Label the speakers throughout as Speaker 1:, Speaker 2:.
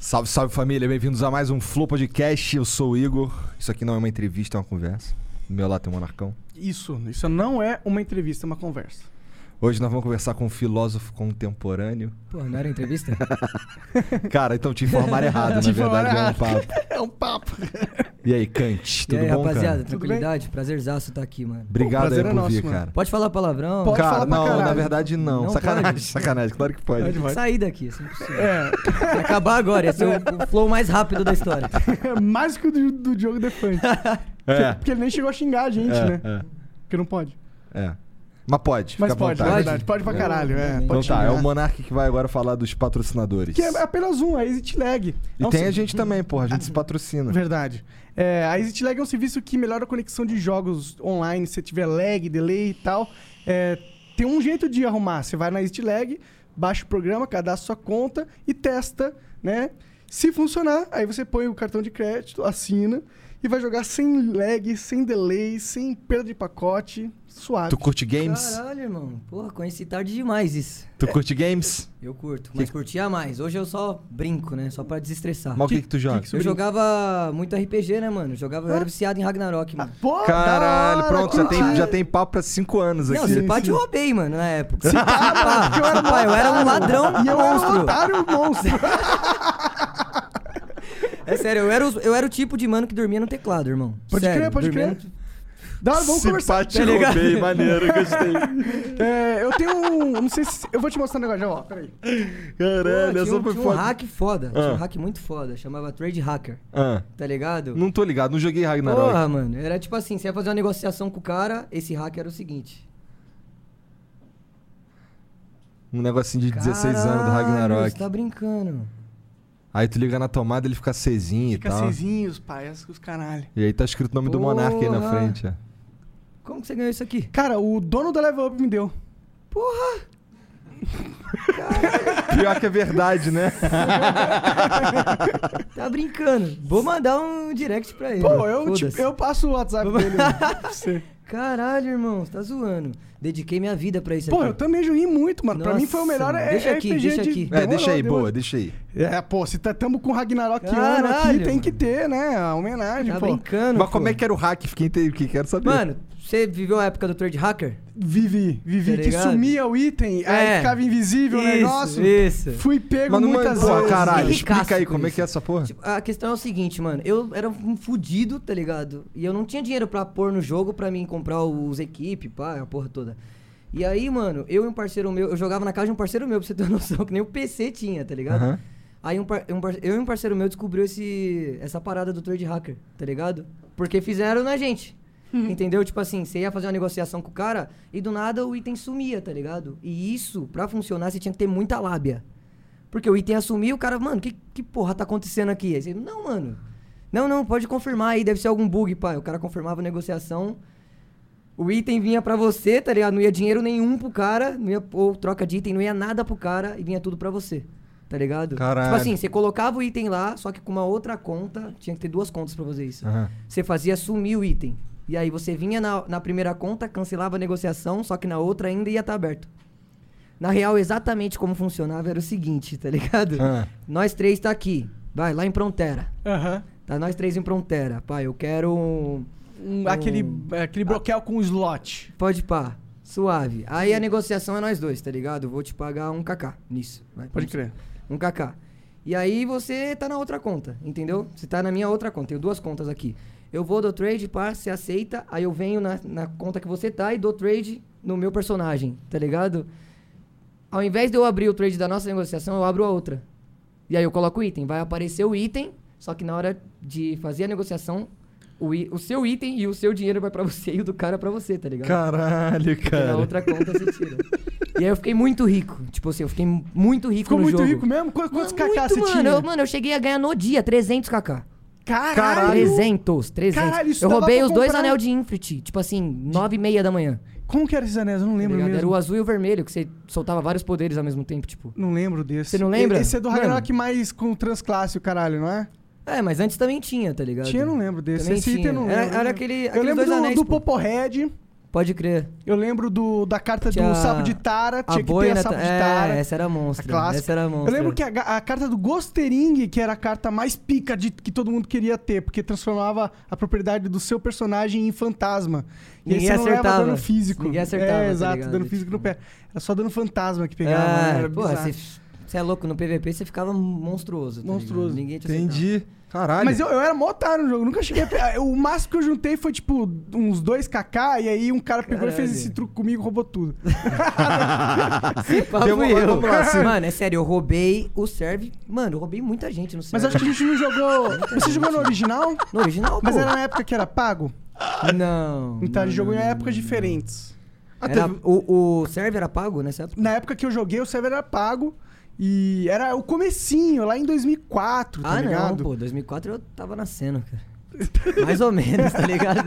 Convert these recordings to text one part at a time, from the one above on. Speaker 1: Salve, salve família, bem-vindos a mais um Flow Podcast. Eu sou o Igor. Isso aqui não é uma entrevista, é uma conversa. Do meu lado tem o Monarcão.
Speaker 2: Isso, isso não é uma entrevista, é uma conversa.
Speaker 1: Hoje nós vamos conversar com um filósofo contemporâneo.
Speaker 3: Pô, não era entrevista?
Speaker 1: Cara, então te informaram errado, na
Speaker 2: Te
Speaker 1: verdade, é um
Speaker 2: informaram
Speaker 1: papo.
Speaker 2: É um papo.
Speaker 1: E aí, Kant, tudo
Speaker 3: e aí,
Speaker 1: bom,
Speaker 3: rapaziada,
Speaker 1: cara?
Speaker 3: tranquilidade? Prazerzaço tá aqui, mano.
Speaker 1: Obrigado aí
Speaker 2: prazer
Speaker 1: por
Speaker 2: é nosso,
Speaker 1: vir,
Speaker 2: mano.
Speaker 1: cara.
Speaker 3: Pode falar palavrão?
Speaker 2: Pode
Speaker 1: cara,
Speaker 2: falar pra
Speaker 1: não, na
Speaker 2: caralho.
Speaker 1: verdade não.
Speaker 3: Não
Speaker 1: sacanagem,
Speaker 3: pode.
Speaker 1: sacanagem, claro que pode.
Speaker 2: Pode.
Speaker 3: Tem que sair daqui, assim, impossível.
Speaker 2: É,
Speaker 3: Vai acabar agora, ia ser o, o flow mais rápido da história.
Speaker 2: é mais que o do, do Diogo Defante.
Speaker 1: É.
Speaker 2: Porque ele nem chegou a xingar a gente, né?
Speaker 1: É,
Speaker 2: Porque não pode.
Speaker 1: é, é. Mas pode, fica
Speaker 2: Mas
Speaker 1: à
Speaker 2: pode, na
Speaker 1: vontade.
Speaker 2: verdade. Pode pra
Speaker 3: É.
Speaker 2: caralho, é.
Speaker 3: Então
Speaker 1: Então
Speaker 2: Pode
Speaker 1: tá, é o
Speaker 2: xingar.
Speaker 1: Monark que vai agora falar dos patrocinadores.
Speaker 2: Que é apenas um, a Exit Lag.
Speaker 1: E
Speaker 2: É um
Speaker 1: tem a
Speaker 2: ser-
Speaker 1: gente também, porra, a gente se patrocina.
Speaker 2: Verdade. É, a Exit Lag é um serviço que melhora a conexão de jogos online. Se tiver lag, delay e tal, é, tem um jeito de arrumar. Você vai na Exit Lag, baixa o programa, cadastra sua conta e testa, né? Se funcionar, aí você põe o cartão de crédito, assina e vai jogar sem lag, sem delay, sem perda de pacote, suave.
Speaker 1: Tu curte games?
Speaker 3: Caralho, irmão. Porra, conheci tarde demais isso.
Speaker 1: Tu curte games?
Speaker 3: Eu curto, mas curtia mais. Hoje eu só brinco, né? Só pra desestressar.
Speaker 1: Mas o que, que tu joga?
Speaker 2: que
Speaker 3: Eu
Speaker 2: brinca? Ah.
Speaker 3: jogava muito RPG, né, mano? Jogava, eu era viciado em Ragnarok, mano.
Speaker 2: Pô, da
Speaker 1: Caralho,
Speaker 2: hora,
Speaker 1: pronto, já
Speaker 2: curti.
Speaker 1: tem, já tem papo pra cinco anos aqui.
Speaker 3: Não, se pá, te roubei, mano, na época. Se pá,
Speaker 2: Ah,
Speaker 3: pá, se pá, eu era um ladrão
Speaker 2: E eu era um
Speaker 3: monstro.
Speaker 2: otário monstro.
Speaker 3: É sério, eu era, os- eu era o tipo de mano que dormia no teclado, irmão.
Speaker 2: Pode
Speaker 3: sério,
Speaker 2: crer, pode
Speaker 3: dormia
Speaker 2: crer.
Speaker 3: no-
Speaker 2: Da hora, vamos
Speaker 1: Se
Speaker 2: conversar.
Speaker 1: pá, te
Speaker 3: tá ligado?
Speaker 1: roubei, maneiro, gostei.
Speaker 2: É, eu tenho um. Não sei se. Eu vou te mostrar um negócio, já, ó. Peraí.
Speaker 1: Caralho,
Speaker 3: Pô,
Speaker 1: essa
Speaker 3: tinha, um-
Speaker 1: foi
Speaker 3: tinha um
Speaker 1: foda.
Speaker 3: hack foda, tinha
Speaker 1: Ah.
Speaker 3: um hack muito foda, chamava Trade Hacker,
Speaker 1: Ah,
Speaker 3: tá ligado?
Speaker 1: não tô ligado, não joguei Ragnarok.
Speaker 3: Porra, mano, era tipo assim, você ia fazer uma negociação com o cara, esse hack era o seguinte.
Speaker 1: Um negocinho de 16 anos do
Speaker 3: Caralho,
Speaker 1: Ragnarok.
Speaker 3: Você tá brincando.
Speaker 1: Aí tu liga na tomada, ele fica acesinho
Speaker 2: Fica
Speaker 1: e tal.
Speaker 2: cezinhos, pai, as- os caralho.
Speaker 1: E aí tá escrito o nome do Monark aí na
Speaker 3: Porra.
Speaker 1: frente, ó.
Speaker 3: Como que você ganhou isso aqui?
Speaker 2: Cara, o dono da Level Up me deu.
Speaker 3: Porra!
Speaker 1: Pior que é verdade, né?
Speaker 3: Tá brincando. Vou mandar um direct pra ele.
Speaker 2: Pô,
Speaker 1: é um
Speaker 2: eu,
Speaker 3: Foda-se.
Speaker 2: tipo, eu passo o WhatsApp dele. né, pra você.
Speaker 3: Caralho, irmão, você tá zoando. Dediquei minha vida pra isso
Speaker 2: Pô,
Speaker 3: aqui.
Speaker 2: eu também joguei muito, mano. pra mim foi o
Speaker 3: Nossa,
Speaker 2: melhor
Speaker 3: mano.
Speaker 2: é-
Speaker 3: Deixa
Speaker 2: é
Speaker 3: aqui,
Speaker 2: RPG
Speaker 3: deixa
Speaker 2: de...
Speaker 3: aqui.
Speaker 1: É, deixa aí,
Speaker 2: Demorou,
Speaker 1: boa, deixa aí.
Speaker 2: demorou. É, pô, se tá, tamo com Ragnarok ano aqui,
Speaker 3: Caralho,
Speaker 2: tem
Speaker 3: mano.
Speaker 2: que ter, né? A homenagem,
Speaker 3: Tá
Speaker 2: pô.
Speaker 3: brincando,
Speaker 1: Mas como
Speaker 3: pô.
Speaker 1: é que é era o hack? Fiquei inteiro, que quero saber.
Speaker 3: Mano, você viveu a época do Trade Hacker?
Speaker 2: Vivi, Vivi,
Speaker 3: Tá
Speaker 2: que
Speaker 3: ligado?
Speaker 2: sumia o item, aí
Speaker 3: É.
Speaker 2: ficava invisível o negócio.
Speaker 3: Isso.
Speaker 2: Fui pego
Speaker 1: Mas não
Speaker 2: muitas
Speaker 1: Porra,
Speaker 2: vezes.
Speaker 1: caralho,
Speaker 3: Ricaço
Speaker 1: explica aí
Speaker 3: com
Speaker 1: como é
Speaker 3: isso.
Speaker 1: que é essa porra.
Speaker 3: Tipo, A questão é o seguinte, mano. Eu era um fudido, tá ligado? E eu não tinha dinheiro pra pôr no jogo pra mim comprar os equipes, pá, a porra toda. E aí, mano, eu e um parceiro meu, eu jogava na casa de um parceiro meu, pra você ter uma noção, que nem o PC tinha, tá ligado?
Speaker 1: Aham.
Speaker 3: Aí um par- um par- eu e um parceiro meu descobriu esse, essa parada do trade hacker, tá ligado? Porque fizeram na gente. Entendeu? Tipo assim, você ia fazer uma negociação com o cara e do nada o item sumia, tá ligado? E isso, pra funcionar, você tinha que ter muita lábia. Porque o item ia sumir e o cara, mano, que, que porra tá acontecendo aqui? Aí você, não, mano. Não, não, pode confirmar aí, deve ser algum bug, pai. O cara confirmava a negociação. O item vinha pra você, tá ligado? Não ia dinheiro nenhum pro cara, não ia ou troca de item, não ia nada pro cara e vinha tudo pra você. Tá ligado?
Speaker 1: Caralho.
Speaker 3: Tipo assim, você colocava o item lá, só que com uma outra conta, tinha que ter duas contas pra fazer isso.
Speaker 1: Aham.
Speaker 3: Você fazia sumir o item. E aí você vinha na, na primeira conta, cancelava a negociação, só que na outra ainda ia estar aberto. Na real, exatamente como funcionava era o seguinte, tá ligado?
Speaker 1: Ah.
Speaker 3: Nós três tá aqui. Vai, lá em Prontera.
Speaker 2: Aham.
Speaker 3: Tá nós três em Prontera. Pai, eu quero um.
Speaker 2: Um- Aquele, aquele bloqueio com slot.
Speaker 3: Pode pá. Suave. Aí a negociação é nós dois, tá ligado? Eu Vou te pagar um kk nisso. Vai,
Speaker 2: Pode
Speaker 3: vamos-
Speaker 2: crer.
Speaker 3: Um kk. E aí você tá na outra conta, entendeu? Você tá na minha outra conta. Tenho duas contas aqui. Eu vou do trade, pá, você aceita. Aí eu venho na, na conta que você tá e dou trade no meu personagem, tá ligado? Ao invés de eu abrir o trade da nossa negociação, eu abro a outra. E aí eu coloco o item. Vai aparecer o item, só que na hora de fazer a negociação, o, i- o seu item e o seu dinheiro vai pra você e o do cara pra você, tá ligado?
Speaker 1: Caralho,
Speaker 3: E
Speaker 1: cara.
Speaker 3: na outra conta você tira. e aí eu fiquei muito rico. Tipo assim, eu fiquei muito rico
Speaker 2: Ficou
Speaker 3: no
Speaker 2: muito
Speaker 3: jogo.
Speaker 2: rico mesmo? Qu- Quantos
Speaker 3: Mano,
Speaker 2: kk
Speaker 3: muito,
Speaker 2: você
Speaker 3: mano.
Speaker 2: tinha?
Speaker 3: Eu, mano, eu cheguei a ganhar no dia 300 kk.
Speaker 2: Caralho!
Speaker 3: 300, 300.
Speaker 2: Caralho, isso
Speaker 3: eu
Speaker 2: dava
Speaker 3: roubei
Speaker 2: pra
Speaker 3: os dois
Speaker 2: comprar.
Speaker 3: anel de Infinity, tipo assim, 9 e meia da manhã. tá
Speaker 2: Como que era esses anéis? Eu não lembro
Speaker 3: ligado?
Speaker 2: mesmo.
Speaker 3: Era o azul e o vermelho, que você soltava vários poderes ao mesmo tempo, tipo.
Speaker 2: Não lembro desse.
Speaker 3: Você não lembra?
Speaker 2: Esse é do
Speaker 3: Mano.
Speaker 2: Ragnarok mais com transclasse, o caralho, não é?
Speaker 3: É, mas antes também tinha, tá ligado?
Speaker 2: Tinha, eu não lembro desse.
Speaker 3: Também
Speaker 2: Esse
Speaker 3: tinha.
Speaker 2: item eu não
Speaker 3: Era-
Speaker 2: lembro.
Speaker 3: era aquele-
Speaker 2: eu
Speaker 3: aqueles
Speaker 2: lembro
Speaker 3: dois
Speaker 2: do,
Speaker 3: anéis,
Speaker 2: do
Speaker 3: pô.
Speaker 2: Popo Red.
Speaker 3: Pode crer.
Speaker 2: Eu lembro do, da carta
Speaker 3: Tinha
Speaker 2: do sapo de tara, tinha que ter a
Speaker 3: boina
Speaker 2: sapo
Speaker 3: ta-
Speaker 2: de tara.
Speaker 3: É, essa era
Speaker 2: A
Speaker 3: monstro.
Speaker 2: clássica.
Speaker 3: Essa era monstro.
Speaker 2: Eu lembro que a, ga- a carta do Gostering, que era a carta mais pica de, que todo mundo queria ter, porque transformava a propriedade do seu personagem em fantasma. E aí
Speaker 3: Ninguém
Speaker 2: você não leva
Speaker 3: acertava.
Speaker 2: dano físico.
Speaker 3: Ninguém acertava,
Speaker 2: É,
Speaker 3: tá
Speaker 2: exato,
Speaker 3: ligado?
Speaker 2: dano físico no pé. Era só dano fantasma que pegava. né?
Speaker 3: É,
Speaker 2: Era
Speaker 3: porra,
Speaker 2: bizarro.
Speaker 3: você é louco, no PVP você ficava monstruoso. tá ligado?
Speaker 2: Monstruoso.
Speaker 3: Ninguém te
Speaker 1: assim,
Speaker 3: aceitava.
Speaker 1: Entendi. Caralho.
Speaker 2: Mas eu, eu era mó otário no jogo, nunca cheguei a pegar. O máximo que eu juntei foi tipo uns 2kk, e aí um cara pegou e fez
Speaker 3: Caralho.
Speaker 2: esse truque comigo e roubou tudo.
Speaker 3: Esse papo
Speaker 1: Deu uma-
Speaker 3: eu.
Speaker 1: vamos lá, assim.
Speaker 3: Mano, é sério, eu roubei o serve. Mano, eu roubei muita gente no serve.
Speaker 2: Mas acho que a gente não jogou. Você jogou no original?
Speaker 3: No original,
Speaker 2: Mas
Speaker 3: pô.
Speaker 2: era na época que era pago?
Speaker 3: Não.
Speaker 2: Então a gente
Speaker 3: não,
Speaker 2: jogou em
Speaker 3: não, não,
Speaker 2: épocas
Speaker 3: não.
Speaker 2: diferentes.
Speaker 3: Era- o, o serve era pago né, nessa época?
Speaker 2: Ah, Na época que eu joguei, o server era pago. E era o comecinho, lá em 2004, tá
Speaker 3: ah,
Speaker 2: ligado?
Speaker 3: não, pô. 2004 eu tava nascendo, cara. Mais ou menos, tá ligado?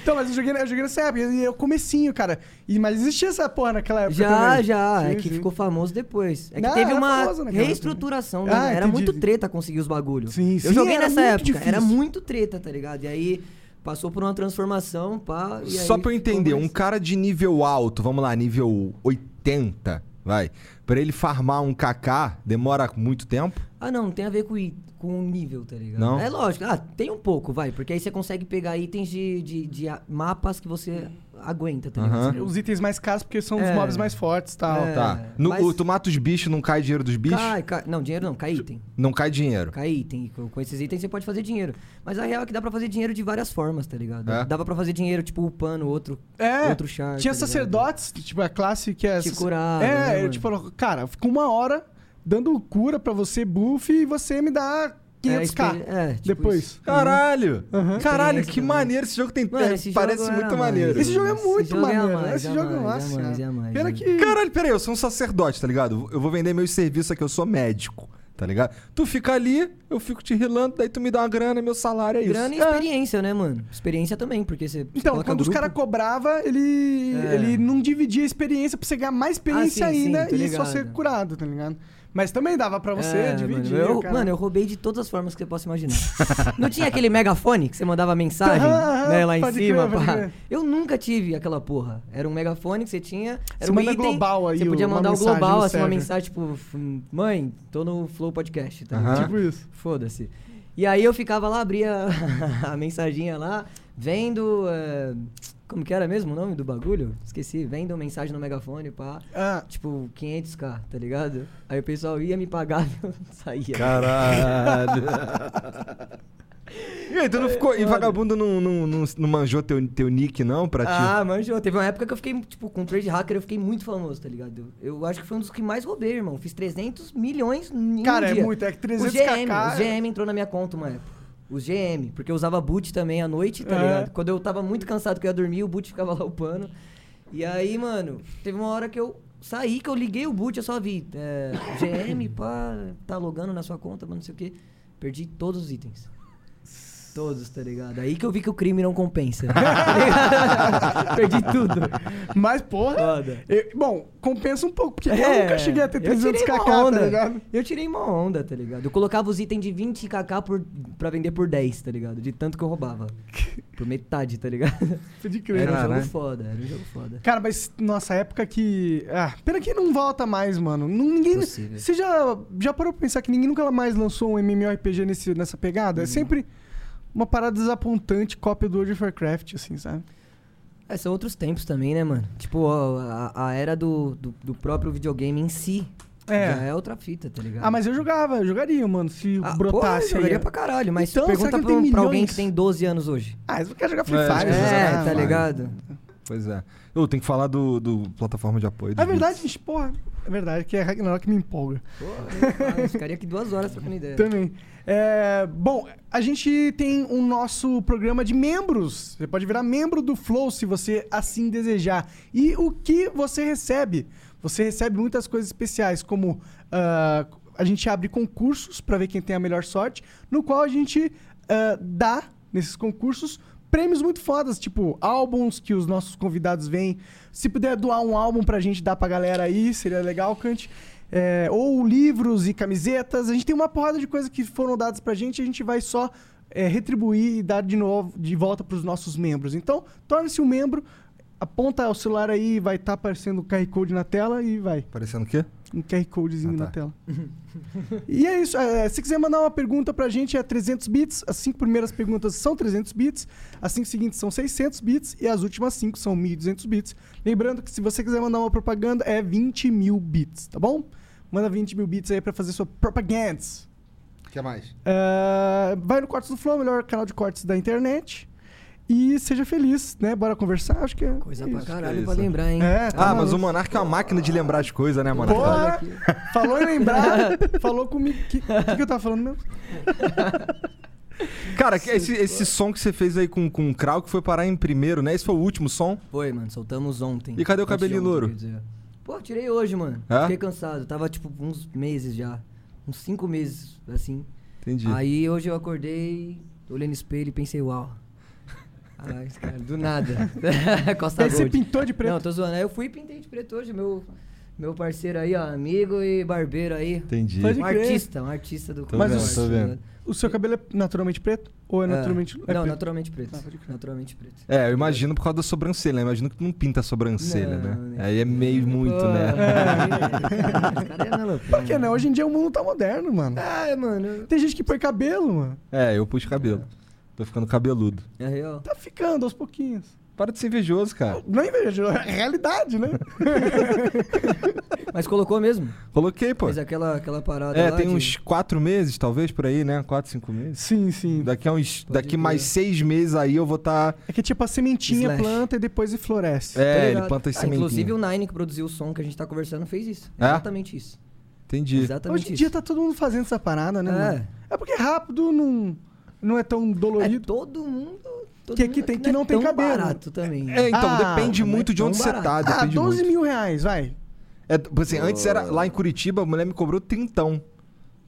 Speaker 2: Então, mas eu joguei, eu joguei nessa época, e é o comecinho, cara. E, mas existia essa porra naquela época
Speaker 3: já,
Speaker 2: também.
Speaker 3: já. é
Speaker 2: Sim,
Speaker 3: que
Speaker 2: sim.
Speaker 3: ficou famoso depois. É que
Speaker 2: Não,
Speaker 3: teve
Speaker 2: era
Speaker 3: uma
Speaker 2: famoso naquela época.
Speaker 3: reestruturação, né?
Speaker 2: Ah,
Speaker 3: era
Speaker 2: entendi.
Speaker 3: muito treta conseguir os bagulhos.
Speaker 2: Sim,
Speaker 3: eu
Speaker 2: sim,
Speaker 3: joguei
Speaker 2: era
Speaker 3: nessa
Speaker 2: muito
Speaker 3: época.
Speaker 2: difícil.
Speaker 3: Era muito treta, tá ligado? E aí passou por uma transformação, pá. E
Speaker 1: Só
Speaker 3: aí é
Speaker 1: pra eu
Speaker 3: ficou
Speaker 1: entender,
Speaker 3: mais-
Speaker 1: um cara de nível alto, vamos lá, nível 80, vai. Pra ele farmar um KK, demora muito tempo?
Speaker 3: Ah, não, não tem a ver com, i- com o nível, tá ligado?
Speaker 1: Não?
Speaker 3: É lógico. Ah, tem um pouco, vai. Porque aí você consegue pegar itens de, de, de a- mapas que você aguenta, tá ligado?
Speaker 1: Aham.
Speaker 3: Você-
Speaker 2: Os itens mais caros, porque são os
Speaker 3: É.
Speaker 2: mobs mais fortes e tal.
Speaker 3: É,
Speaker 1: tá. No,
Speaker 3: mas-
Speaker 1: o, tu mata os bichos, não cai dinheiro dos bichos?
Speaker 3: Cai, cai. Não, dinheiro não, cai item.
Speaker 1: Não cai dinheiro.
Speaker 3: Cai item. E Com com esses itens você pode fazer dinheiro. Mas a real é que dá pra fazer dinheiro de várias formas, tá ligado?
Speaker 1: É.
Speaker 3: Dava pra fazer dinheiro, tipo, upando outro,
Speaker 2: É,
Speaker 3: outro char.
Speaker 2: Tinha
Speaker 3: tá ligado?
Speaker 2: sacerdotes, tipo, a classe que é.
Speaker 3: Te curava, né,
Speaker 2: É, eu,
Speaker 3: mano?
Speaker 2: tipo, cara, fica uma hora dando cura pra você, buff, e você me dá
Speaker 3: É,
Speaker 2: 500k
Speaker 3: exper- é, tipo
Speaker 2: depois.
Speaker 3: isso.
Speaker 1: Caralho! Caralho, que
Speaker 2: Uhum.
Speaker 3: Experiência também.
Speaker 1: maneiro esse jogo tem.
Speaker 3: Mano,
Speaker 1: é,
Speaker 3: esse
Speaker 1: parece
Speaker 3: jogo era
Speaker 1: muito
Speaker 3: mais.
Speaker 1: maneiro.
Speaker 2: Esse jogo é
Speaker 3: Esse
Speaker 2: muito
Speaker 3: jogo é a
Speaker 2: maneiro.
Speaker 3: mais,
Speaker 2: Esse
Speaker 3: é a
Speaker 2: jogo é
Speaker 3: mais,
Speaker 2: massa.
Speaker 3: é a mais,
Speaker 2: cara.
Speaker 3: é a mais,
Speaker 2: Pena
Speaker 3: é.
Speaker 2: que.
Speaker 1: Caralho, peraí, eu sou um sacerdote, tá ligado? Eu vou vender meus serviços aqui, eu sou médico, tá ligado? Tu fica ali, eu fico te rilando, daí tu me dá uma grana, meu salário é isso.
Speaker 3: Grana e experiência, né, mano? Experiência também, porque você. você
Speaker 2: Então,
Speaker 3: coloca
Speaker 2: quando os
Speaker 3: grupo-
Speaker 2: caras cobravam, ele,
Speaker 3: É.
Speaker 2: ele não dividia a experiência pra você ganhar mais experiência
Speaker 3: Ah, sim, sim,
Speaker 2: ainda
Speaker 3: tô
Speaker 2: e só ser
Speaker 3: ligado.
Speaker 2: curado, tá ligado? Mas também dava pra você
Speaker 3: É,
Speaker 2: dividir.
Speaker 3: Mano eu,
Speaker 2: cara.
Speaker 3: mano, eu roubei de todas as formas que você possa imaginar. não tinha aquele megafone que você mandava mensagem
Speaker 2: Aham,
Speaker 3: né, lá em
Speaker 2: pode
Speaker 3: cima?
Speaker 2: crer, pode
Speaker 3: pá?
Speaker 2: crer.
Speaker 3: Eu nunca tive aquela porra. Era um megafone que você tinha. Era
Speaker 2: Você
Speaker 3: um
Speaker 2: manda
Speaker 3: item,
Speaker 2: global aí,
Speaker 3: Você podia
Speaker 2: uma
Speaker 3: mandar o
Speaker 2: mensagem
Speaker 3: global,
Speaker 2: no
Speaker 3: assim, uma
Speaker 2: server.
Speaker 3: mensagem tipo: "F- Mãe, tô no Flow Podcast. Tá?
Speaker 1: Aham.
Speaker 3: ligado?
Speaker 2: Tipo isso.
Speaker 3: Foda-se. E aí eu ficava lá, abria a mensaginha lá, vendo. eh, como que era mesmo o nome do bagulho? Esqueci. Vendo mensagem no megafone, pá.
Speaker 2: Ah,
Speaker 3: Tipo, 500k, tá ligado? Aí o pessoal ia me pagar, eu saía.
Speaker 1: Caralho. e aí, tu não ficou. E vagabundo não, não, não, não manjou teu, teu nick, não, pra ti?
Speaker 3: Ah, manjou. Teve uma época que eu fiquei, tipo, com trade hacker, eu fiquei muito famoso, tá ligado? Eu, eu acho que foi um dos que mais roubei, irmão. Fiz 300 milhões em
Speaker 2: Cara,
Speaker 3: um
Speaker 2: é
Speaker 3: dia.
Speaker 2: muito, é que é 300
Speaker 3: o GM,
Speaker 2: kk
Speaker 3: O GM entrou na minha conta uma época. Os GM, porque eu usava boot também à noite, tá
Speaker 2: É.
Speaker 3: ligado? Quando eu tava muito cansado que eu ia dormir, o boot ficava lá upando. E aí, mano, teve uma hora que eu saí, que eu liguei o boot, eu só vi é, GM, pá, tá logando na sua conta, mas não sei o quê. Perdi todos os itens. Todos, tá ligado? Aí que eu vi que o crime não compensa. Tá Perdi tudo.
Speaker 2: Mas, porra.
Speaker 3: Foda.
Speaker 2: eu- bom, compensa um pouco, porque eu
Speaker 3: É,
Speaker 2: nunca cheguei a ter
Speaker 3: eu tirei
Speaker 2: 300 kk,
Speaker 3: uma onda.
Speaker 2: tá ligado?
Speaker 3: Eu tirei uma onda, tá ligado? Eu colocava os itens de 20 kk por, pra vender por 10, tá ligado? De tanto que eu roubava. Por metade, tá ligado?
Speaker 2: Pode crer.
Speaker 3: Era um
Speaker 1: Caralho.
Speaker 3: jogo foda, era um jogo foda.
Speaker 2: Cara, mas nossa época que. Ah, pena que não volta mais, mano. Não- ninguém.
Speaker 3: Impossível.
Speaker 2: Você já, já parou pra pensar que ninguém nunca mais lançou um MMORPG nesse, nessa pegada? É sempre uma parada desapontante, cópia do World of Warcraft, assim, sabe?
Speaker 3: É, são outros tempos também, né, mano? Tipo, ó, a, a era do, do, do próprio videogame em si
Speaker 2: É.
Speaker 3: já é outra fita, tá ligado?
Speaker 2: Ah, mas eu jogava, eu jogaria, mano, se
Speaker 3: Ah,
Speaker 2: brotasse.
Speaker 3: pô, eu jogaria
Speaker 2: aí.
Speaker 3: pra caralho, mas
Speaker 2: Então, será
Speaker 3: pergunta
Speaker 2: que ele
Speaker 3: pra, um,
Speaker 2: tem
Speaker 3: pra alguém
Speaker 2: milhões?
Speaker 3: que tem 12 anos hoje.
Speaker 2: Ah, você não quer jogar Free
Speaker 1: É,
Speaker 2: Fire,
Speaker 1: acho que
Speaker 2: né?
Speaker 1: já
Speaker 3: É,
Speaker 1: tá
Speaker 3: tá
Speaker 1: válido.
Speaker 3: ligado?
Speaker 1: Pois é. Eu tenho que falar do, do plataforma de apoio. do
Speaker 2: É verdade, gente, porra. É verdade que é Ragnarok que me empolga.
Speaker 3: Pô, eu falo, ficaria aqui duas horas trocando ideia.
Speaker 2: Também. É, bom, a gente tem o nosso programa de membros. Você pode virar membro do Flow se você assim desejar. E o que você recebe? Você recebe muitas coisas especiais, como ah, a gente abre concursos para ver quem tem a melhor sorte, no qual a gente ah, dá, nesses concursos, prêmios muito fodas, tipo álbuns que os nossos convidados vêm. Se puder doar um álbum pra gente dar pra galera aí, seria legal, Cante. É, ou livros e camisetas. A gente tem uma porrada de coisas que foram dadas pra gente, a gente vai só é, retribuir e dar de novo de volta pros nossos membros. Então, torne-se um membro. aponta o celular aí, vai estar aparecendo o QR Code na tela e vai.
Speaker 1: Parecendo o quê?
Speaker 2: Um QR Codezinho
Speaker 1: Ah, tá.
Speaker 2: na tela. e é isso. É, se quiser mandar uma pergunta pra gente, é 300 bits. As cinco primeiras perguntas são 300 bits. As cinco seguintes são 600 bits. E as últimas cinco são 1.200 bits. Lembrando que se você quiser mandar uma propaganda, é 20 mil bits, tá bom? Manda 20 mil bits aí pra fazer sua propaganda.
Speaker 1: O que mais?
Speaker 2: É, vai no Cortes do Flow, melhor canal de cortes da internet. E seja feliz, né? Bora conversar, acho que é
Speaker 3: Coisa
Speaker 2: isso.
Speaker 3: pra caralho
Speaker 1: isso.
Speaker 3: pra lembrar, hein?
Speaker 2: É, tá
Speaker 1: Ah, mas
Speaker 2: maluco.
Speaker 1: o Monark é uma máquina de lembrar as coisas, né, Monark?
Speaker 2: Porra! Falou em lembrar, falou comigo. O que, que, que eu tava falando mesmo?
Speaker 1: Cara, que- esse, esse som que você fez aí com, com o Krau, que foi parar em primeiro, né? Esse foi o último som.
Speaker 3: Foi, mano, soltamos ontem.
Speaker 1: E cadê o
Speaker 3: Antes de
Speaker 1: cabelinho
Speaker 3: ontem,
Speaker 1: louro?
Speaker 3: quer dizer. Pô, tirei hoje, mano.
Speaker 1: É?
Speaker 3: Fiquei cansado. Tava, tipo, uns meses já. Uns cinco meses, assim.
Speaker 1: Entendi.
Speaker 3: Aí hoje eu acordei, olhei no espelho e pensei, uau. Ai, cara, do nada. Costa
Speaker 2: Aí você
Speaker 3: Gold.
Speaker 2: pintou de
Speaker 3: Não,
Speaker 2: preto.
Speaker 3: tô zoando. Aí eu fui e pintei de preto hoje, meu, meu parceiro aí, ó, amigo e barbeiro aí.
Speaker 1: Entendi.
Speaker 2: Pode
Speaker 3: Um
Speaker 2: crer.
Speaker 3: artista, um artista do
Speaker 1: Tô
Speaker 2: Mas
Speaker 3: corte,
Speaker 2: vendo,
Speaker 1: tô
Speaker 3: tá
Speaker 1: vendo.
Speaker 3: ligado?
Speaker 2: O seu cabelo é naturalmente preto? Ou é naturalmente.
Speaker 3: Ah, Não,
Speaker 2: é preto?
Speaker 3: naturalmente preto.
Speaker 2: Ah, pode crer.
Speaker 3: naturalmente preto.
Speaker 1: É, eu imagino por causa da sobrancelha, né? Imagino que tu não pinta a sobrancelha,
Speaker 3: Não,
Speaker 1: né?
Speaker 3: né?
Speaker 1: Aí é meio muito,
Speaker 3: Pô,
Speaker 1: né?
Speaker 3: é. Cadê a Melo?
Speaker 2: Por que não? Hoje em dia o mundo tá moderno, mano.
Speaker 3: Ah, mano, eu-
Speaker 2: Tem gente que põe cabelo, mano.
Speaker 1: É, eu pus cabelo. Tô ficando cabeludo.
Speaker 3: é real.
Speaker 2: Tá ficando aos pouquinhos.
Speaker 1: Para de ser invejoso, cara.
Speaker 2: Não é inveja, é realidade, né?
Speaker 3: Mas colocou mesmo?
Speaker 1: Coloquei, pô.
Speaker 3: Fez aquela, aquela parada
Speaker 1: É,
Speaker 3: lá
Speaker 1: tem
Speaker 3: de-
Speaker 1: uns quatro meses, talvez, por aí, né? Quatro, cinco meses.
Speaker 2: Sim, sim.
Speaker 1: Daqui, a uns,
Speaker 3: Pode
Speaker 1: daqui
Speaker 3: crer.
Speaker 1: mais seis meses aí eu vou tá, estar.
Speaker 2: É que tipo a sementinha
Speaker 3: Slash.
Speaker 2: planta e depois floresce.
Speaker 3: Tá
Speaker 1: É, ele
Speaker 3: ligado?
Speaker 1: planta as
Speaker 3: ah, Inclusive
Speaker 1: sementinhas.
Speaker 3: o Nine que produziu o som que a gente tá conversando fez isso.
Speaker 1: É?
Speaker 3: Exatamente isso.
Speaker 1: Entendi.
Speaker 3: Exatamente
Speaker 2: Hoje em
Speaker 3: isso.
Speaker 2: dia tá todo mundo fazendo essa parada, né? mano?
Speaker 3: É.
Speaker 2: É porque rápido não, não é tão
Speaker 3: É
Speaker 2: dolorido.
Speaker 3: todo mundo. Todo
Speaker 2: Que aqui
Speaker 3: mundo
Speaker 2: tem
Speaker 3: aqui
Speaker 2: que não tem
Speaker 3: tão
Speaker 2: cabelo.
Speaker 3: barato também.
Speaker 1: É, então,
Speaker 2: Ah,
Speaker 1: depende
Speaker 3: mas
Speaker 1: muito de
Speaker 3: tão
Speaker 1: onde você tá.
Speaker 3: barato.
Speaker 2: ah,
Speaker 1: Depende
Speaker 2: 12
Speaker 1: muito.
Speaker 2: mil reais, vai.
Speaker 1: É, tipo assim, antes era lá em Curitiba, a mulher me cobrou trintão.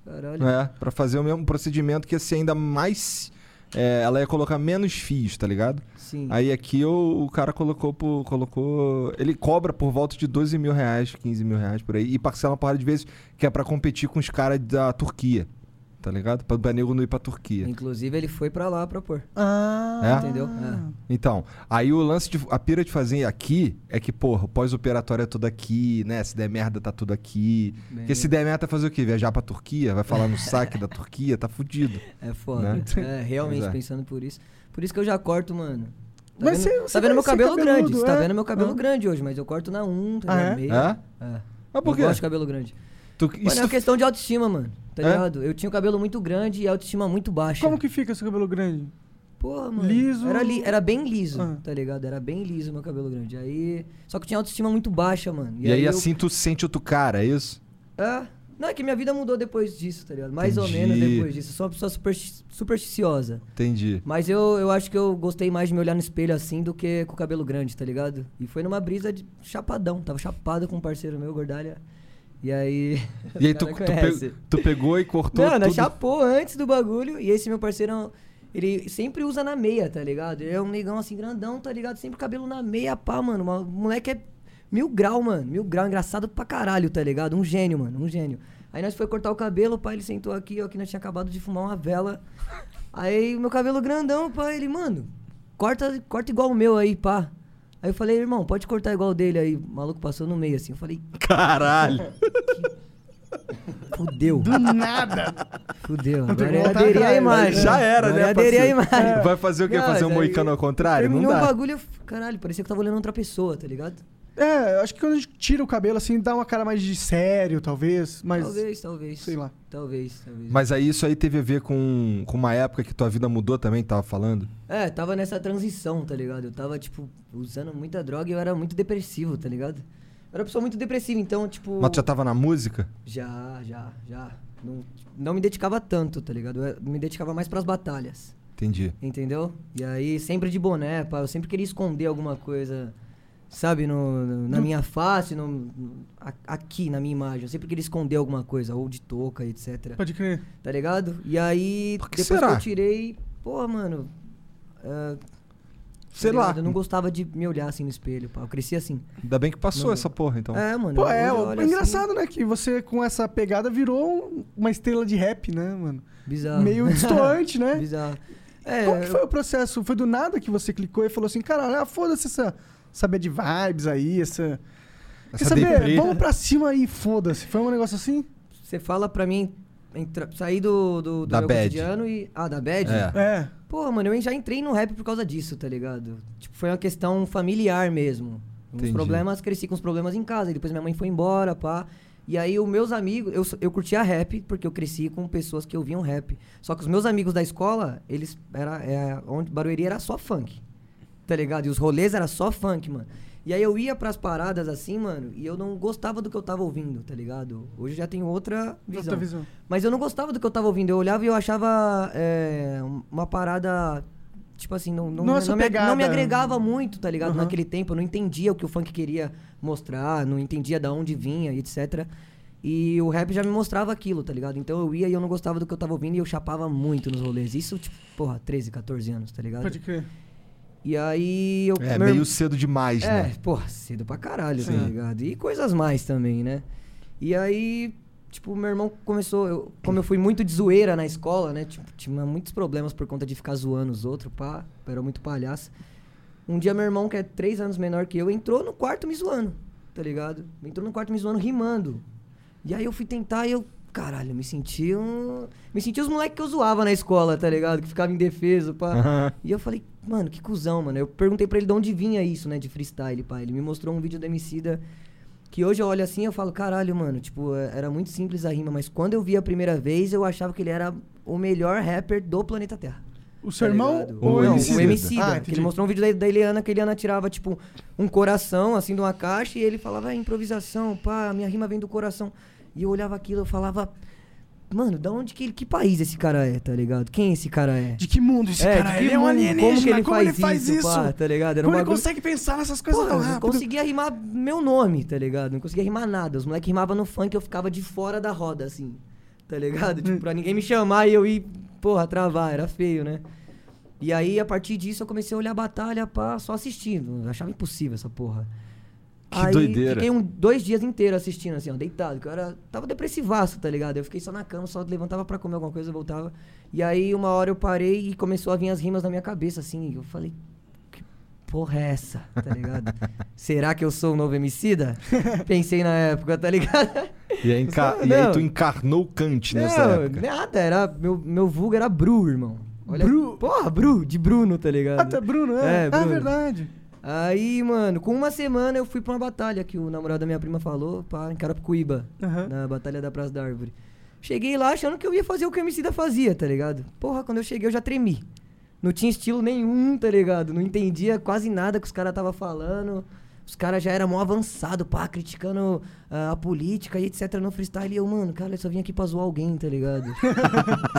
Speaker 3: Caralho.
Speaker 1: É, pra fazer o mesmo procedimento que ia ser ainda mais. é, ela ia colocar menos fios, tá ligado?
Speaker 3: Sim.
Speaker 1: Aí aqui o, o cara colocou por, colocou. Ele cobra por volta de 12 mil reais, 15 mil reais por aí. E parcela uma parada de vezes, que é pra competir com os caras da Turquia. Tá ligado? Pra, pra nego não ir pra Turquia.
Speaker 3: Inclusive ele foi pra lá pra pôr.
Speaker 2: Ah,
Speaker 1: É?
Speaker 3: Entendeu? É.
Speaker 1: Então, aí o lance de. A pira de fazer aqui é que, porra, o pós-operatório é tudo aqui, né? Se der merda, tá tudo aqui.
Speaker 3: Bem,
Speaker 1: Porque se der merda, fazer o quê? Viajar pra Turquia? Vai falar no saque da Turquia? Tá fudido.
Speaker 3: É foda.
Speaker 1: Né?
Speaker 3: É, realmente
Speaker 1: Pois é.
Speaker 3: pensando por isso. Por isso que eu já corto, mano. Tá
Speaker 2: Mas
Speaker 3: vendo,
Speaker 2: você- você
Speaker 3: tá vendo
Speaker 2: vai
Speaker 3: meu
Speaker 2: ser
Speaker 3: cabelo
Speaker 2: cabeludo,
Speaker 3: grande? Você tá
Speaker 2: é?
Speaker 3: vendo meu cabelo
Speaker 2: Ah.
Speaker 3: grande hoje, mas eu corto na 1, tá
Speaker 2: Ah,
Speaker 3: ligado?
Speaker 2: é?
Speaker 3: Meio.
Speaker 1: É?
Speaker 3: É.
Speaker 1: Mas por
Speaker 3: eu
Speaker 1: quê?
Speaker 3: gosto de cabelo grande.
Speaker 1: Tu,
Speaker 3: Mano,
Speaker 1: isso
Speaker 3: é
Speaker 1: tu
Speaker 3: uma questão de autoestima, mano. Tá
Speaker 1: É?
Speaker 3: ligado? Eu tinha o cabelo muito grande e a autoestima muito baixa.
Speaker 2: como que fica seu cabelo grande?
Speaker 3: Porra, mano.
Speaker 2: Liso?
Speaker 3: Era, li- era bem liso,
Speaker 2: Ah.
Speaker 3: tá ligado? Era bem liso meu cabelo grande. Aí. Só que tinha autoestima muito baixa, mano.
Speaker 1: E, aí,
Speaker 3: eu-
Speaker 1: assim tu sente outro cara, é isso?
Speaker 3: É. Não, é que minha vida mudou depois disso, tá ligado? Mais ou
Speaker 1: Entendi.
Speaker 3: menos depois disso. Eu sou uma pessoa supersti- supersticiosa.
Speaker 1: Entendi.
Speaker 3: Mas eu, eu acho que eu gostei mais de me olhar no espelho assim do que com o cabelo grande, tá ligado? E foi numa brisa de chapadão. Tava chapado com um parceiro meu, Gordalha. E aí.
Speaker 1: E aí
Speaker 3: o
Speaker 1: tu,
Speaker 3: cara
Speaker 1: tu,
Speaker 3: conhece.
Speaker 1: pe- tu pegou e cortou
Speaker 3: Não, é nós
Speaker 1: tudo.
Speaker 3: chapou antes do bagulho. E esse meu parceirão, ele sempre usa na meia, tá ligado? Ele é um negão assim, grandão, tá ligado? Sempre cabelo na meia, pá, mano. Uma- O moleque é mil grau, mano. Mil grau, engraçado pra caralho, tá ligado? Um gênio, mano, um gênio. Aí nós foi cortar o cabelo, pai, ele sentou aqui, ó, que nós tinha acabado de fumar uma vela. Aí o meu cabelo grandão, pai, ele, mano, corta, corta igual o meu aí, pá. Aí eu falei, irmão, pode cortar igual o dele aí. O maluco passou no meio assim. Eu falei,
Speaker 1: Caralho.
Speaker 3: fudeu.
Speaker 2: Do nada.
Speaker 3: Fudeu,
Speaker 2: Não tem
Speaker 3: agora eu
Speaker 2: como voltar
Speaker 3: aderi
Speaker 2: atrás,
Speaker 3: à
Speaker 2: né? É.
Speaker 3: imagem.
Speaker 1: Já era,
Speaker 3: agora
Speaker 1: né,
Speaker 3: Eu aderi à
Speaker 1: parceiro?
Speaker 3: imagem.
Speaker 1: Vai fazer o quê?
Speaker 3: Não,
Speaker 1: fazer um
Speaker 3: daí-
Speaker 1: moicano ao contrário? Não
Speaker 3: Terminou o
Speaker 1: dá.
Speaker 3: um bagulho, eu f- caralho, parecia que eu tava olhando outra pessoa, tá ligado?
Speaker 2: É, eu acho que quando a gente tira o cabelo assim, dá uma cara mais de sério, talvez. Mas.
Speaker 3: talvez, talvez.
Speaker 2: sei lá.
Speaker 3: Talvez, talvez.
Speaker 1: Mas aí isso aí teve a ver com, com uma época que tua vida mudou também, tava falando?
Speaker 3: É, tava nessa transição, tá ligado? Eu tava, tipo, usando muita droga e eu era muito depressivo, tá ligado? Eu era uma pessoa muito depressiva, então, tipo.
Speaker 1: Mas tu já tava na música?
Speaker 3: Já, já, já. Não, não me dedicava tanto, tá ligado? Eu me dedicava mais pras batalhas.
Speaker 1: Entendi.
Speaker 3: Entendeu? E aí, sempre de boné, pá. Eu sempre queria esconder alguma coisa, sabe, no, no- na minha face, no, no- a- aqui na minha imagem. Eu sempre queria esconder alguma coisa, ou de touca, etc.
Speaker 2: Pode crer.
Speaker 3: Tá ligado? E aí,
Speaker 1: Por que
Speaker 3: depois
Speaker 1: será?
Speaker 3: que eu tirei, porra, mano. é, tá
Speaker 1: Sei lá.
Speaker 3: ligado? Eu não gostava de me olhar assim no espelho, pá. Eu cresci assim.
Speaker 1: Ainda bem que passou
Speaker 3: Não.
Speaker 1: essa porra, então.
Speaker 3: É, mano.
Speaker 2: Pô,
Speaker 3: hoje
Speaker 2: é,
Speaker 3: eu
Speaker 2: ó,
Speaker 3: olho
Speaker 2: é
Speaker 3: assim,
Speaker 2: engraçado, né? Que você com essa pegada virou um, uma estrela de rap, né, mano?
Speaker 3: Bizarro.
Speaker 2: Meio distoante, né?
Speaker 3: Bizarro. É,
Speaker 2: Como que foi o processo? Foi do nada que você clicou e falou assim, caralho, ah, foda-se essa, saber de vibes aí, essa. Quer
Speaker 1: Essa
Speaker 2: saber?
Speaker 1: deprê. né?
Speaker 2: Vamos pra cima aí, foda-se. Foi um negócio assim?
Speaker 3: Você fala pra mim entra- sair do, do, do
Speaker 1: Da
Speaker 3: meu
Speaker 1: bad.
Speaker 3: cotidiano e. Ah, da bad?
Speaker 1: É.
Speaker 2: É.
Speaker 3: Pô, mano, eu já entrei no rap por causa disso, tá ligado? Tipo, foi uma questão familiar mesmo. Os
Speaker 1: Entendi.
Speaker 3: problemas, cresci com os problemas em casa. E depois minha mãe foi embora, pá. E aí os meus amigos, eu, s- eu curtia rap porque eu cresci com pessoas que ouviam rap. Só que os meus amigos da escola, eles era é, onde Barueri era só funk. Tá ligado? E os rolês era só funk, mano. E aí eu ia pras paradas assim, mano, e eu não gostava do que eu tava ouvindo, tá ligado? Hoje eu já tenho outra visão.
Speaker 2: Outra visão.
Speaker 3: Mas eu não gostava do que eu tava ouvindo. Eu olhava e eu achava é, uma parada. Tipo assim, não, não,
Speaker 2: Não é
Speaker 3: não,
Speaker 2: sua
Speaker 3: me,
Speaker 2: pegada.
Speaker 3: não me agregava muito, tá ligado?
Speaker 2: Uhum.
Speaker 3: Naquele tempo. Eu não entendia o que o funk queria mostrar, não entendia da onde vinha e etc. E o rap já me mostrava aquilo, tá ligado? Então eu ia e eu não gostava do que eu tava ouvindo e eu chapava muito nos rolês. Isso, tipo, porra, 13, 14 anos, tá ligado?
Speaker 2: Pode crer.
Speaker 3: E aí eu.
Speaker 1: É,
Speaker 3: meu irmão-
Speaker 1: meio cedo demais,
Speaker 3: é,
Speaker 1: né?
Speaker 3: porra, cedo pra caralho, tá
Speaker 2: Sim.
Speaker 3: ligado? E coisas mais também, né? E aí, tipo, meu irmão começou. eu- como eu fui muito de zoeira na escola, né? Tipo, tinha muitos problemas por conta de ficar zoando os outros, pá. eu Era muito palhaço. Um dia, meu irmão, que é três anos menor que eu, entrou no quarto me zoando, tá ligado? Entrou no quarto me zoando, rimando. E aí eu fui tentar e eu. Caralho, eu me senti um. Me senti os moleques que eu zoava na escola, tá ligado? Que ficava indefeso, pá.
Speaker 1: Aham.
Speaker 3: E eu falei, mano, que cuzão, mano. Eu perguntei pra ele de onde vinha isso, né, de freestyle, pá. Ele me mostrou um vídeo da Emicida que hoje eu olho assim e eu falo, caralho, mano, tipo, é- era muito simples a rima, mas quando eu vi a primeira vez, eu achava que ele era o melhor rapper do planeta Terra.
Speaker 2: O seu
Speaker 3: Tá
Speaker 2: irmão
Speaker 3: ligado?
Speaker 2: ou
Speaker 1: O
Speaker 2: ele?
Speaker 3: Não,
Speaker 1: Emicida?
Speaker 3: o Emicida.
Speaker 2: Ah,
Speaker 3: que
Speaker 2: entendi.
Speaker 3: ele mostrou um vídeo da, da Eliana que a Eliana tirava, tipo, um coração, assim, de uma caixa, e ele falava, é improvisação, pá, minha rima vem do coração. E eu olhava aquilo, eu falava, mano, da onde que ele, que país esse cara é, tá ligado? Quem esse cara é?
Speaker 2: De que mundo esse
Speaker 3: É,
Speaker 2: cara
Speaker 3: de
Speaker 2: é?
Speaker 3: que
Speaker 2: Ele é um
Speaker 3: mundo?
Speaker 2: alienígena.
Speaker 3: Como que ele faz
Speaker 2: isso?
Speaker 3: isso, pá, tá ligado? Era um
Speaker 2: Como ele
Speaker 3: bagulho-
Speaker 2: consegue pensar nessas coisas
Speaker 3: Porra,
Speaker 2: tão
Speaker 3: eu não
Speaker 2: rápido?
Speaker 3: conseguia rimar meu nome, tá ligado? Não conseguia rimar nada. Os moleques rimavam no funk, eu ficava de fora da roda, assim. Tá ligado? Tipo, pra ninguém me chamar e eu ir, porra, travar. Era feio, né? E aí, a partir disso, eu comecei a olhar a batalha pra só assistindo. Eu achava impossível essa porra.
Speaker 1: Que doideira.
Speaker 3: Fiquei um, dois dias inteiros assistindo, assim, ó, deitado. Que eu era, tava depressivaço, tá ligado? Eu fiquei só na cama, só levantava pra comer alguma coisa, voltava. E aí, uma hora eu parei e começou a vir as rimas na minha cabeça, assim. E eu falei, que porra é essa, tá ligado? Será que eu sou o novo Emicida? Pensei na época, tá ligado?
Speaker 1: E, aí, enca-
Speaker 3: Não,
Speaker 1: e aí
Speaker 3: não.
Speaker 1: tu encarnou Kant nessa
Speaker 3: Não, né?
Speaker 1: época.
Speaker 3: nada, era, meu, meu vulgo era Bru, irmão. Olha,
Speaker 2: Bru?
Speaker 3: Porra, Bru, de Bruno, tá ligado?
Speaker 2: Ah, tá, Bruno, é.
Speaker 3: É,
Speaker 2: Ah,
Speaker 3: Bruno.
Speaker 2: verdade.
Speaker 3: Aí, mano, com uma semana eu fui pra uma batalha que o namorado da minha prima falou, pá, em Carapicuíba,
Speaker 2: Aham.
Speaker 3: na Batalha da Praça da Árvore. Cheguei lá achando que eu ia fazer o que o Emicida fazia, tá ligado? Porra, quando eu cheguei eu já tremi. Não tinha estilo nenhum, tá ligado? Não entendia quase nada que os caras tava falando. Os caras já eram mó avançado, pá, criticando ah, a política e etc no freestyle. E eu, mano, cara, eu só vim aqui pra zoar alguém, tá ligado?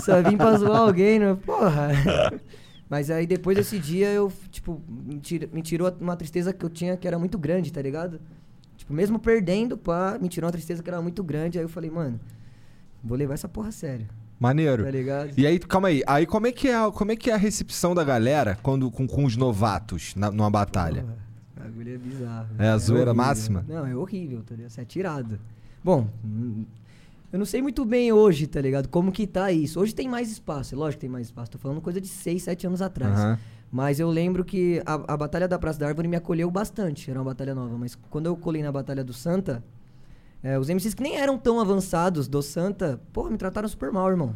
Speaker 3: só vim pra zoar alguém, né? Porra. Mas aí depois desse dia eu, tipo, me tir- me tirou uma tristeza que eu tinha que era muito grande, tá ligado? Tipo, mesmo perdendo, pá, me tirou uma tristeza que era muito grande. Aí eu falei, mano, vou levar essa porra a sério,
Speaker 1: Maneiro.
Speaker 3: tá ligado?
Speaker 1: E aí, calma aí. Aí como é que é, a- como é, que é a recepção da galera quando, com, com os novatos na- numa batalha?
Speaker 3: Porra, o bagulho é bizarro.
Speaker 1: É a
Speaker 3: né?
Speaker 1: zoeira
Speaker 3: horrível.
Speaker 1: máxima?
Speaker 3: Não, é horrível, tá ligado? Você é tirado. Bom, hum, eu não sei muito bem hoje, tá ligado? Como que tá isso. Hoje tem mais espaço, é lógico que tem mais espaço. Tô falando coisa de 6, 7 anos atrás.
Speaker 1: Aham.
Speaker 3: Mas eu lembro que a, a Batalha da Praça da Árvore me acolheu bastante. Era uma batalha nova, mas quando eu colei na Batalha do Santa, é, os MCs que nem eram tão avançados do Santa, porra, me trataram super mal, irmão.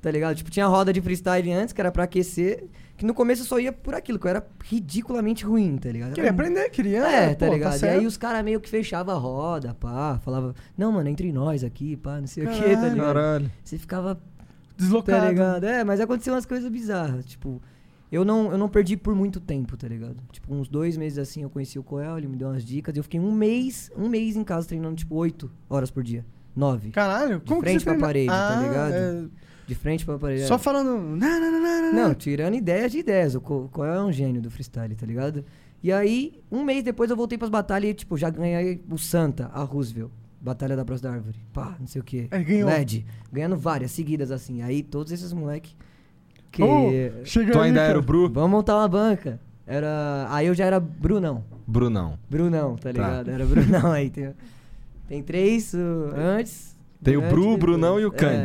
Speaker 3: Tá ligado? Tipo, tinha roda de freestyle antes, que era pra aquecer, que no começo eu só ia por aquilo, que eu era ridiculamente ruim, tá ligado?
Speaker 2: Queria
Speaker 3: Era
Speaker 2: aprender, queria.
Speaker 3: é, tá
Speaker 2: pô,
Speaker 3: ligado? e
Speaker 2: certo.
Speaker 3: aí os caras meio que fechavam a roda, pá, falava, não, mano, entre nós aqui, pá, não sei o que, tá
Speaker 2: Caralho.
Speaker 3: ligado?
Speaker 1: Caralho.
Speaker 3: Você ficava,
Speaker 2: Deslocado.
Speaker 3: tá ligado? É, mas aconteceu umas coisas bizarras, tipo, eu não, eu não perdi por muito tempo, tá ligado? Tipo, uns dois meses assim eu conheci o Coel, ele me deu umas dicas, e eu fiquei um mês, um mês em casa treinando, tipo, oito horas por dia, nove,
Speaker 2: Caralho, como
Speaker 3: frente
Speaker 2: que você
Speaker 3: pra
Speaker 2: treina?
Speaker 3: parede, tá
Speaker 2: Ah,
Speaker 3: ligado?
Speaker 2: é,
Speaker 3: de frente pra parede.
Speaker 2: Só
Speaker 3: É.
Speaker 2: falando. "Na, na, na, na, na,
Speaker 3: Não,
Speaker 2: na".
Speaker 3: tirando ideias de ideias. O Co- Coel é um gênio do freestyle, tá ligado? E aí, um mês depois eu voltei pras batalhas e, tipo, já ganhei o Santa, a Roosevelt. Batalha da Praça da Árvore. Pá, não sei o quê.
Speaker 2: Aí ganhou.
Speaker 3: LED. Ganhando várias seguidas, assim. Aí todos esses moleque que...
Speaker 2: Ô, chega
Speaker 1: Tu
Speaker 2: aí,
Speaker 1: ainda
Speaker 2: cara.
Speaker 1: era o Bru?
Speaker 3: Vamos montar uma banca. Era... Aí eu já era Brunão.
Speaker 1: Brunão. Tá.
Speaker 3: Brunão, tá ligado? Era Brunão aí. Tem, tem três uh, antes,
Speaker 1: Tem o
Speaker 3: Durante
Speaker 1: Bru,
Speaker 3: e
Speaker 1: o Brunão e o
Speaker 3: depois.
Speaker 1: Kant.
Speaker 3: É,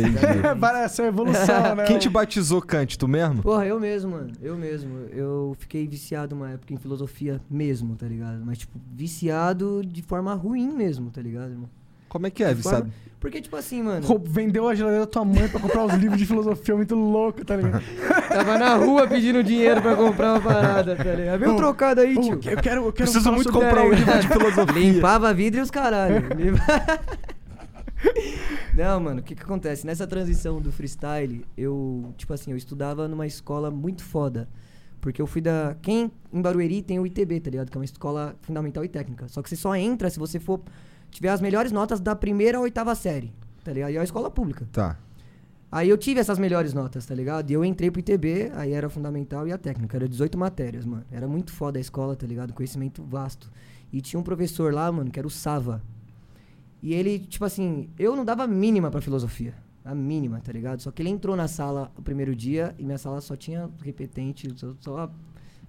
Speaker 1: Entendi.
Speaker 3: exatamente.
Speaker 2: Parece uma evolução, né?
Speaker 1: Quem te batizou Kant, tu mesmo?
Speaker 3: Porra, eu mesmo, mano. Eu mesmo. Eu fiquei viciado uma época em filosofia mesmo, tá ligado? Mas, tipo, viciado de forma ruim mesmo, tá ligado, irmão?
Speaker 1: Como é que é,
Speaker 3: De forma-
Speaker 1: viciado?
Speaker 3: Porque, tipo assim, mano.
Speaker 2: Rou- Vendeu a geladeira da tua mãe pra comprar os livros de filosofia muito louco, tá ligado?
Speaker 3: Tava na rua pedindo dinheiro pra comprar uma parada, tá ligado? Vem um trocado aí,
Speaker 2: Pô,
Speaker 3: tio.
Speaker 2: eu quero, eu quero
Speaker 1: Preciso
Speaker 2: falar
Speaker 1: muito
Speaker 2: sobre-
Speaker 1: comprar um livro de filosofia.
Speaker 3: Né? Limpava vidro e os caralho. Limpa- Não, mano, o que que acontece? Nessa transição do freestyle, eu, tipo assim, eu estudava numa escola muito foda. Porque eu fui da. Quem em Barueri tem o ITB, tá ligado? Que é uma escola fundamental e técnica. Só que você só entra se você for. Tiver as melhores notas da primeira à oitava série, tá ligado? E é uma escola pública.
Speaker 1: Tá.
Speaker 3: Aí eu tive essas melhores notas, tá ligado? E eu entrei pro ITB, aí era fundamental e a técnica, era 18 matérias, mano. Era muito foda a escola, tá ligado? Conhecimento vasto. E tinha um professor lá, mano, que era o Sava. E ele, tipo assim, eu não dava a mínima pra filosofia. A mínima, tá ligado? Só que ele entrou na sala o primeiro dia e minha sala só tinha repetente, só, só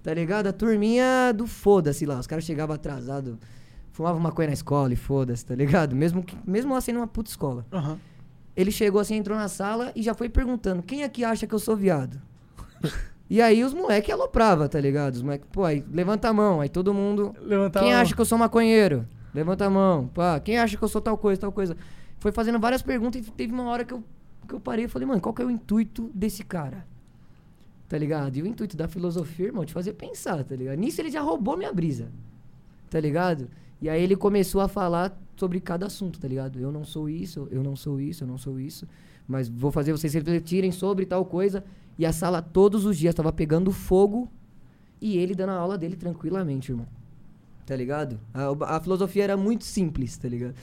Speaker 3: tá ligado? A turminha do foda-se lá. Os caras chegavam atrasados, fumavam maconha na escola e foda-se, tá ligado? Mesmo, que- mesmo lá sendo uma puta escola.
Speaker 2: Aham.
Speaker 3: Ele chegou assim, entrou na sala e já foi perguntando: quem aqui acha que eu sou viado? e aí os moleques aloprava, tá ligado? Os moleque, pô, aí levanta a mão, aí todo mundo.
Speaker 2: Levantar
Speaker 3: quem
Speaker 2: a mão.
Speaker 3: acha que eu sou maconheiro? Levanta a mão, pá. Quem acha que eu sou tal coisa, tal coisa? Foi fazendo várias perguntas e teve uma hora que eu, que eu parei e falei, mano, qual que é o intuito desse cara? Tá ligado? E o intuito da filosofia, irmão, é te fazer pensar, tá ligado? Nisso ele já roubou minha brisa tá ligado? E aí ele começou a falar sobre cada assunto, tá ligado? Eu não sou isso, eu não sou isso, eu não sou isso, mas vou fazer vocês refletirem sobre tal coisa. E a sala todos os dias tava pegando fogo e ele dando a aula dele tranquilamente, irmão. Tá ligado? A, a filosofia era muito simples, tá ligado?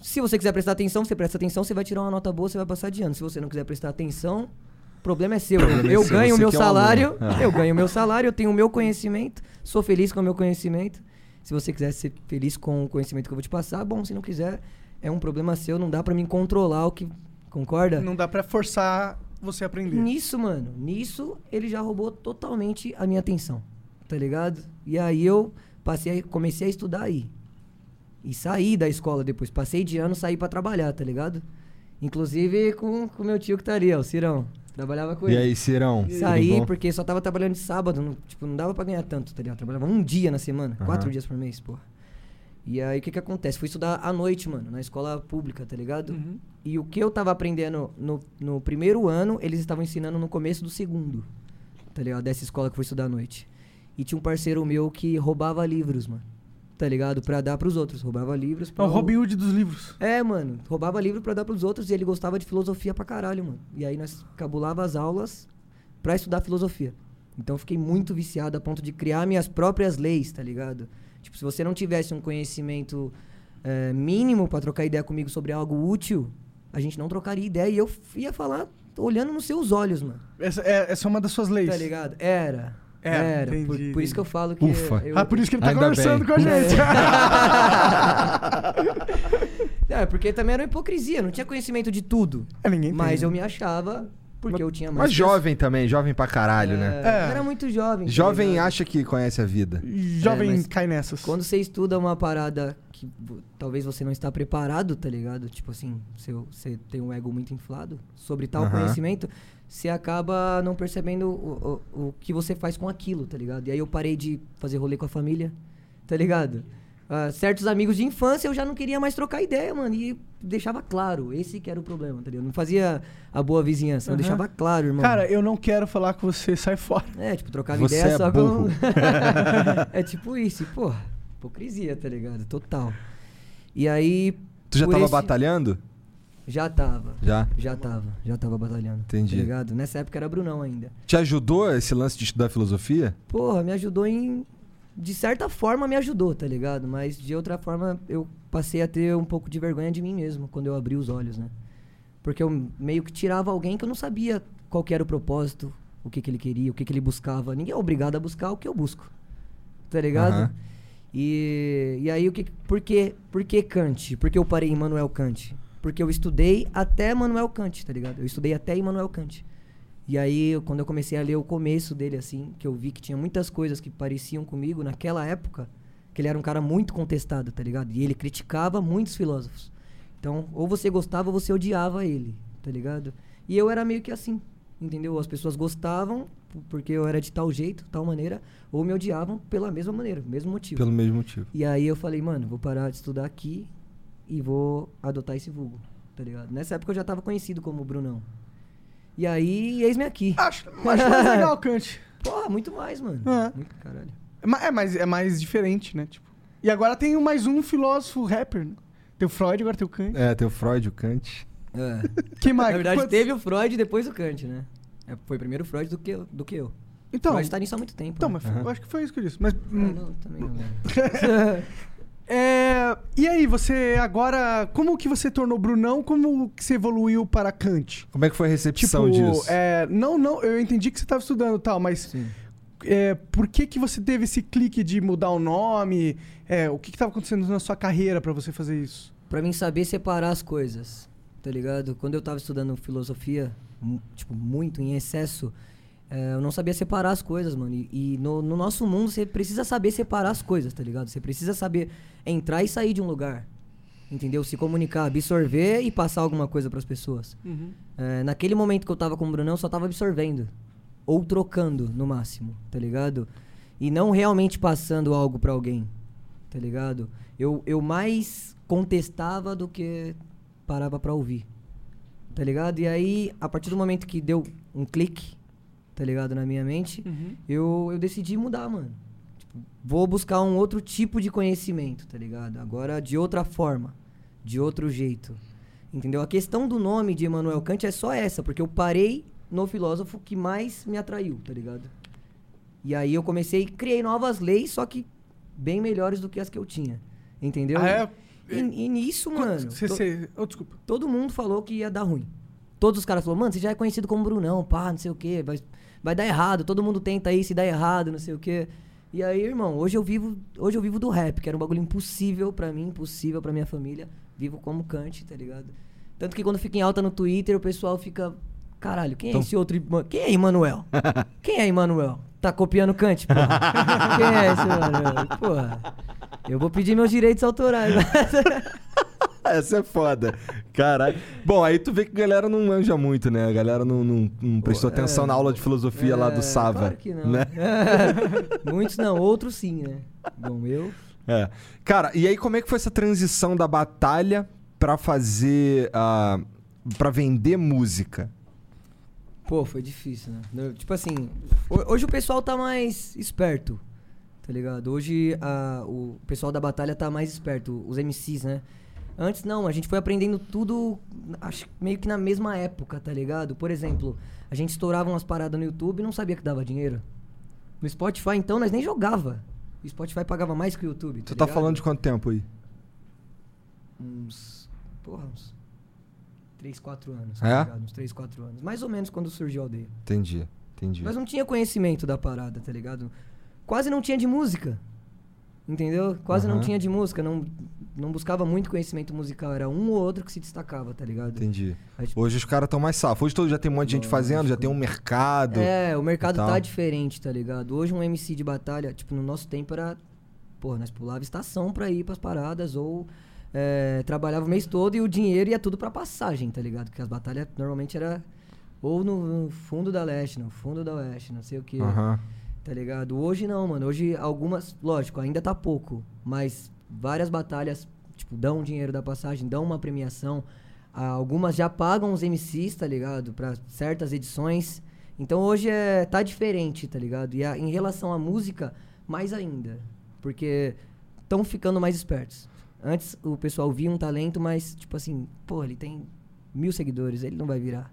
Speaker 3: Se você quiser prestar atenção, você presta atenção, você vai tirar uma nota boa, você vai passar de ano. Se você não quiser prestar atenção, problema é seu.
Speaker 1: Problema é
Speaker 3: eu
Speaker 1: seu,
Speaker 3: ganho o
Speaker 1: você
Speaker 3: meu
Speaker 1: que é um
Speaker 3: salário,
Speaker 1: aluno. É.
Speaker 3: eu ganho o meu salário, eu tenho o meu conhecimento, sou feliz com o meu conhecimento. Se você quiser ser feliz com o conhecimento que eu vou te passar, bom, se não quiser, é um problema seu, não dá pra mim controlar o que. Concorda?
Speaker 2: Não dá pra forçar você a aprender.
Speaker 3: Nisso, mano, nisso ele já roubou totalmente a minha atenção, tá ligado? E aí eu passei, a- comecei a estudar aí. E saí da escola depois, passei de ano, saí pra trabalhar, tá ligado? Inclusive com o meu tio que tá ali, ó, o Cirão. Trabalhava com
Speaker 1: E
Speaker 3: ele.
Speaker 1: aí, Cirão? tudo
Speaker 3: Saí
Speaker 1: bom?
Speaker 3: porque só tava trabalhando de sábado, não, tipo, não dava pra ganhar tanto, tá ligado? Trabalhava um dia na semana,
Speaker 1: Aham.
Speaker 3: quatro dias por mês, porra. E aí o que que acontece? Fui estudar à noite, mano, na escola pública, tá ligado?
Speaker 2: Uhum.
Speaker 3: E o que eu tava aprendendo no, no primeiro ano, eles estavam ensinando no começo do segundo, tá ligado? Dessa escola que eu fui estudar à noite. E tinha um parceiro meu que roubava livros, mano, tá ligado? Pra dar pros outros, roubava livros
Speaker 2: É
Speaker 3: pra...
Speaker 2: o Robin Hood dos livros.
Speaker 3: É, mano, roubava livro pra dar pros outros e ele gostava de filosofia pra caralho, mano. E aí nós cabulava as aulas pra estudar filosofia. Então eu fiquei muito viciado a ponto de criar minhas próprias leis, tá ligado? Tipo, se você não tivesse um conhecimento eh, mínimo pra trocar ideia comigo sobre algo útil, a gente não trocaria ideia e eu f- ia falar olhando nos seus olhos, mano.
Speaker 2: Essa é, essa é uma das suas leis.
Speaker 3: Tá ligado? Era.
Speaker 2: Era,
Speaker 3: Era.
Speaker 2: entendi,
Speaker 3: por, por
Speaker 2: entendi.
Speaker 3: isso que eu falo que.
Speaker 1: Ufa.
Speaker 3: Eu,
Speaker 2: Ah, por isso que ele tá
Speaker 1: Ainda
Speaker 2: conversando
Speaker 1: bem.
Speaker 2: com a gente.
Speaker 3: Não, é porque também era uma hipocrisia, não tinha conhecimento de tudo.
Speaker 2: É, ninguém tem,
Speaker 3: Mas
Speaker 2: né?
Speaker 3: eu me achava porque eu tinha mais.
Speaker 1: Mas jovem também, jovem pra caralho, né?
Speaker 3: É,
Speaker 2: É.
Speaker 3: Era muito jovem. tá
Speaker 1: Jovem
Speaker 3: ligado?
Speaker 1: acha que conhece a vida.
Speaker 2: Jovem
Speaker 3: É, mas
Speaker 2: cai nessas.
Speaker 3: Quando você estuda uma parada que vo- talvez você não está preparado, tá ligado? Tipo assim, seu- você tem um ego muito inflado sobre tal
Speaker 1: Aham.
Speaker 3: conhecimento, você acaba não percebendo o, o, o que você faz com aquilo, tá ligado? E aí eu parei de fazer rolê com a família, tá ligado? Ah, certos amigos de infância eu já não queria mais trocar ideia, mano. E deixava claro, esse que era o problema, tá ligado? Não fazia a boa vizinhança, eu
Speaker 2: Aham.
Speaker 3: deixava claro, irmão.
Speaker 2: Cara, eu não quero falar com você, sai fora.
Speaker 3: É, tipo, trocava
Speaker 1: Você
Speaker 3: ideia
Speaker 1: é
Speaker 3: só
Speaker 1: burro.
Speaker 3: com. é tipo isso, e, porra, hipocrisia, tá ligado? Total. E aí.
Speaker 1: Tu já
Speaker 3: por
Speaker 1: tava
Speaker 3: esse-
Speaker 1: batalhando?
Speaker 3: Já tava.
Speaker 1: Já.
Speaker 3: Já tava, já tava batalhando.
Speaker 1: Entendi.
Speaker 3: Tá ligado? Nessa época era Brunão ainda.
Speaker 1: Te ajudou esse lance de estudar filosofia?
Speaker 3: Porra, me ajudou em. De certa forma me ajudou, tá ligado? Mas de outra forma eu passei a ter um pouco de vergonha de mim mesmo quando eu abri os olhos, né? Porque eu meio que tirava alguém que eu não sabia qual que era o propósito, o que, que ele queria, o que, que ele buscava. Ninguém é obrigado a buscar o que eu busco. Tá ligado?
Speaker 1: Aham.
Speaker 3: E, e aí o que. Por que, por que Kant? Por que eu parei em Manuel Kant? Porque eu estudei até Manuel Kant, tá ligado? Eu estudei até Immanuel Kant. E aí, eu- quando eu comecei a ler o começo dele, assim, que eu vi que tinha muitas coisas que pareciam comigo naquela época, que ele era um cara muito contestado, tá ligado? E ele criticava muitos filósofos. Então, ou você gostava ou você odiava ele, tá ligado? E eu era meio que assim, entendeu? As pessoas gostavam p- porque eu era de tal jeito, tal maneira, ou me odiavam pela mesma maneira, mesmo motivo.
Speaker 1: Pelo mesmo motivo.
Speaker 3: E aí eu falei, mano, vou parar de estudar aqui e vou adotar esse vulgo, tá ligado? Nessa época eu já tava conhecido como Brunão. E aí, eis-me aqui.
Speaker 2: Acho, acho mais legal o Kant.
Speaker 3: Porra, muito mais, mano.
Speaker 2: É.
Speaker 3: Muito caralho.
Speaker 2: É ma- É mais, é mais diferente, né? Tipo. E agora tem mais um filósofo rapper, né? Tem o Freud, agora tem o Kant.
Speaker 1: É, tem o Freud, o Kant.
Speaker 3: É.
Speaker 2: Quem mais?
Speaker 3: Na verdade,
Speaker 2: Quantos-
Speaker 3: teve o Freud e depois o Kant, né? É, Foi primeiro o Freud do que, eu- do que eu.
Speaker 2: Então,
Speaker 3: Freud tá nisso há muito tempo.
Speaker 2: então
Speaker 3: né?
Speaker 2: mas eu acho que foi isso que eu disse. Mas,
Speaker 3: Ah,
Speaker 2: hum,
Speaker 3: não, também não lembro.
Speaker 2: é, e aí, você agora... Como que você tornou Brunão? Como que você evoluiu para Kant?
Speaker 1: Como é que foi a recepção
Speaker 3: Tipo,
Speaker 1: disso?
Speaker 2: é, não, não, eu entendi que você estava estudando e tal, mas
Speaker 3: Sim.
Speaker 2: é, por que que você teve esse clique de mudar o nome? É, o que que estava acontecendo na sua carreira para você fazer isso?
Speaker 3: Pra mim saber separar as coisas, tá ligado? Quando eu tava estudando filosofia, mu- tipo, muito, em excesso, eh, eu não sabia separar as coisas, mano. E, e no, no nosso mundo você precisa saber separar as coisas, tá ligado? Você precisa saber entrar e sair de um lugar, entendeu? Se comunicar, absorver e passar alguma coisa pras pessoas. É, naquele momento que eu tava com o Brunão, eu só tava absorvendo. Ou trocando, no máximo, tá ligado? E não realmente passando algo pra alguém, tá ligado? Eu, eu mais contestava do que parava pra ouvir, tá ligado? E aí, a partir do momento que deu um clique, tá ligado, na minha mente, eu, eu decidi mudar, mano. Tipo, vou buscar um outro tipo de conhecimento, tá ligado? Agora de outra forma, de outro jeito. Entendeu? A questão do nome de Emmanuel Kant é só essa, porque eu parei no filósofo que mais me atraiu, tá ligado? E aí eu comecei, criei novas leis, só que bem melhores do que as que eu tinha. Entendeu?
Speaker 2: Ah, é?
Speaker 3: E, e nisso, mano.
Speaker 2: Você-
Speaker 3: to-
Speaker 2: você- oh, desculpa.
Speaker 3: tipo, Todo mundo falou que ia dar ruim. Todos os caras falaram, mano, você já é conhecido como Brunão, pá, não sei o quê, vai, vai dar errado, todo mundo tenta aí, se dá errado, não sei o quê. E aí, irmão, hoje eu vivo, hoje eu vivo do rap, que era um bagulho impossível pra mim, impossível pra minha família. Vivo como Kant, tá ligado? Tanto que quando fica em alta no Twitter, o pessoal fica. Caralho, quem é esse outro. Ima- Quem é Emanuel? quem é Emanuel? Tá copiando Kant, porra. quem é esse Emanuel? Porra. Eu vou pedir meus direitos autorais. né?
Speaker 1: Essa é foda. Caralho. Bom, aí tu vê que a galera não manja muito, né? A galera não, não- não prestou
Speaker 3: Pô, é.
Speaker 1: atenção na aula de filosofia lá do
Speaker 3: É,
Speaker 1: Sava.
Speaker 3: Claro que não.
Speaker 1: Né?
Speaker 3: Muitos não, outros sim, né? Bom, eu.
Speaker 1: É. Cara, e aí como é que foi essa transição da batalha pra fazer. ah, pra vender música?
Speaker 3: Pô, foi difícil, né? Eu- Tipo assim, ho- hoje o pessoal tá mais esperto, tá ligado? Hoje a- o pessoal da batalha tá mais esperto, os MCs, né? Antes não, a gente foi aprendendo tudo, acho que meio que na mesma época, tá ligado? Por exemplo, a gente estourava umas paradas no YouTube e não sabia que dava dinheiro. No Spotify, então, nós nem jogava. O Spotify pagava mais que o YouTube.
Speaker 1: Tu tá
Speaker 3: ligado?
Speaker 1: falando de quanto tempo aí?
Speaker 3: uns. Porra, uns. 3, 4 anos.
Speaker 1: É?
Speaker 3: Tá ligado? Uns 3, 4 anos. Mais ou menos quando surgiu a aldeia.
Speaker 1: Entendi, entendi.
Speaker 3: Mas não tinha conhecimento da parada, tá ligado? Quase não tinha de música. Entendeu? Quase não
Speaker 1: Aham.
Speaker 3: tinha de música. Não, não buscava muito conhecimento musical. Era um ou outro que se destacava, tá ligado?
Speaker 1: Entendi.
Speaker 3: Aí, tipo,
Speaker 1: Hoje os caras estão mais safos. Hoje todo já tem um monte de gente fazendo, já tem um mercado. Então.
Speaker 3: É, o mercado
Speaker 1: e tal.
Speaker 3: tá diferente, tá ligado? Hoje um MC de batalha, tipo, no nosso tempo era. Porra, nós pulava estação pra ir pras paradas ou. é, trabalhava o mês todo e o dinheiro ia tudo pra passagem, tá ligado? Porque as batalhas normalmente era ou no, no fundo da leste, no fundo da oeste, não sei o que,
Speaker 1: Aham.
Speaker 3: tá ligado? Hoje não, mano. Hoje algumas, lógico, ainda tá pouco, mas várias batalhas, tipo, dão dinheiro da passagem, dão uma premiação. Ah, Algumas já pagam os MCs, tá ligado? Pra certas edições. Então hoje é, tá diferente, tá ligado? E a- em relação à música, mais ainda. Porque estão ficando mais espertos. Antes o pessoal via um talento, mas, tipo assim, pô, ele tem mil seguidores, ele não vai virar.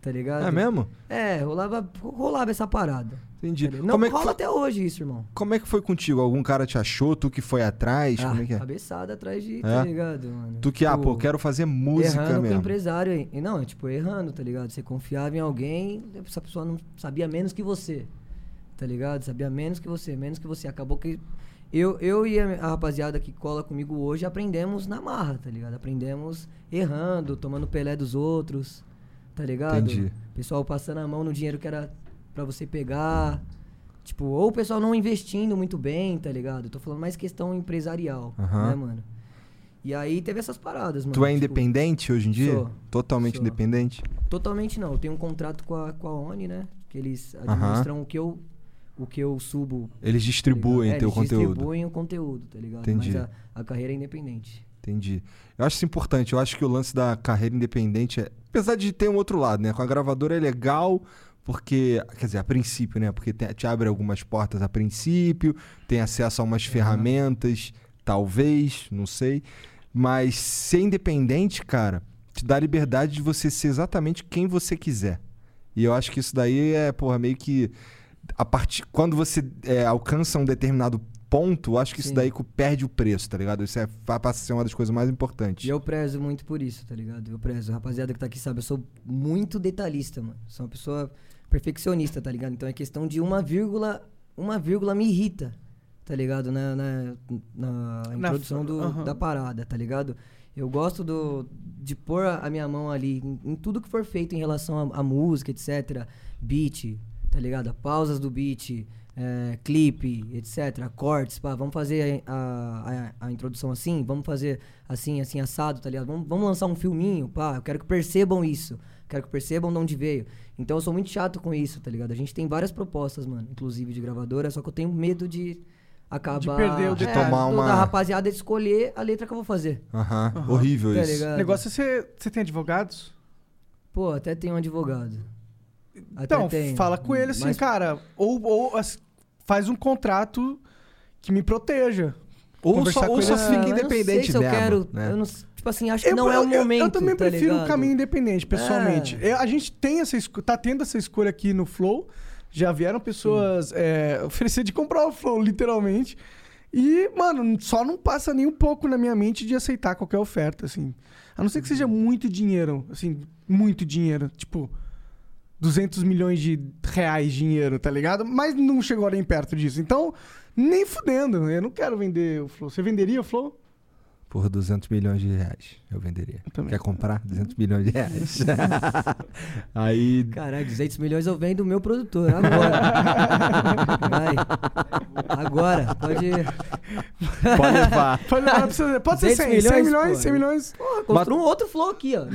Speaker 3: Tá ligado?
Speaker 1: É mesmo?
Speaker 3: É, rolava, rolava essa parada.
Speaker 1: Entendi.
Speaker 3: Tá ligado? Não
Speaker 1: Como é que
Speaker 3: rola
Speaker 1: foi-
Speaker 3: até hoje isso, irmão.
Speaker 1: Como é que foi contigo? Algum cara te achou, tu que foi atrás?
Speaker 3: Ah,
Speaker 1: Como é que é?
Speaker 3: Cabeçada atrás de,
Speaker 1: É?
Speaker 3: tá ligado, mano?
Speaker 1: Tu que, ah,
Speaker 3: Tipo,
Speaker 1: pô, quero fazer música
Speaker 3: errando com o
Speaker 1: mesmo.
Speaker 3: empresário. aí. E não, é tipo, errando, tá ligado? Você confiava em alguém, essa pessoa não sabia menos que você. Tá ligado? Sabia menos que você, menos que você. Acabou que. Eu, eu e a, a rapaziada que cola comigo hoje aprendemos na marra, tá ligado? Aprendemos errando, tomando pelé dos outros, tá ligado?
Speaker 1: Entendi.
Speaker 3: Pessoal passando a mão no dinheiro que era pra você pegar. Tipo, ou o pessoal não investindo muito bem, tá ligado? Tô falando mais questão empresarial,
Speaker 1: Aham.
Speaker 3: né, mano? E aí teve essas paradas, mano.
Speaker 1: Tu é
Speaker 3: Tipo,
Speaker 1: independente hoje em dia?
Speaker 3: sou.
Speaker 1: Totalmente
Speaker 3: Sou.
Speaker 1: independente?
Speaker 3: Totalmente não. Eu tenho um contrato com a, com a ONI, né? Que eles
Speaker 1: Aham.
Speaker 3: administram o que eu o que eu subo. tá
Speaker 1: Eles distribuem
Speaker 3: ligado? É,
Speaker 1: teu
Speaker 3: eles
Speaker 1: conteúdo.
Speaker 3: Distribuem o conteúdo, tá ligado?
Speaker 1: Entendi.
Speaker 3: Mas a, a carreira é independente.
Speaker 1: Entendi. Eu acho isso importante. Eu acho que o lance da carreira independente é. Apesar de ter um outro lado, né? Com a gravadora é legal, porque. Quer dizer, a princípio, né? Porque te, te abre algumas portas a princípio, tem acesso a umas ferramentas, talvez, não sei. Mas ser independente, cara, te dá a liberdade de você ser exatamente quem você quiser. E eu acho que isso daí é, porra, meio que. A partir, quando você é, alcança um determinado ponto, eu acho que isso
Speaker 3: Sim.
Speaker 1: daí co- perde o preço, tá ligado? Isso é, fa- passa a ser uma das coisas mais importantes.
Speaker 3: E eu prezo muito por isso, tá ligado? Eu prezo. A rapaziada que tá aqui sabe, eu sou muito detalhista, mano. Sou uma pessoa perfeccionista, tá ligado? Então é questão de uma vírgula, uma vírgula me irrita, tá ligado? Na, na, na introdução do-
Speaker 2: aham.
Speaker 3: da parada, tá ligado? Eu gosto do, de pôr a minha mão ali em, em tudo que for feito em relação à à música, etc. Beat, tá ligado? Pausas do beat, é, clipe, etc. Cortes, pá, vamos fazer a, a, a introdução assim, vamos fazer assim, assim, assado, tá ligado? Vamos, vamos lançar um filminho, pá, eu quero que percebam isso. Quero que percebam de onde veio. Então eu sou muito chato com isso, tá ligado? A gente tem várias propostas, mano, inclusive de gravadora, só que eu tenho medo de acabar
Speaker 2: perder o
Speaker 1: De detalhe. tomar
Speaker 3: do-
Speaker 1: uma-
Speaker 3: da rapaziada escolher a letra que eu vou fazer.
Speaker 1: Aham, horrível
Speaker 3: Tá
Speaker 1: isso.
Speaker 3: ligado?
Speaker 2: O negócio é você. Você tem advogados?
Speaker 3: Pô, até tem um advogado. Até
Speaker 2: então,
Speaker 3: tenho.
Speaker 2: fala com ele assim,
Speaker 3: Mas-
Speaker 2: cara. Ou, ou as- faz um contrato que me proteja.
Speaker 1: Ou
Speaker 2: Conversar
Speaker 1: só,
Speaker 2: com
Speaker 1: ou só
Speaker 2: ele-
Speaker 1: fica
Speaker 3: Ah, eu
Speaker 1: independente
Speaker 3: não sei se eu
Speaker 1: mesmo,
Speaker 3: quero.
Speaker 1: né?
Speaker 3: eu não s- tipo assim, acho que não é o
Speaker 2: eu- eu-
Speaker 3: momento.
Speaker 2: Eu, também
Speaker 3: tá
Speaker 2: prefiro o
Speaker 3: ligado?
Speaker 2: caminho independente, pessoalmente.
Speaker 3: É.
Speaker 2: Eu- a gente tem essa esco- tá tendo essa escolha aqui no Flow. Já vieram pessoas é, oferecer de comprar o Flow, literalmente. E, mano, só não passa nem um pouco na minha mente de aceitar qualquer oferta, assim. A não ser que seja
Speaker 3: Uhum.
Speaker 2: muito dinheiro, assim, muito dinheiro. Tipo, 200 milhões de reais dinheiro, tá ligado? Mas não chegou nem perto disso. Então, nem fudendo. Eu não quero vender o Flow. Você venderia o Flow?
Speaker 1: Por 200 milhões de reais, eu venderia.
Speaker 2: também.
Speaker 1: Quer comprar? 200 milhões de reais. Aí.
Speaker 3: Caralho, 200 milhões eu venho do meu produtor, agora. Vai. Agora, pode.
Speaker 1: Pode levar.
Speaker 2: Pode, levar pra você- pode ser 100
Speaker 3: 200
Speaker 2: 100
Speaker 3: milhões,
Speaker 2: milhões,
Speaker 3: pô.
Speaker 2: 100 milhões.
Speaker 3: Pô, construa um outro flow aqui, ó.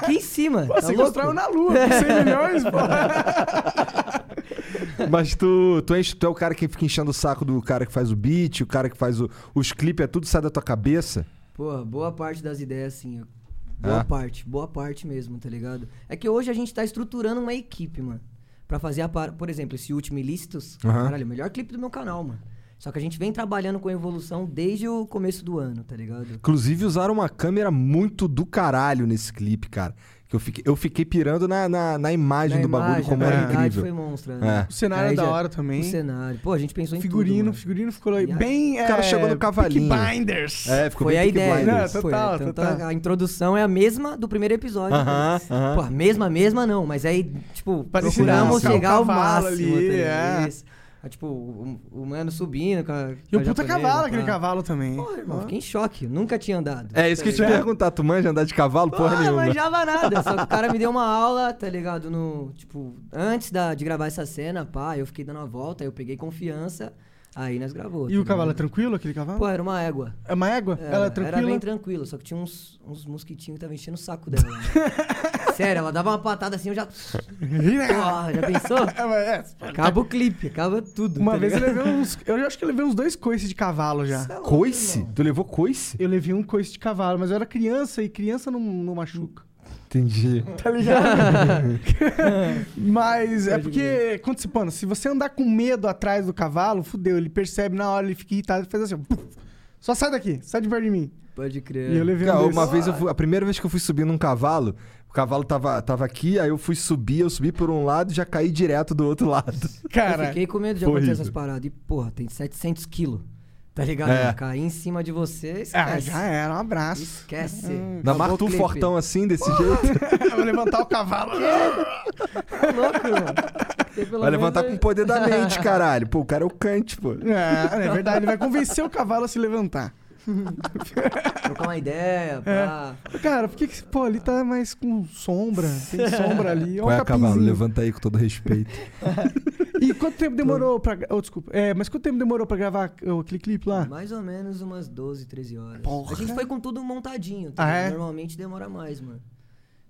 Speaker 3: Aqui em cima.
Speaker 2: Pô,
Speaker 3: tá
Speaker 2: você
Speaker 3: louco?
Speaker 2: construiu um na lua, com 100 milhões, pô.
Speaker 1: Mas tu, tu, enche, tu é o cara que fica enchendo o saco do cara que faz o beat, o cara que faz o- os clipes, é tudo sai da tua cabeça.
Speaker 3: Porra,
Speaker 2: Hum.
Speaker 3: boa parte das ideias, assim. eu- Boa
Speaker 1: É?
Speaker 3: parte, boa parte mesmo, tá ligado? É que hoje a gente tá estruturando uma equipe, mano. Pra fazer a par... Por exemplo, esse último Ilícitos,
Speaker 1: Aham.
Speaker 3: caralho, o melhor clipe do meu canal, mano. Só que a gente vem trabalhando com evolução desde o começo do ano, tá ligado?
Speaker 1: Inclusive, usaram uma câmera muito do caralho nesse clipe, cara. Que eu fiquei, eu fiquei pirando na, na, na imagem
Speaker 3: Na
Speaker 1: do bagulho,
Speaker 3: imagem,
Speaker 1: como
Speaker 3: a
Speaker 1: era
Speaker 3: qualidade
Speaker 1: incrível.
Speaker 3: foi monstra,
Speaker 1: É.
Speaker 3: né?
Speaker 2: O cenário
Speaker 3: Aí
Speaker 2: é da
Speaker 3: já-
Speaker 2: hora
Speaker 3: O
Speaker 2: também.
Speaker 3: cenário. Pô, a gente pensou em
Speaker 2: figurino,
Speaker 3: tudo, mano.
Speaker 2: figurino ficou aí
Speaker 3: E aí,
Speaker 2: bem.
Speaker 1: o cara
Speaker 2: é,
Speaker 1: chegou no cavalinho.
Speaker 2: Peaky Blinders.
Speaker 1: É, ficou
Speaker 3: Foi
Speaker 1: bem
Speaker 3: a
Speaker 1: Peaky
Speaker 3: ideia.
Speaker 1: Blinders.
Speaker 2: Não, tô-
Speaker 3: foi.
Speaker 2: total,
Speaker 3: Tanto
Speaker 2: total.
Speaker 3: A, a introdução é a mesma do primeiro episódio.
Speaker 1: Aham, aham.
Speaker 3: Pô, a mesma, mesma não, mas aí, tipo,
Speaker 2: Parecia
Speaker 3: procuramos
Speaker 1: um
Speaker 3: chegar ao
Speaker 2: cavalo
Speaker 3: máximo.
Speaker 2: ali,
Speaker 3: tá ligado?
Speaker 2: é.
Speaker 3: Isso. Ah, tipo, o, o mano subindo com a.
Speaker 2: E
Speaker 3: com a
Speaker 2: o puta
Speaker 3: japonesa,
Speaker 2: cavalo,
Speaker 3: pá.
Speaker 2: aquele cavalo também.
Speaker 3: Porra, irmão, fiquei em choque. Nunca tinha andado.
Speaker 1: É isso que eu te perguntar, tu manja andar de cavalo? Porra
Speaker 3: ah,
Speaker 1: nenhuma.
Speaker 3: manjava nada. Só que o cara me deu uma aula, tá ligado? No, tipo, antes da, de gravar essa cena, pá, eu fiquei dando uma volta, aí eu peguei confiança, aí nós gravou.
Speaker 2: E
Speaker 3: tá
Speaker 2: o cavalo é
Speaker 3: ligado?
Speaker 2: tranquilo, aquele cavalo?
Speaker 3: Pô, era uma égua.
Speaker 2: É uma égua?
Speaker 3: Era,
Speaker 2: Ela é
Speaker 3: era
Speaker 2: tranquila?
Speaker 3: bem tranquilo, só que tinha uns, uns mosquitinhos que tava enchendo o saco dela. né? Sério, ela dava uma patada assim, eu já. Porra, já pensou?
Speaker 2: né? É, mas é.
Speaker 3: Acaba o clipe, acaba tudo.
Speaker 2: Uma
Speaker 3: tá
Speaker 2: vez eu
Speaker 3: ligado?
Speaker 2: levei uns. Eu acho que eu levei uns dois coices de cavalo já.
Speaker 3: Cê é louco,
Speaker 1: Coice?
Speaker 3: irmão.
Speaker 1: Tu levou coice?
Speaker 2: Eu levei um coice de cavalo, mas eu era criança e criança não, não machuca.
Speaker 1: Entendi.
Speaker 2: Tá ligado? Mas é porque, quando se, mano, se você andar com medo atrás do cavalo, fudeu, ele percebe na hora, ele fica irritado, ele faz assim, ó, puf, só sai daqui, sai de perto de mim.
Speaker 3: Pode crer.
Speaker 2: E eu levei
Speaker 1: Cara,
Speaker 2: um
Speaker 1: uma
Speaker 2: desses.
Speaker 1: vez eu fui, a primeira vez que eu fui subir num cavalo, o cavalo tava, tava aqui, aí eu fui subir, eu subi por um lado e já caí direto do outro lado.
Speaker 2: Cara,
Speaker 3: eu fiquei com medo de
Speaker 1: foi
Speaker 3: acontecer
Speaker 1: horrível.
Speaker 3: essas paradas. E, porra, tem 700 quilos. Tá ligado?
Speaker 1: É.
Speaker 3: Cair em cima de você,
Speaker 2: ah,
Speaker 3: esquece.
Speaker 2: já Ah, era, um abraço.
Speaker 3: Esquece.
Speaker 1: Na
Speaker 3: Acabou o
Speaker 1: Marta um
Speaker 3: clipe.
Speaker 1: fortão assim, desse jeito.
Speaker 2: eu vou levantar o cavalo.
Speaker 3: Tá louco, mano. Tem pelo
Speaker 1: Vai levantar com um o
Speaker 3: menos-
Speaker 1: poder da mente, caralho. Pô, o cara é o Kant, pô.
Speaker 2: É, é verdade, ele vai convencer o cavalo a se levantar.
Speaker 3: Trocar uma ideia,
Speaker 2: É.
Speaker 3: pá.
Speaker 2: Cara, por que que, pô, ali tá mais com sombra, tem sombra ali,
Speaker 1: Qual é,
Speaker 2: olha o
Speaker 1: cavalo?
Speaker 2: capinzinho.
Speaker 1: Levanta aí com todo respeito.
Speaker 2: E quanto tempo demorou pra. gra- Oh, desculpa. É, mas quanto tempo demorou pra gravar oh, aquele clipe lá?
Speaker 3: Mais ou menos umas 12, 13 horas.
Speaker 2: Porra.
Speaker 3: A gente foi com tudo montadinho, tá?
Speaker 2: Ah, é?
Speaker 3: Normalmente demora mais, mano.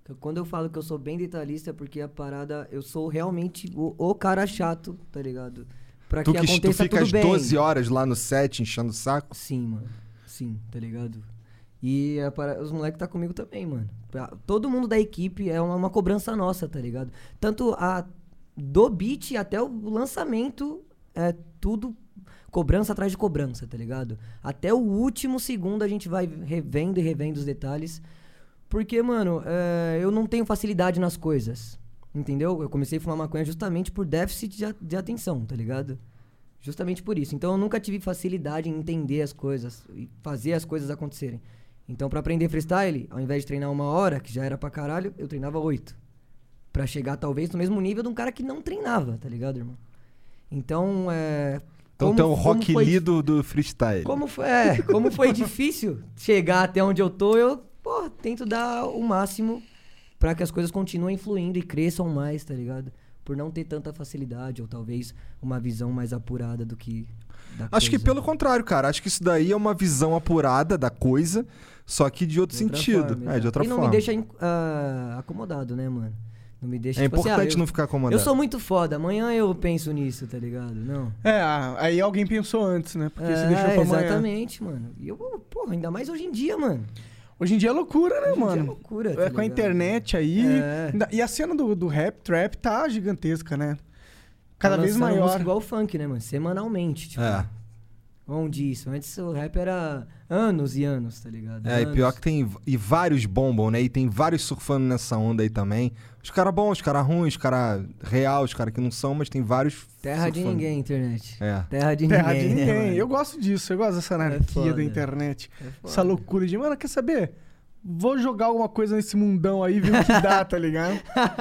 Speaker 3: Então, Quando eu falo que eu sou bem detalhista, é porque a parada, eu sou realmente o, o cara chato, tá ligado? Pra
Speaker 1: Tu
Speaker 3: que
Speaker 1: que tu
Speaker 3: aconteça
Speaker 1: fica
Speaker 3: tudo
Speaker 1: às
Speaker 3: bem.
Speaker 1: 12 horas lá no set enchendo o saco.
Speaker 3: Sim, mano. Sim, tá ligado? E a para... os moleques tá comigo também, mano. Pra- Todo mundo da equipe é uma, uma cobrança nossa, tá ligado? Tanto a do beat até o lançamento é tudo cobrança atrás de cobrança, tá ligado? Até o último segundo a gente vai revendo e revendo os detalhes. Porque, mano, é, eu não tenho facilidade nas coisas. Entendeu? Eu comecei a fumar maconha justamente por déficit de, a- de atenção, tá ligado? Justamente por isso. Então eu nunca tive facilidade em entender as coisas e fazer as coisas acontecerem. Então, pra aprender freestyle, ao invés de treinar uma hora, que já era pra caralho, eu treinava oito. Pra chegar, talvez, no mesmo nível de um cara que não treinava, tá ligado, irmão? Então, é.
Speaker 1: Então
Speaker 3: como-
Speaker 1: tem o
Speaker 3: como
Speaker 1: rock
Speaker 3: foi-
Speaker 1: Lee do, do freestyle.
Speaker 3: como foi, é, como foi difícil chegar até onde eu tô, eu pô, tento dar o máximo pra que as coisas continuem fluindo e cresçam mais, tá ligado? Por não ter tanta facilidade, ou talvez uma visão mais apurada do que. Da
Speaker 1: Acho que
Speaker 3: coisa.
Speaker 1: pelo contrário, cara. Acho que isso daí é uma visão apurada da coisa, só que de outro
Speaker 3: De outra
Speaker 1: sentido.
Speaker 3: forma,
Speaker 1: é,
Speaker 3: exato.
Speaker 1: de outra
Speaker 3: e não
Speaker 1: forma.
Speaker 3: me deixa inc- ah, acomodado, né, mano? Não me deixa.
Speaker 1: É
Speaker 3: tipo assim, ah,
Speaker 1: importante
Speaker 3: eu-
Speaker 1: não ficar acomodado.
Speaker 3: Eu sou muito foda, amanhã eu penso nisso, tá ligado? Não.
Speaker 2: É, ah, aí alguém pensou antes, né? Porque você
Speaker 3: É,
Speaker 2: deixou pra amanhã.
Speaker 3: exatamente, mano. E eu, porra, ainda mais hoje em dia, mano.
Speaker 2: Hoje em dia é loucura, né,
Speaker 3: Hoje em dia é
Speaker 2: mano?
Speaker 3: loucura.
Speaker 2: É,
Speaker 3: tá
Speaker 2: com a
Speaker 3: ligado?
Speaker 2: internet aí.
Speaker 3: É.
Speaker 2: ainda- E a cena do, do rap, trap, tá gigantesca, né? Cada
Speaker 3: Tá
Speaker 2: vez
Speaker 3: lançando
Speaker 2: maior.
Speaker 3: música igual o funk, né, mano? Semanalmente, tipo.
Speaker 1: É.
Speaker 3: Onde isso? Antes o rap era anos e anos, tá ligado?
Speaker 1: É, e
Speaker 3: Anos.
Speaker 1: pior que tem. E vários bombam, né? E tem vários surfando nessa onda aí também. Os caras bons, os caras ruins, os caras real, os caras que não são, mas tem vários.
Speaker 3: Terra de
Speaker 1: surfando.
Speaker 3: ninguém, internet.
Speaker 1: um É.
Speaker 3: Terra de
Speaker 2: Terra
Speaker 3: ninguém.
Speaker 2: de
Speaker 3: né,
Speaker 2: ninguém.
Speaker 3: mano? É
Speaker 2: eu gosto disso, eu gosto dessa anarquia
Speaker 3: foda.
Speaker 2: da internet.
Speaker 3: É foda.
Speaker 2: Essa loucura de, mano, quer saber? Vou jogar alguma coisa nesse mundão aí, ver o que dá, tá ligado?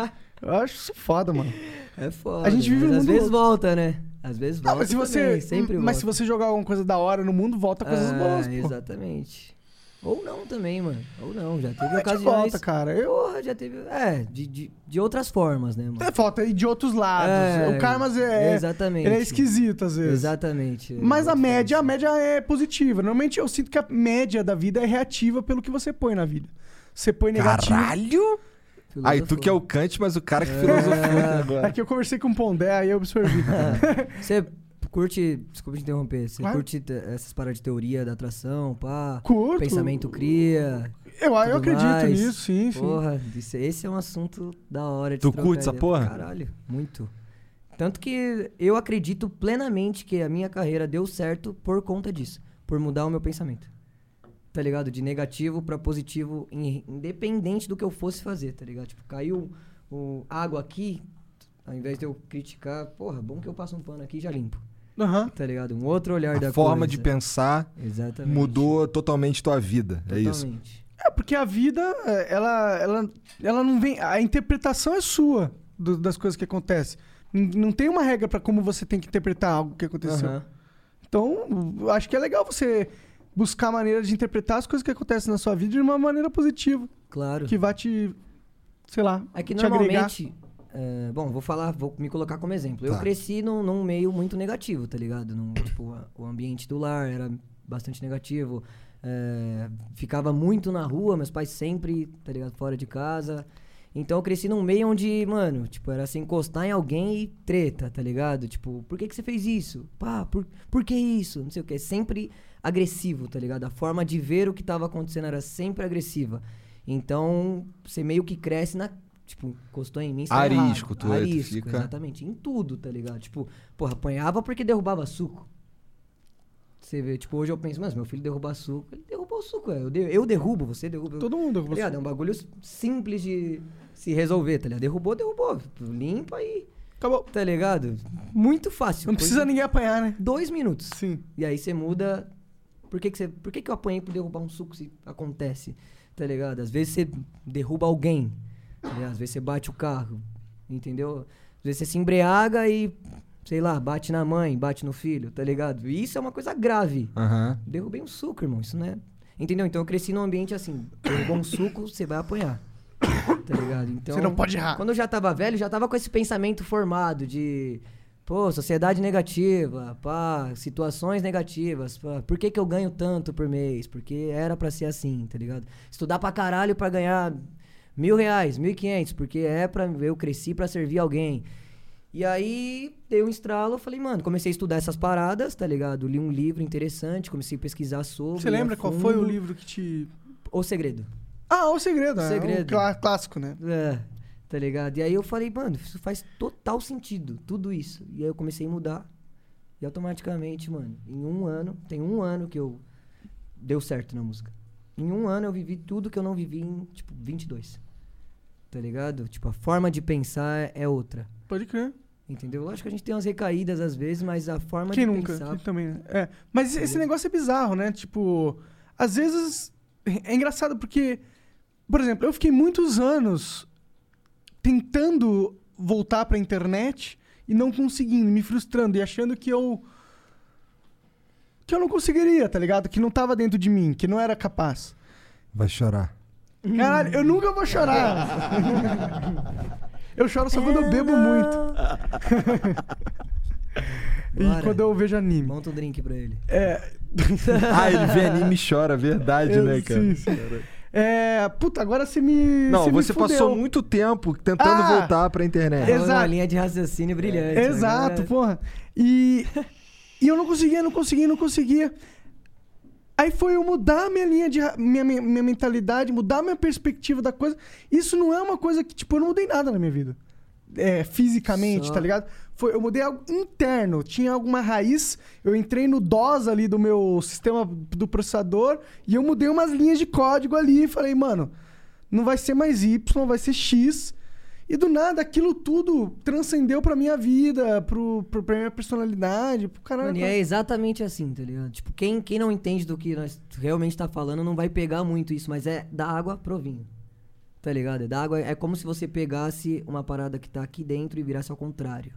Speaker 2: Eu acho isso foda, mano.
Speaker 3: É foda.
Speaker 2: A gente vive
Speaker 3: mas
Speaker 2: num
Speaker 3: Às
Speaker 2: mundo
Speaker 3: vezes
Speaker 2: louco.
Speaker 3: volta, né? Às vezes volta.
Speaker 2: Não, mas se
Speaker 3: também,
Speaker 2: você,
Speaker 3: sempre
Speaker 2: mas se
Speaker 3: volta.
Speaker 2: você jogar alguma coisa da hora no mundo, volta coisas
Speaker 3: Ah,
Speaker 2: boas, pô.
Speaker 3: Exatamente. Ou não também, mano. Ou não. Já teve
Speaker 2: A gente
Speaker 3: ocasiões.
Speaker 2: volta, cara. Eu...
Speaker 3: Porra, já teve. É, de, de, de outras formas, né, mano?
Speaker 2: É, falta aí de outros lados.
Speaker 3: É,
Speaker 2: o Karmas é,
Speaker 3: Exatamente.
Speaker 2: ele é esquisito às vezes.
Speaker 3: Exatamente.
Speaker 2: Mas a
Speaker 3: Exatamente.
Speaker 2: média, a média é positiva. Normalmente eu sinto que a média da vida é reativa pelo que você põe na vida. Você põe negativo.
Speaker 1: Caralho! Aí tu
Speaker 3: Filosofou.
Speaker 1: que é o Kant, mas o cara que filosofou.
Speaker 2: É que eu conversei com o Pondé, aí eu absorvi.
Speaker 3: É. Você curte, desculpa te interromper, você
Speaker 2: Claro.
Speaker 3: curte te- essas paradas de teoria da atração, pá,
Speaker 2: Curto.
Speaker 3: pensamento cria,
Speaker 2: Eu, eu
Speaker 3: tudo
Speaker 2: acredito
Speaker 3: mais.
Speaker 2: nisso, sim, sim.
Speaker 3: porra, isso- esse é um assunto da hora de
Speaker 1: Tu
Speaker 3: trocar
Speaker 1: curte essa
Speaker 3: ideia pra
Speaker 1: porra?
Speaker 3: Caralho, muito. Tanto que eu acredito plenamente que a minha carreira deu certo por conta disso, por mudar o meu pensamento. Tá ligado? De negativo pra positivo, in- independente do que eu fosse fazer, tá ligado? Tipo, caiu o água aqui, ao invés de eu criticar, porra, bom que eu passo um pano aqui e já limpo.
Speaker 2: Aham.
Speaker 3: Tá ligado? Um outro olhar da
Speaker 1: A forma
Speaker 3: coisa.
Speaker 1: de pensar
Speaker 3: Exatamente.
Speaker 1: mudou totalmente tua vida. É isso.
Speaker 3: Totalmente.
Speaker 2: É, porque a vida, é, ela, ela, ela não vem. A interpretação é sua do- das coisas que acontecem. N- Não tem uma regra pra como você tem que interpretar algo que aconteceu.
Speaker 3: Aham.
Speaker 2: Então, eu acho que é legal você buscar maneiras de interpretar as coisas que acontecem na sua vida de uma maneira positiva,
Speaker 3: Claro.
Speaker 2: que vai te, sei lá,
Speaker 3: É que
Speaker 2: te agregar.
Speaker 3: normalmente. é, bom, vou falar, vou me colocar como exemplo. Eu
Speaker 1: Tá.
Speaker 3: cresci num, num meio muito negativo, tá ligado? Num, tipo, a- o ambiente do lar era bastante negativo. é, ficava muito na rua, meus pais sempre, tá ligado? Fora de casa. Então eu cresci num meio onde, mano, tipo, era se encostar em alguém e treta, tá ligado? Tipo, por que, que você fez isso? Pá, por, por que isso? Não sei o que. Sempre agressivo, tá ligado? A forma de ver o que tava acontecendo era sempre agressiva. Então, você meio que cresce na. Tipo, encostou em mim, você tá
Speaker 1: Arisco,
Speaker 3: errado.
Speaker 1: tu é, tu
Speaker 3: Arisco,
Speaker 1: fica-
Speaker 3: exatamente. Em tudo, tá ligado? Tipo, porra, apanhava porque derrubava suco. Você vê, tipo, hoje eu penso, mas meu filho derrubar suco, ele derrubou o suco, é. Eu, de- eu derrubo, você derruba. eu-
Speaker 2: Todo mundo.
Speaker 3: Tá ligado? É um bagulho simples de se resolver, tá ligado? Derrubou, derrubou. Limpa aí.
Speaker 2: Acabou.
Speaker 3: Tá ligado? Muito fácil.
Speaker 2: Não precisa
Speaker 3: coisa-
Speaker 2: ninguém apanhar, né?
Speaker 3: Dois minutos.
Speaker 2: Sim.
Speaker 3: E aí você muda. Por que, que você. Por que, que eu apanhei por derrubar um suco se acontece? Tá ligado? Às vezes você derruba alguém. tá ligado? Às vezes você bate o carro. Entendeu? Às vezes você se embriaga e, sei lá, bate na mãe, bate no filho, tá ligado? E isso é uma coisa grave.
Speaker 1: Aham.
Speaker 3: Derrubei um suco, irmão. Isso não é. Entendeu? Então eu cresci num ambiente assim. Derrubou um suco, você vai apanhar. Tá ligado? Então.
Speaker 2: Você não pode errar.
Speaker 3: Quando eu já tava velho, já tava com esse pensamento formado de. Pô, sociedade negativa, pá, situações negativas, pá, por que, que eu ganho tanto por mês? Porque era pra ser assim, tá ligado? Estudar pra caralho pra ganhar mil reais, mil e quinhentos, porque é pra. Eu cresci pra servir alguém. E aí dei um estralo, eu falei, mano, comecei a estudar essas paradas, tá ligado? Li um livro interessante, comecei a pesquisar sobre.
Speaker 2: Você lembra
Speaker 3: a
Speaker 2: qual foi o
Speaker 3: fundo.
Speaker 2: livro que te.
Speaker 3: O Segredo.
Speaker 2: Ah, o segredo, né?
Speaker 3: Segredo.
Speaker 2: O clá- clássico, né?
Speaker 3: É, tá ligado? E aí eu falei, mano, isso faz total sentido, tudo isso. E aí eu comecei a mudar. E automaticamente, mano, em um ano, tem um ano que eu deu certo na música. Em um ano eu vivi tudo que eu não vivi em, tipo, 22. Tá ligado? Tipo, a forma de pensar é outra.
Speaker 2: Pode crer.
Speaker 3: Entendeu? Lógico que a gente tem umas recaídas às vezes, mas a forma
Speaker 2: Quem
Speaker 3: de
Speaker 2: nunca?
Speaker 3: pensar.
Speaker 2: Quem também, né? É. Mas esse negócio é bizarro, né? Tipo, às vezes. É engraçado porque. Por exemplo, eu fiquei muitos anos tentando voltar pra internet e não conseguindo, me frustrando e achando que eu. que eu não conseguiria, tá ligado? Que não tava dentro de mim, que não era capaz.
Speaker 1: Vai chorar.
Speaker 2: Caralho, eu nunca vou chorar. eu choro só quando eu bebo muito e
Speaker 3: Bora.
Speaker 2: quando eu vejo anime.
Speaker 3: Monta um drink pra ele.
Speaker 2: É,
Speaker 1: ah, ele vê anime e chora, verdade,
Speaker 2: Eu-
Speaker 1: né, cara?
Speaker 2: sim, sim. É, puta, agora você me.
Speaker 1: Não,
Speaker 2: me
Speaker 1: você passou
Speaker 2: fudeu.
Speaker 1: muito tempo tentando
Speaker 2: Ah!
Speaker 1: voltar pra internet.
Speaker 2: É.
Speaker 3: Exato. Uma
Speaker 2: Exato.
Speaker 3: linha de raciocínio
Speaker 1: né?
Speaker 3: brilhante. né?
Speaker 2: Exato,
Speaker 3: Agora-
Speaker 2: porra. E, e eu não conseguia, não conseguia, não conseguia. Aí foi eu mudar minha linha de. ra- Minha, minha, minha mentalidade, mudar minha perspectiva da coisa. Isso não é uma coisa que, tipo, eu não mudei nada na minha vida. É, fisicamente,
Speaker 3: Só.
Speaker 2: tá ligado? Foi, eu mudei algo interno, tinha alguma raiz, eu entrei no DOS ali do meu sistema do processador e eu mudei umas linhas de código ali e falei, mano, não vai ser mais Y, vai ser X. E do nada, aquilo tudo transcendeu pra minha vida, pro, pro, pra minha personalidade, pro caralho.
Speaker 3: Mano, e
Speaker 2: pra-
Speaker 3: é exatamente assim, tá ligado? Tipo, quem, quem não entende do que nós realmente tá falando não vai pegar muito isso, mas é da água pro vinho. Tá ligado? É da água, é como se você pegasse uma parada que tá aqui dentro e virasse ao contrário.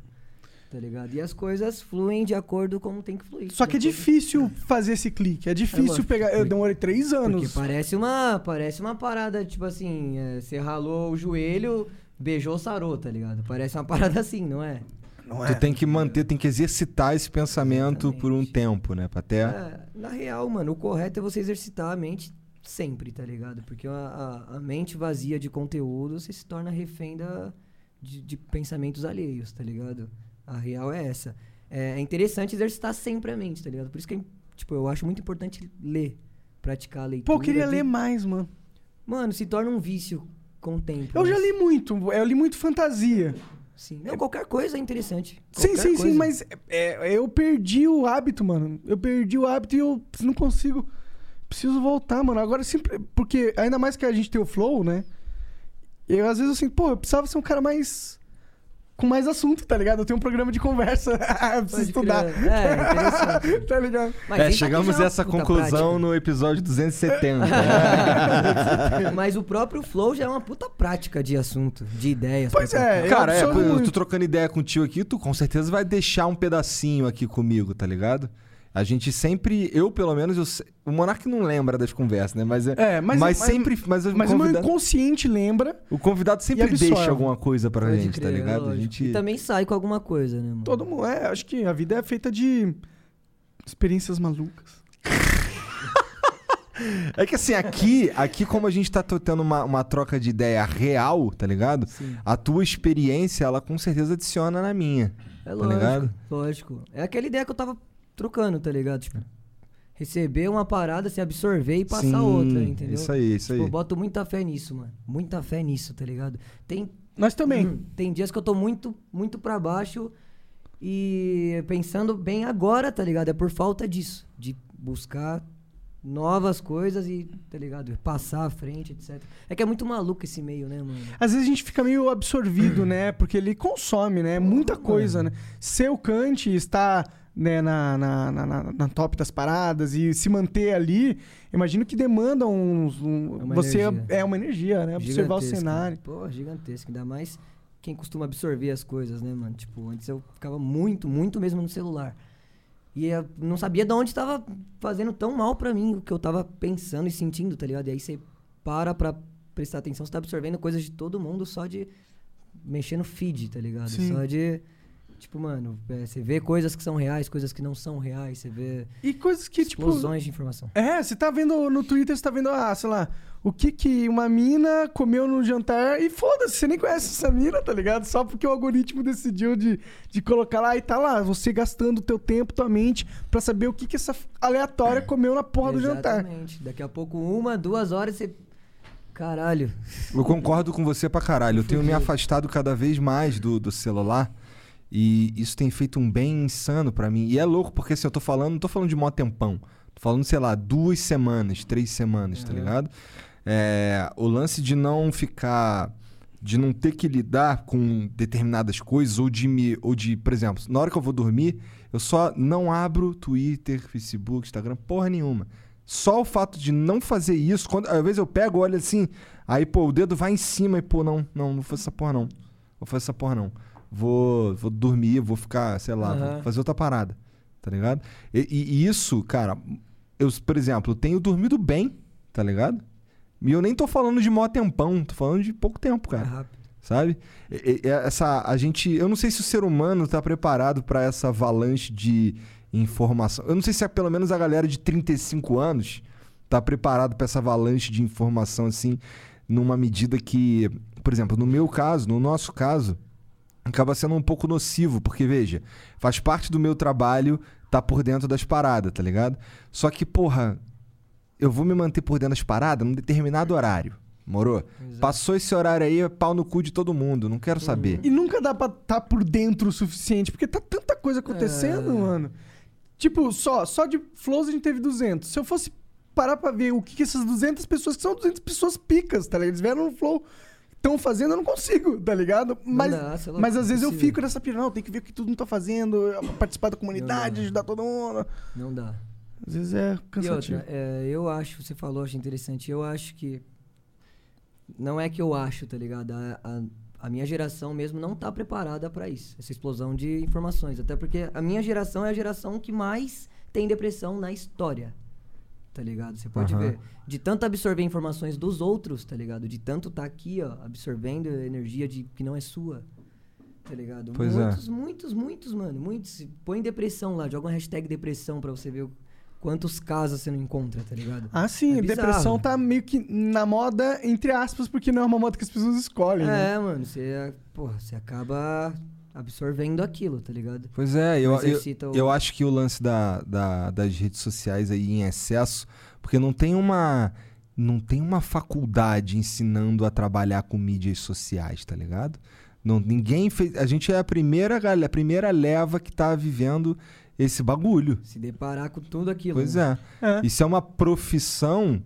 Speaker 3: Tá ligado? E as coisas fluem de acordo com como tem que fluir.
Speaker 2: Só que é
Speaker 3: De acordo-
Speaker 2: difícil fazer esse clique, é difícil
Speaker 3: lógico,
Speaker 2: pegar. Eu
Speaker 3: porque-
Speaker 2: demorei três
Speaker 3: Porque
Speaker 2: anos.
Speaker 3: parece uma, parece uma parada, tipo assim, é, você ralou o joelho, beijou, sarou, tá ligado? Parece uma parada assim, não é?
Speaker 2: Não
Speaker 1: Tu tem que manter, tem que exercitar esse pensamento por um
Speaker 3: Exatamente.
Speaker 1: tempo, né? pra Até.
Speaker 3: É, na real, mano, o correto é você exercitar a mente sempre, tá ligado? Porque a, a- a mente vazia de conteúdo, você se torna refém da, de, de pensamentos alheios, tá ligado? A real é essa. É, é interessante exercitar sempre a mente, tá ligado? Por isso que, é im- tipo, eu acho muito importante ler, praticar a leitura.
Speaker 2: Pô, eu queria
Speaker 3: de-
Speaker 2: ler mais, mano.
Speaker 3: Mano, se torna um vício com o tempo.
Speaker 2: Eu
Speaker 3: né?
Speaker 2: já li muito, eu li muito fantasia.
Speaker 3: Sim. Não, qualquer coisa é interessante.
Speaker 2: sim,
Speaker 3: Qualquer
Speaker 2: sim, sim,
Speaker 3: coisa.
Speaker 2: mas é, eu perdi o hábito, mano. Eu perdi o hábito e eu não consigo. Preciso voltar, mano. Agora sempre. Porque ainda mais que a gente tem o flow, né? Eu às vezes eu sinto, pô, eu precisava ser um cara mais. Com mais assunto, tá ligado? Eu tenho um programa de conversa. eu preciso
Speaker 3: Pode
Speaker 2: estudar.
Speaker 3: crer. É, interessante.
Speaker 2: tá ligado?
Speaker 3: Mas
Speaker 1: é,
Speaker 3: vem pra
Speaker 1: chegamos
Speaker 3: quem já
Speaker 1: a
Speaker 3: é
Speaker 1: essa
Speaker 3: uma puta
Speaker 1: conclusão
Speaker 3: prática.
Speaker 1: no episódio 270. né?
Speaker 3: Mas o próprio flow já é uma puta prática de assunto, de ideias.
Speaker 2: Pois
Speaker 3: pra
Speaker 2: é,
Speaker 3: trocar.
Speaker 2: eu
Speaker 1: Cara, é,
Speaker 2: absorvo
Speaker 1: pô, eu
Speaker 2: muito.
Speaker 1: tô trocando ideia contigo aqui, tu com certeza vai deixar um pedacinho aqui comigo, tá ligado? A gente sempre, eu pelo menos, eu se- o Monark não lembra das conversas, né? Mas,
Speaker 2: É, mas- mas-
Speaker 1: sempre, mas, o
Speaker 2: Mas o meu
Speaker 1: convidado,
Speaker 2: inconsciente lembra,
Speaker 1: o convidado sempre
Speaker 2: absorve.
Speaker 1: deixa alguma coisa pra
Speaker 3: Pode
Speaker 1: gente, tá
Speaker 3: crer,
Speaker 1: ligado? A
Speaker 3: lógico.
Speaker 1: gente
Speaker 3: E também sai com alguma coisa, né, mano?
Speaker 2: todo mundo. É, acho que a vida é feita de experiências malucas.
Speaker 1: É que assim, aqui, aqui como a gente tá to- tendo uma, uma troca de ideia real, tá ligado?
Speaker 3: Sim.
Speaker 1: A tua experiência, ela com certeza adiciona na minha.
Speaker 3: É lógico,
Speaker 1: Tá ligado?
Speaker 3: lógico. É aquela ideia que eu tava trocando, tá ligado? Tipo, receber uma parada, se absorver e passar outra, entendeu?
Speaker 1: Isso aí, isso aí.
Speaker 3: Tipo, eu boto muita fé nisso, mano. Muita fé nisso, tá ligado? Tem,
Speaker 2: Nós também.
Speaker 3: Uhum. tem dias que eu tô muito, muito pra baixo e pensando bem agora, tá ligado? É por falta disso, de buscar novas coisas e, tá ligado? Passar à frente, etc. É que é muito maluco esse meio, né, mano?
Speaker 2: Às vezes a gente fica meio absorvido, né? Porque ele consome, né? Muita coisa,
Speaker 3: É.
Speaker 2: né? Ser o Kant e estar né, na, na, na, na- na top das paradas e se manter ali, imagino que demanda uns. um-
Speaker 3: É uma
Speaker 2: você
Speaker 3: energia.
Speaker 2: é uma energia, né? Observar o
Speaker 3: Gigantesca.
Speaker 2: cenário.
Speaker 3: Pô, gigantesco. Ainda mais quem costuma absorver as coisas, né, mano? Tipo, antes eu ficava muito, muito mesmo no celular. E eu não sabia de onde tava fazendo tão mal pra mim o que eu tava pensando e sentindo, tá ligado? E aí você para pra prestar atenção, você tá absorvendo coisas de todo mundo só de mexer no feed, tá ligado?
Speaker 2: Sim.
Speaker 3: Só de Tipo, mano, é, você vê coisas que são reais, coisas que não são reais, você vê
Speaker 2: E coisas que, tipo.
Speaker 3: explosões de informação.
Speaker 2: É, você tá vendo no Twitter, você tá vendo, ah, sei lá, o que que uma mina comeu no jantar e foda-se, você nem conhece essa mina, tá ligado? Só porque o algoritmo decidiu de, de colocar lá e tá lá, você gastando o teu tempo, tua mente, pra saber o que que essa aleatória comeu na porra do jantar.
Speaker 3: Exatamente. Daqui a pouco, uma, duas horas, você. Caralho.
Speaker 1: Eu concordo com você pra caralho. Eu tenho me afastado cada vez mais do, do celular. E isso tem feito um bem insano pra mim. E é louco, porque assim, eu tô falando, não tô falando de mó tempão. Tô falando, sei lá, duas semanas, três semanas, tá ligado? É, o lance de não ficar. De não ter que lidar com determinadas coisas, ou de me. Ou de, por exemplo, na hora que eu vou dormir, eu só não abro Twitter, Facebook, Instagram, porra nenhuma. Só o fato de não fazer isso, quando, às vezes eu pego, olho assim, aí, pô, o dedo vai em cima e, pô, não, não, não foi essa porra, não. Vou fazer essa porra, não. Vou, vou dormir, vou ficar, sei lá,
Speaker 3: Aham.
Speaker 1: vou fazer outra parada. Tá ligado? E, e- e isso, cara, eu, por exemplo, eu tenho dormido bem, tá ligado? E eu nem tô falando de mó tempão, tô falando de pouco tempo,
Speaker 3: É
Speaker 1: cara
Speaker 3: rápido.
Speaker 1: sabe? E- e- Essa, a gente, eu não sei se o ser humano tá preparado para essa avalanche de informação. Eu não sei se é, pelo menos a galera de 35 anos tá preparado para essa avalanche de informação assim, numa medida que, por exemplo, no meu caso, no nosso caso, acaba sendo um pouco nocivo, porque veja, faz parte do meu trabalho tá por dentro das paradas, tá ligado? Só que, porra, eu vou me manter por dentro das paradas num determinado horário. Morou?
Speaker 3: Exato.
Speaker 1: Passou esse horário aí, é pau no cu de todo mundo. Não quero saber.
Speaker 2: E nunca dá pra tá por dentro o suficiente, porque tá tanta coisa acontecendo,
Speaker 3: É.
Speaker 2: mano. Tipo, só, só de flows a gente teve 200. Se eu fosse parar pra ver o que, que essas 200 pessoas, que são 200 pessoas picas, tá ligado? Eles vieram no flow, estão fazendo, eu não consigo, tá ligado? Mas,
Speaker 3: dá, sei lá,
Speaker 2: mas
Speaker 3: não
Speaker 2: às vezes eu
Speaker 3: consigo.
Speaker 2: fico nessa pira, não, tem que ver o que todo mundo tá fazendo, participar da comunidade,
Speaker 3: Não dá.
Speaker 2: ajudar todo mundo.
Speaker 3: Não dá.
Speaker 2: Às vezes é
Speaker 3: E
Speaker 2: cansativo.
Speaker 3: outra, é, eu acho, você falou, achei interessante. Eu acho que. Não é que eu acho, tá ligado? A, a- a minha geração mesmo não tá preparada pra isso, essa explosão de informações. Até porque a minha geração é a geração que mais tem depressão na história. Tá ligado? Você pode
Speaker 1: Aham.
Speaker 3: ver. De tanto absorver informações dos outros, tá ligado? De tanto tá aqui, ó, absorvendo energia de que não é sua. Tá ligado?
Speaker 1: Pois é.
Speaker 3: muitos, muitos, muitos, mano. Muitos. Põe depressão lá, joga uma hashtag depressão pra você ver o- quantos casos você não encontra, tá ligado?
Speaker 2: Ah, sim,
Speaker 3: É bizarro.
Speaker 2: depressão tá meio que na moda, entre aspas, porque não é uma moda que as pessoas escolhem, né?
Speaker 3: É, mano, você, porra, você acaba absorvendo aquilo, tá ligado?
Speaker 1: Pois é, eu, eu,
Speaker 3: Exercita o-
Speaker 1: eu acho que o lance da, da- das redes sociais aí em excesso, porque não tem uma. Não tem uma faculdade ensinando a trabalhar com mídias sociais, tá ligado? Não, ninguém fez. A gente é a primeira galera, a primeira leva que tá vivendo esse bagulho.
Speaker 3: Se deparar com tudo aquilo.
Speaker 1: Pois
Speaker 3: né?
Speaker 1: é.
Speaker 2: É.
Speaker 1: Isso é uma profissão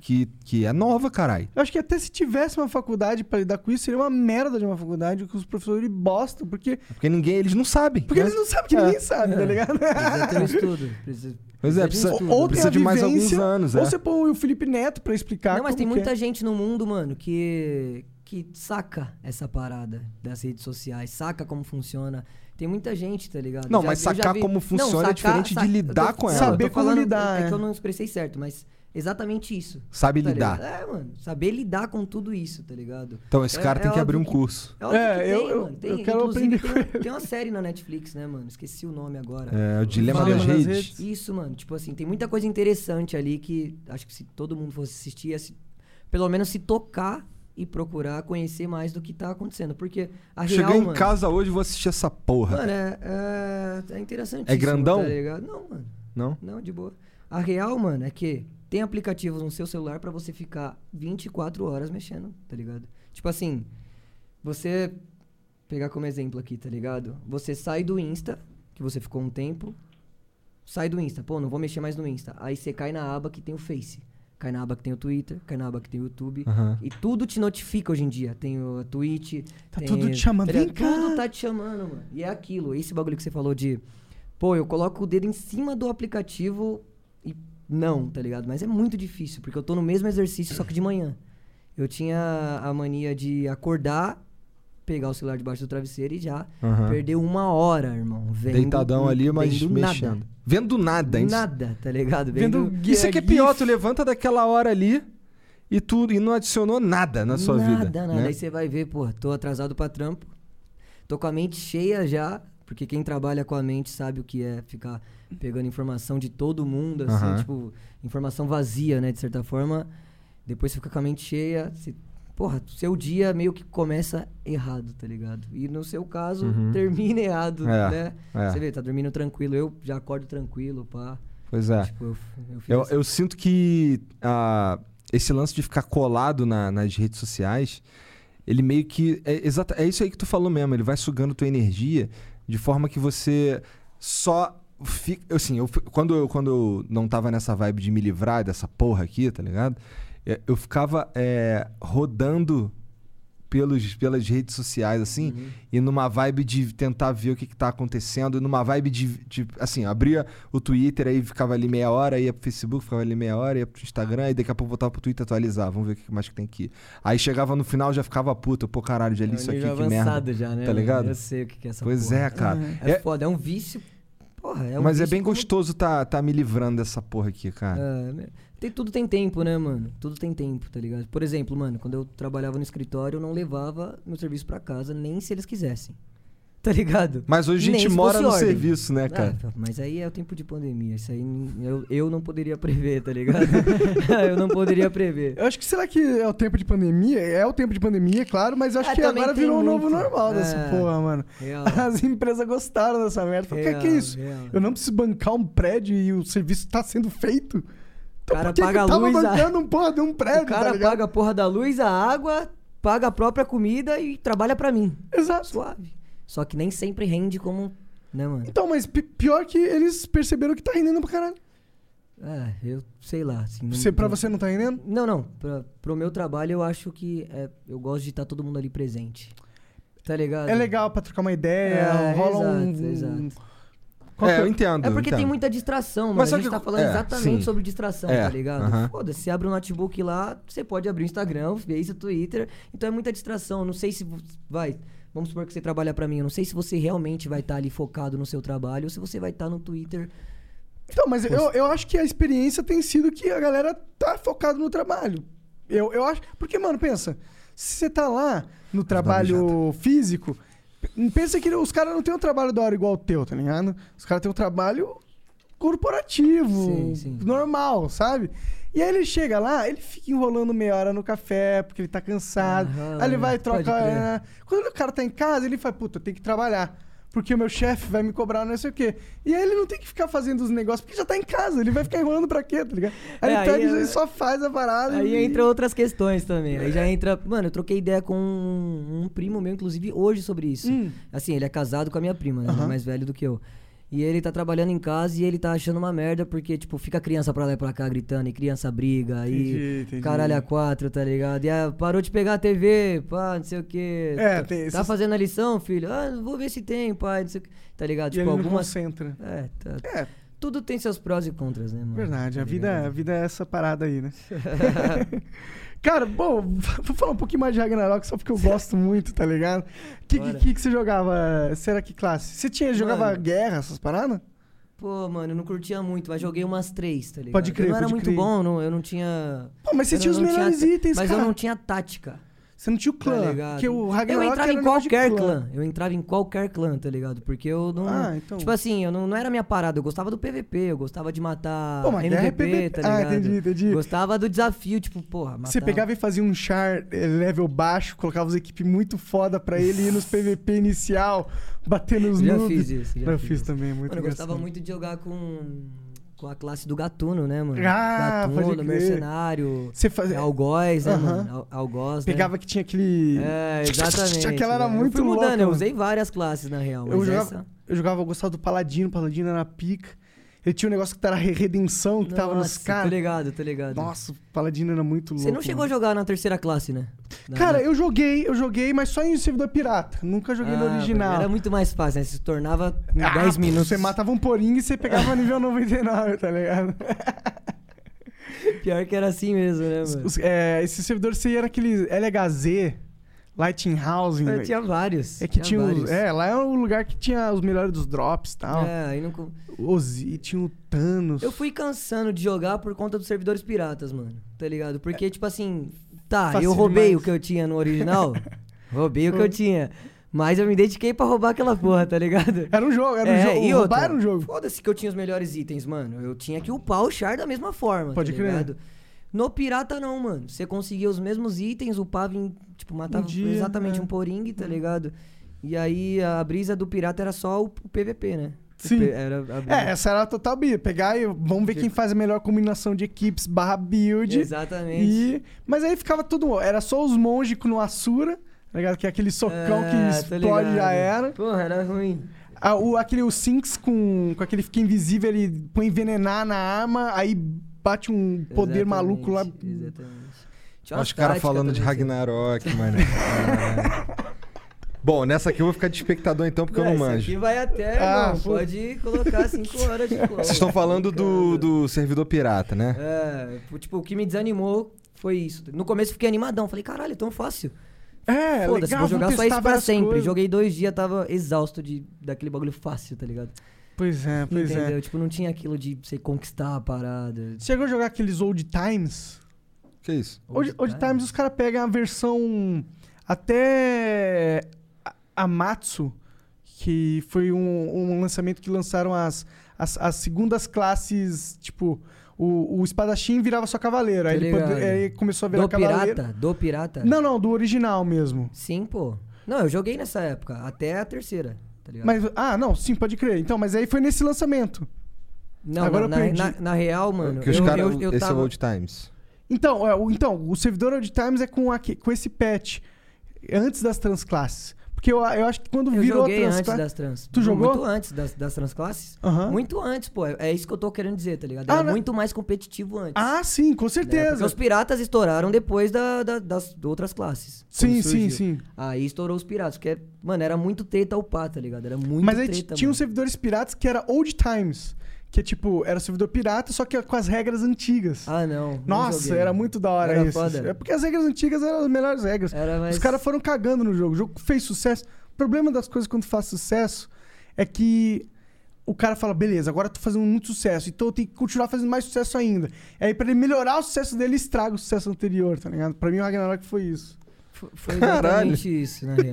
Speaker 1: que, que é nova, caralho.
Speaker 2: Eu acho que até se tivesse uma faculdade pra lidar com isso, seria uma merda de uma faculdade que os professores bosta, porque,
Speaker 1: Porque ninguém. Eles não sabem.
Speaker 2: porque
Speaker 1: né?
Speaker 2: eles não sabem que
Speaker 1: É.
Speaker 2: ninguém sabe, tá ligado?
Speaker 3: Precisa ter um estudo. Precisa,
Speaker 1: Pois é,
Speaker 3: de um
Speaker 1: precisa-
Speaker 3: estudo.
Speaker 2: Ou tem
Speaker 1: Precisa
Speaker 2: a
Speaker 1: de mais alguns
Speaker 2: vivência,
Speaker 1: anos,
Speaker 2: Ou
Speaker 1: é.
Speaker 2: você põe o Felipe Neto pra explicar
Speaker 3: Não, mas
Speaker 2: como
Speaker 3: tem
Speaker 2: que
Speaker 3: muita
Speaker 2: é.
Speaker 3: gente no mundo, mano, que que saca essa parada das redes sociais, saca como funciona. Tem muita gente, tá ligado?
Speaker 1: Não,
Speaker 3: Já-
Speaker 1: mas
Speaker 3: eu já
Speaker 1: sacar
Speaker 3: vi-
Speaker 1: como funciona é diferente de
Speaker 3: saca-
Speaker 1: lidar
Speaker 3: eu
Speaker 1: com ela.
Speaker 3: eu
Speaker 2: Saber como
Speaker 3: falando-
Speaker 2: lidar,
Speaker 3: É, que
Speaker 2: é.
Speaker 3: eu não expressei certo, mas exatamente isso.
Speaker 1: Sabe
Speaker 3: tá
Speaker 1: lidar.
Speaker 3: ligado? É, mano, saber lidar com tudo isso, tá ligado?
Speaker 1: Então esse
Speaker 3: É-
Speaker 1: cara
Speaker 3: é
Speaker 1: tem que abrir um
Speaker 3: óbvio que-
Speaker 1: curso.
Speaker 3: É, óbvio
Speaker 2: É,
Speaker 3: que tem,
Speaker 2: eu- eu-
Speaker 3: mano. Tem,
Speaker 2: eu quero
Speaker 3: inclusive,
Speaker 2: aprender
Speaker 3: tem, um- tem uma série na Netflix, né, mano? Esqueci o nome agora.
Speaker 1: É, o dilema
Speaker 2: Fala
Speaker 1: das
Speaker 2: nas
Speaker 1: redes.
Speaker 2: redes.
Speaker 3: Isso, mano. Tipo assim, tem muita coisa interessante ali que acho que se todo mundo fosse assistir, ia se- pelo menos se tocar e procurar conhecer mais do que tá acontecendo. Porque a
Speaker 1: Cheguei
Speaker 3: real,
Speaker 1: em
Speaker 3: mano,
Speaker 1: casa hoje e vou assistir essa porra.
Speaker 3: Mano, é, é, é interessante.
Speaker 1: É grandão?
Speaker 3: Tá ligado? Não, mano.
Speaker 1: Não?
Speaker 3: Não, de boa. A real, mano, é que tem aplicativos no seu celular pra você ficar 24 horas mexendo, tá ligado? Tipo assim, você pegar como exemplo aqui, tá ligado? Você sai do Insta, que você ficou um tempo, sai do Insta, pô, não vou mexer mais no Insta. Aí você cai na aba que tem o Face, cai na aba que tem o Twitter, cai na aba que tem o YouTube.
Speaker 1: Aham.
Speaker 3: E tudo te notifica hoje em dia. Tem o a Twitch.
Speaker 2: Tá
Speaker 3: tem-
Speaker 2: tudo te chamando,
Speaker 3: ligado?
Speaker 2: "Vem cá!"
Speaker 3: Tudo tá te chamando, mano. E é aquilo. Esse bagulho que você falou de. Pô, eu coloco o dedo em cima do aplicativo e. Não, tá ligado? Mas é muito difícil, porque eu tô no mesmo exercício, só que de manhã. Eu tinha a mania de acordar, pegar o celular debaixo do travesseiro e já
Speaker 1: Aham.
Speaker 3: perder uma hora, irmão. Vendo,
Speaker 1: Deitadão ali, mas
Speaker 3: vendo
Speaker 1: mexendo.
Speaker 3: Nada.
Speaker 1: Vendo nada, hein?
Speaker 3: Nada, tá ligado?
Speaker 2: Vendo
Speaker 1: Isso aqui é
Speaker 2: gif.
Speaker 1: pior, tu levanta daquela hora ali e tu e não adicionou nada na sua
Speaker 3: nada,
Speaker 1: vida.
Speaker 3: Nada,
Speaker 1: né?
Speaker 3: Aí você vai ver, pô, tô atrasado pra trampo. Tô com a mente cheia já, Porque quem trabalha com a mente sabe o que é ficar pegando informação de todo mundo, assim,
Speaker 1: Aham.
Speaker 3: tipo, informação vazia, né, de certa forma. Depois você fica com a mente cheia, você- porra, seu dia meio que começa errado, tá ligado? E no seu caso,
Speaker 1: Uhum.
Speaker 3: termina errado,
Speaker 1: É,
Speaker 3: né?
Speaker 1: é.
Speaker 3: Você vê, tá dormindo tranquilo, eu já acordo tranquilo, pá.
Speaker 1: Pois é.
Speaker 3: Tipo, eu, eu fiz
Speaker 1: Eu,
Speaker 3: essa-
Speaker 1: eu sinto que ah, esse lance de ficar colado na- nas redes sociais, ele meio que. É, exata- é isso aí que tu falou mesmo, ele vai sugando tua energia de forma que você só. Fica, assim, eu, fi- quando, eu, quando eu não tava nessa vibe de me livrar dessa porra aqui, tá ligado? É, Eu ficava é, rodando pelos, pelas redes sociais, assim,
Speaker 3: Uhum.
Speaker 1: e numa vibe de tentar ver o que, que tá acontecendo, e numa vibe de, de, assim, abria o Twitter, aí ficava ali meia hora, ia pro Facebook, ficava ali meia hora, ia pro Instagram, e daqui a pouco voltava pro Twitter atualizar, vamos ver o que mais que tem aqui. Aí chegava no final, já ficava puto, pô, caralho, já li
Speaker 3: é um
Speaker 1: isso aqui,
Speaker 3: nível
Speaker 1: que
Speaker 3: avançado
Speaker 1: merda.
Speaker 3: já, né?
Speaker 1: tá
Speaker 3: mano?
Speaker 1: ligado?
Speaker 3: Eu sei o que que é essa
Speaker 1: Pois
Speaker 3: porra.
Speaker 1: é, cara.
Speaker 3: É,
Speaker 1: É-
Speaker 3: foda, é um vício. Porra, é um
Speaker 1: mas é
Speaker 3: vício
Speaker 1: bem
Speaker 3: como-
Speaker 1: gostoso tá, tá me livrando dessa porra aqui, cara.
Speaker 3: É, né? tem, tudo tem tempo, né, mano? Tudo tem tempo, tá ligado? Por exemplo, mano, quando eu trabalhava no escritório, eu não levava meu serviço pra casa, nem se eles quisessem. Tá ligado?
Speaker 1: Mas hoje a
Speaker 3: Nem
Speaker 1: gente
Speaker 3: se
Speaker 1: mora
Speaker 3: fosse
Speaker 1: no
Speaker 3: ordem.
Speaker 1: serviço, né, cara?
Speaker 3: Ah, mas aí é o tempo de pandemia. Isso aí n- eu, eu não poderia prever, tá ligado? eu não poderia prever.
Speaker 2: Eu acho que será que é o tempo de pandemia? É o tempo de pandemia, claro, mas eu acho
Speaker 3: Ah,
Speaker 2: que
Speaker 3: também
Speaker 2: agora
Speaker 3: tem
Speaker 2: virou um novo
Speaker 3: muito.
Speaker 2: normal dessa
Speaker 3: É. Ah.
Speaker 2: porra, mano.
Speaker 3: Real.
Speaker 2: As empresas gostaram dessa merda. Falaram, que que é
Speaker 3: real,
Speaker 2: isso?
Speaker 3: real.
Speaker 2: Eu não preciso bancar um prédio e o serviço tá sendo feito? Então
Speaker 3: Cara,
Speaker 2: por que,
Speaker 3: paga
Speaker 2: que
Speaker 3: a
Speaker 2: eu tava
Speaker 3: luz, a-
Speaker 2: bancando um porra de um prédio,
Speaker 3: O cara
Speaker 2: tá ligado?
Speaker 3: paga a porra da luz, a água, paga a própria comida e trabalha pra mim.
Speaker 2: Exato.
Speaker 3: Suave. Só que nem sempre rende como. Né, mano?
Speaker 2: Então, mas pi- pior que eles perceberam que tá rendendo pra caralho.
Speaker 3: É, eu sei lá. Assim, não-
Speaker 2: Você, pra
Speaker 3: não-
Speaker 2: você não tá rendendo?
Speaker 3: Não, não. Pra, pro meu trabalho, eu acho que é, eu gosto de estar todo mundo ali presente. Tá ligado?
Speaker 2: É legal pra trocar uma ideia,
Speaker 3: É,
Speaker 2: rola
Speaker 3: exato,
Speaker 2: um...
Speaker 3: exato.
Speaker 2: Qual
Speaker 1: é,
Speaker 2: que
Speaker 1: eu entendo.
Speaker 3: É porque
Speaker 1: entendo.
Speaker 3: tem muita distração, mano.
Speaker 1: Mas
Speaker 3: a
Speaker 1: sabe
Speaker 3: gente
Speaker 1: que-
Speaker 3: tá falando
Speaker 1: é,
Speaker 3: exatamente
Speaker 1: sim.
Speaker 3: sobre distração,
Speaker 1: É,
Speaker 3: tá ligado?
Speaker 1: aham.
Speaker 3: Foda-se, você abre o notebook lá, você pode abrir o Instagram, o Face, o Twitter. Então é muita distração. Não sei se vo- vai. Vamos supor que você trabalha pra mim. Eu não sei se você realmente vai estar ali focado no seu trabalho ou se você vai estar no Twitter.
Speaker 2: Então, mas eu, eu acho que a experiência tem sido que a galera tá focada no trabalho. Eu, eu acho. Porque, mano, pensa. Se você tá lá no trabalho físico, p- pensa que os caras não têm um trabalho da hora igual o teu, tá ligado? Os caras têm um trabalho corporativo,
Speaker 3: Sim, sim.
Speaker 2: normal, sabe? E aí ele chega lá, ele fica enrolando meia hora no café, porque ele tá cansado.
Speaker 3: Aham,
Speaker 2: aí ele vai
Speaker 3: pode
Speaker 2: trocar.
Speaker 3: crer.
Speaker 2: né? Quando o cara tá em casa, ele fala, puta, eu tenho que trabalhar. Porque o meu chefe vai me cobrar não sei o quê. E aí ele não tem que ficar fazendo os negócios, porque já tá em casa. Ele vai ficar enrolando pra quê, tá ligado? Aí
Speaker 3: É,
Speaker 2: ele pega
Speaker 3: aí
Speaker 2: e
Speaker 3: é-
Speaker 2: só faz a parada.
Speaker 3: Aí
Speaker 2: e...
Speaker 3: entra outras questões também. Aí já entra. Mano, eu troquei ideia com um, um primo meu, inclusive, hoje sobre isso.
Speaker 2: Hum.
Speaker 3: Assim, ele é casado com a minha prima, né? Ele é
Speaker 2: Aham.
Speaker 3: mais velho do que eu. E ele tá trabalhando em casa e ele tá achando uma merda porque, tipo, fica criança pra lá e pra cá gritando, e criança briga,
Speaker 2: Entendi,
Speaker 3: aí.
Speaker 2: entendi.
Speaker 3: Caralho, a quatro, tá ligado? E ah, parou de pegar a TV, pá, não sei o quê.
Speaker 2: É,
Speaker 3: tá,
Speaker 2: tem esses-
Speaker 3: Tá fazendo a lição, filho? Ah, vou ver se tem, pai, não sei o quê. Tá ligado?
Speaker 2: E ele
Speaker 3: tipo,
Speaker 2: não
Speaker 3: algumas.
Speaker 2: concentra.
Speaker 3: É, tá-
Speaker 2: É,
Speaker 3: Tudo tem seus prós e contras, né, mano?
Speaker 2: verdade. A
Speaker 3: Tá
Speaker 2: vida, a
Speaker 3: ligado?
Speaker 2: vida é essa parada aí, né? Cara, bom, vou falar um pouquinho mais de Ragnarok só porque eu gosto muito, tá ligado? O que,
Speaker 3: Bora.
Speaker 2: que, que você jogava? Será que classe? Você tinha, jogava
Speaker 3: Mano.
Speaker 2: guerra, essas paradas?
Speaker 3: Pô, mano, eu não curtia muito, mas joguei umas três, tá ligado?
Speaker 2: Pode crer,
Speaker 3: eu não era
Speaker 2: pode
Speaker 3: muito
Speaker 2: crer.
Speaker 3: bom, não, eu não tinha.
Speaker 2: Pô, mas você
Speaker 3: eu
Speaker 2: tinha os
Speaker 3: não
Speaker 2: melhores
Speaker 3: ta-
Speaker 2: itens,
Speaker 3: Mas
Speaker 2: cara.
Speaker 3: eu não tinha tática.
Speaker 2: Você não tinha o
Speaker 3: Tá
Speaker 2: clã.
Speaker 3: ligado?
Speaker 2: porque o Ragnarok
Speaker 3: eu entrava
Speaker 2: era
Speaker 3: em
Speaker 2: um negócio de
Speaker 3: qualquer clã. Eu entrava em qualquer clã, tá ligado? Porque eu não.
Speaker 2: Ah, então.
Speaker 3: Tipo assim, eu não, não era minha parada. Eu gostava do PVP, eu gostava de matar
Speaker 2: Pô, mas guerra é
Speaker 3: MVP,
Speaker 2: PVP.
Speaker 3: tá
Speaker 2: Ah,
Speaker 3: ligado?
Speaker 2: entendi, entendi.
Speaker 3: Gostava do desafio, tipo, porra, matar.
Speaker 2: Você pegava e fazia um char eh, level baixo, colocava as equipes muito foda pra ele ir nos PVP inicial, bater nos
Speaker 3: Já
Speaker 2: noob.
Speaker 3: fiz isso, já
Speaker 2: eu
Speaker 3: fiz
Speaker 2: fiz
Speaker 3: isso.
Speaker 2: também, muito
Speaker 3: Mano, eu gostava
Speaker 2: engraçado.
Speaker 3: muito de jogar com. Com a classe do gatuno, né, mano?
Speaker 2: Ah, pode
Speaker 3: gatuno,
Speaker 2: crer.
Speaker 3: mercenário.
Speaker 2: Você fazia.
Speaker 3: Algoz, né,
Speaker 2: Aham.
Speaker 3: mano? Al- Algoz, né?
Speaker 2: Pegava que tinha aquele.
Speaker 3: É, exatamente.
Speaker 2: Aquela era
Speaker 3: né?
Speaker 2: muito
Speaker 3: eu fui mudando,
Speaker 2: louca,
Speaker 3: eu
Speaker 2: mano.
Speaker 3: usei várias classes, na real. Mas
Speaker 2: Eu jogava,
Speaker 3: essa...
Speaker 2: eu jogava, eu gostava do Paladino, o Paladino era pica. Ele tinha um negócio que era re- redenção, que tava nos
Speaker 3: Nossa, Tô
Speaker 2: caras.
Speaker 3: ligado, tô ligado.
Speaker 2: Nossa, o Paladino era muito louco.
Speaker 3: Você não chegou a jogar na terceira classe, né? Na-
Speaker 2: Cara,
Speaker 3: na-
Speaker 2: eu joguei, eu joguei, mas só em servidor pirata. Nunca joguei no
Speaker 3: Ah,
Speaker 2: original.
Speaker 3: Era muito mais fácil, né? Se tornava em
Speaker 2: Ah,
Speaker 3: 10
Speaker 2: pô,
Speaker 3: minutos.
Speaker 2: Você matava um porinho e você pegava nível 99, tá ligado?
Speaker 3: Pior que era assim mesmo, né, mano?
Speaker 2: Os- é, esse servidor você era aquele LHZ, Lightinghouse.
Speaker 3: Eu
Speaker 2: velho.
Speaker 3: tinha vários.
Speaker 2: É que tinha os,
Speaker 3: vários.
Speaker 2: É, lá é o lugar que tinha os melhores dos drops e tal.
Speaker 3: É, aí não... co-
Speaker 2: Os, e tinha o Thanos.
Speaker 3: Eu fui cansando de jogar por conta dos servidores piratas, mano. Tá ligado? Porque, tipo assim, tá,
Speaker 2: É. Fácil
Speaker 3: eu roubei
Speaker 2: demais. Hum.
Speaker 3: o que eu tinha no original. roubei o que eu tinha. Mas eu me dediquei pra roubar aquela porra, tá ligado?
Speaker 2: Era um jogo, era um
Speaker 3: É,
Speaker 2: jogo.
Speaker 3: e
Speaker 2: roubar
Speaker 3: outra,
Speaker 2: era um jogo.
Speaker 3: Foda-se que eu tinha os melhores itens, mano. Eu tinha que upar o char da mesma forma.
Speaker 2: Pode
Speaker 3: tá
Speaker 2: crer.
Speaker 3: Ligado? No pirata, não, mano. Você conseguia os mesmos itens, upava em. Tipo, matava
Speaker 2: dia,
Speaker 3: exatamente
Speaker 2: é.
Speaker 3: um poringue, tá ligado? E aí a brisa do pirata era só o, o PVP, né? O
Speaker 2: Sim.
Speaker 3: P- Era a brisa.
Speaker 2: É, essa era a total build. Pegar e vamos ver quem faz a melhor combinação de equipes barra build.
Speaker 3: Exatamente.
Speaker 2: E... Mas aí ficava tudo. Era só os monges com no Asura, tá ligado? Que é aquele socão
Speaker 3: É,
Speaker 2: que
Speaker 3: tô
Speaker 2: explode
Speaker 3: ligado.
Speaker 2: já era.
Speaker 3: Porra, era ruim.
Speaker 2: Ah, o, aquele o Sinks com, com aquele fica invisível, ele põe envenenar na arma, aí bate um poder
Speaker 3: Exatamente,
Speaker 2: maluco lá.
Speaker 3: Exatamente. Tinha
Speaker 1: Olha
Speaker 3: umas
Speaker 1: os caras
Speaker 3: táticas
Speaker 1: falando de
Speaker 3: também, assim.
Speaker 1: Ragnarok, mano. Caralho. Bom, nessa aqui eu vou ficar de espectador então, porque eu não
Speaker 3: Isso
Speaker 1: manjo.
Speaker 3: É, aqui vai até,
Speaker 2: Ah,
Speaker 3: irmão.
Speaker 2: pô.
Speaker 3: Pode colocar 5 horas de cola.
Speaker 1: Vocês estão falando do, do servidor pirata, né?
Speaker 3: É, pô, tipo, o que me desanimou foi isso. No começo eu fiquei animadão. Falei, caralho, é tão fácil.
Speaker 2: É,
Speaker 3: Foda-se,
Speaker 2: legal,
Speaker 3: vou
Speaker 2: vamos
Speaker 3: jogar só
Speaker 2: testar
Speaker 3: isso pra
Speaker 2: várias
Speaker 3: sempre.
Speaker 2: coisas.
Speaker 3: Joguei dois dias, tava exausto de, daquele bagulho fácil, tá ligado?
Speaker 2: Pois é, pois
Speaker 3: Entendeu?
Speaker 2: é.
Speaker 3: Tipo, não tinha aquilo de você conquistar a parada.
Speaker 2: Chegou a jogar aqueles Old Times?
Speaker 1: Que isso?
Speaker 2: Old, Old
Speaker 3: Tá.
Speaker 2: Times os caras pegam a versão até a- Amatsu, que foi um, um lançamento que lançaram as, as, as segundas classes, tipo, o, o espadachim virava só cavaleiro. Aí
Speaker 3: Tô
Speaker 2: ele, pode-
Speaker 3: ligado.
Speaker 2: aí ele começou a virar
Speaker 3: Do
Speaker 2: cavaleiro.
Speaker 3: pirata? Do pirata?
Speaker 2: Não, não, do original mesmo.
Speaker 3: Sim, pô. Não, eu joguei nessa época, até a terceira, tá ligado?
Speaker 2: Mas, ah, não, sim, pode crer. Então, mas aí foi nesse lançamento.
Speaker 3: não,
Speaker 2: agora
Speaker 3: não,
Speaker 2: eu perdi.
Speaker 3: na, na- na real, mano,
Speaker 1: que os
Speaker 3: eu,
Speaker 1: caras.
Speaker 3: eu, eu
Speaker 1: Esse é
Speaker 3: tava...
Speaker 1: o Old Times.
Speaker 2: Então, é, o, então, o servidor Old Times é com, aque- com esse patch, antes das transclasses. Porque eu, eu acho que quando
Speaker 3: Eu
Speaker 2: virou a
Speaker 3: joguei antes
Speaker 2: transclasse...
Speaker 3: das trans.
Speaker 2: Tu jogou?
Speaker 3: Muito antes das, das transclasses.
Speaker 2: Aham.
Speaker 3: Muito antes, pô. É isso que eu tô querendo dizer, tá ligado?
Speaker 2: Ah,
Speaker 3: Era
Speaker 2: né?
Speaker 3: muito mais competitivo antes.
Speaker 2: Ah, sim, com
Speaker 3: né? Porque
Speaker 2: certeza.
Speaker 3: os piratas estouraram depois da- da- das outras classes.
Speaker 2: Sim,
Speaker 3: Quando
Speaker 2: sim,
Speaker 3: surgiu.
Speaker 2: sim.
Speaker 3: Aí estourou os piratas, porque, mano, era muito treta upar, tá ligado? Era muito
Speaker 2: Mas aí t-
Speaker 3: treta.
Speaker 2: tinha um
Speaker 3: mano.
Speaker 2: uns servidores piratas que era Old Times. Que é tipo, era servidor pirata, só que com as regras antigas.
Speaker 3: Ah, não. não
Speaker 2: Nossa,
Speaker 3: joguei.
Speaker 2: era muito da hora
Speaker 3: Era
Speaker 2: isso.
Speaker 3: foda.
Speaker 2: É porque as regras antigas eram as melhores regras.
Speaker 3: Era mais...
Speaker 2: Os caras foram cagando no jogo. O jogo fez sucesso. O problema das coisas quando faz sucesso é que o cara fala, beleza, agora eu tô fazendo muito sucesso, então eu tenho que continuar fazendo mais sucesso ainda. Aí pra ele melhorar o sucesso dele, estraga o sucesso anterior, tá ligado? Pra mim o Ragnarok foi isso.
Speaker 3: F- Foi
Speaker 1: Caralho.
Speaker 3: exatamente isso, na real.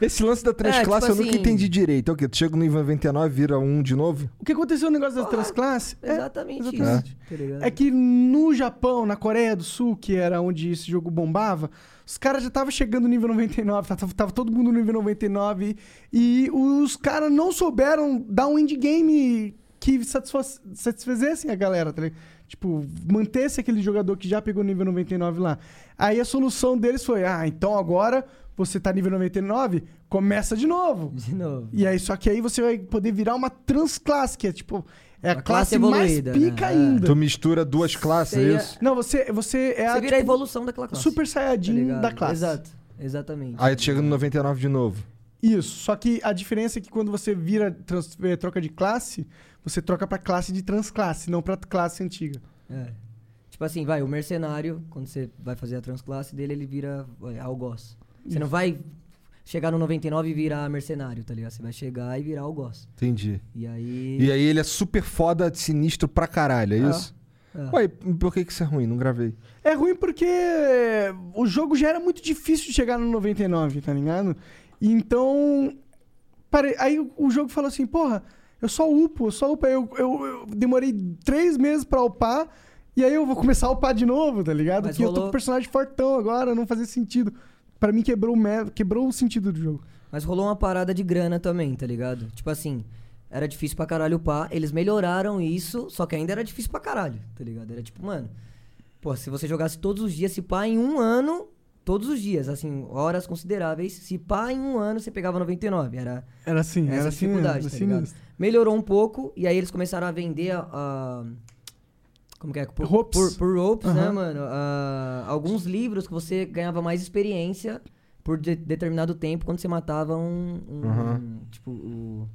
Speaker 1: Esse lance da transclasse
Speaker 3: tipo
Speaker 1: eu nunca
Speaker 3: assim-
Speaker 1: entendi direito. É o quê? Tu chega no Ivan 99 vira um de novo?
Speaker 2: O que aconteceu no negócio das transclasses é,
Speaker 3: exatamente,
Speaker 2: exatamente.
Speaker 3: isso, tá ligado?
Speaker 2: é que no Japão, na Coreia do Sul, que era onde esse jogo bombava, os caras já estavam chegando no nível 99, tava, tava todo mundo no nível 99, e os caras não souberam dar um endgame que satisfa satisfizessem a galera, tá ligado? Tipo, mantesse aquele jogador que já pegou o nível 99 lá. Aí a solução deles foi, ah, então agora você tá nível 99, começa de novo.
Speaker 3: De novo.
Speaker 2: E aí, só que aí você vai poder virar uma transclasse, que é tipo, é a
Speaker 3: Uma
Speaker 2: classe,
Speaker 3: classe evoluída,
Speaker 2: mais pica
Speaker 3: né? É.
Speaker 2: ainda.
Speaker 1: Tu mistura duas classes, é
Speaker 3: Seria-
Speaker 1: isso?
Speaker 2: Não, você, você é
Speaker 3: Você
Speaker 2: a
Speaker 3: vira a
Speaker 2: tipo,
Speaker 3: evolução daquela classe.
Speaker 2: super
Speaker 3: tá
Speaker 2: saiyajin
Speaker 3: ligado?
Speaker 2: da classe.
Speaker 3: Exato, exatamente.
Speaker 1: Aí tipo, tu chega no 99 de novo.
Speaker 2: Isso, só que a diferença é que quando você vira trans- eh, troca de classe, você troca pra classe de transclasse, não pra classe antiga.
Speaker 3: É. Tipo assim, vai, o mercenário, quando você vai fazer a transclasse dele, ele vira é, algoz. Você não vai chegar no 99 e virar mercenário, tá ligado? Você vai chegar e virar algoz.
Speaker 1: Entendi.
Speaker 3: E aí.
Speaker 1: E aí ele é super foda, sinistro pra caralho, é
Speaker 3: Ah,
Speaker 1: isso?
Speaker 3: ah.
Speaker 1: Ué, e por que que isso é ruim? Não gravei.
Speaker 2: É ruim porque o jogo já era muito difícil de chegar no 99, tá ligado? Então. pare- Aí o- o jogo falou assim, porra, eu só upo, eu só upo. Aí Eu, eu, eu demorei três meses pra upar, e aí eu vou começar a upar de novo, tá ligado?
Speaker 3: Mas
Speaker 2: Porque eu tô com um
Speaker 3: rolou-
Speaker 2: personagem fortão agora, não fazia sentido. Pra mim quebrou o, me- quebrou o sentido do jogo.
Speaker 3: Mas rolou uma parada de grana também, tá ligado? Tipo assim, era difícil pra caralho upar, eles melhoraram isso, só que ainda era difícil pra caralho, tá ligado? Era tipo, mano, pô, se você jogasse todos os dias, se pá em um ano, todos os dias, assim, horas consideráveis, se pá em um ano você pegava 99, era
Speaker 2: Era assim,
Speaker 3: essa
Speaker 2: era assim.
Speaker 3: dificuldade,
Speaker 2: era
Speaker 3: tá ligado?
Speaker 2: sinistro.
Speaker 3: Melhorou um pouco, e aí eles começaram a vender a... a- como que é? Por
Speaker 2: Ropes.
Speaker 3: Por, por ropes, né,
Speaker 2: Aham.
Speaker 3: mano? Ah, alguns livros que você ganhava mais experiência por de- determinado tempo quando você matava um... um-
Speaker 1: Aham.
Speaker 3: Tipo, o...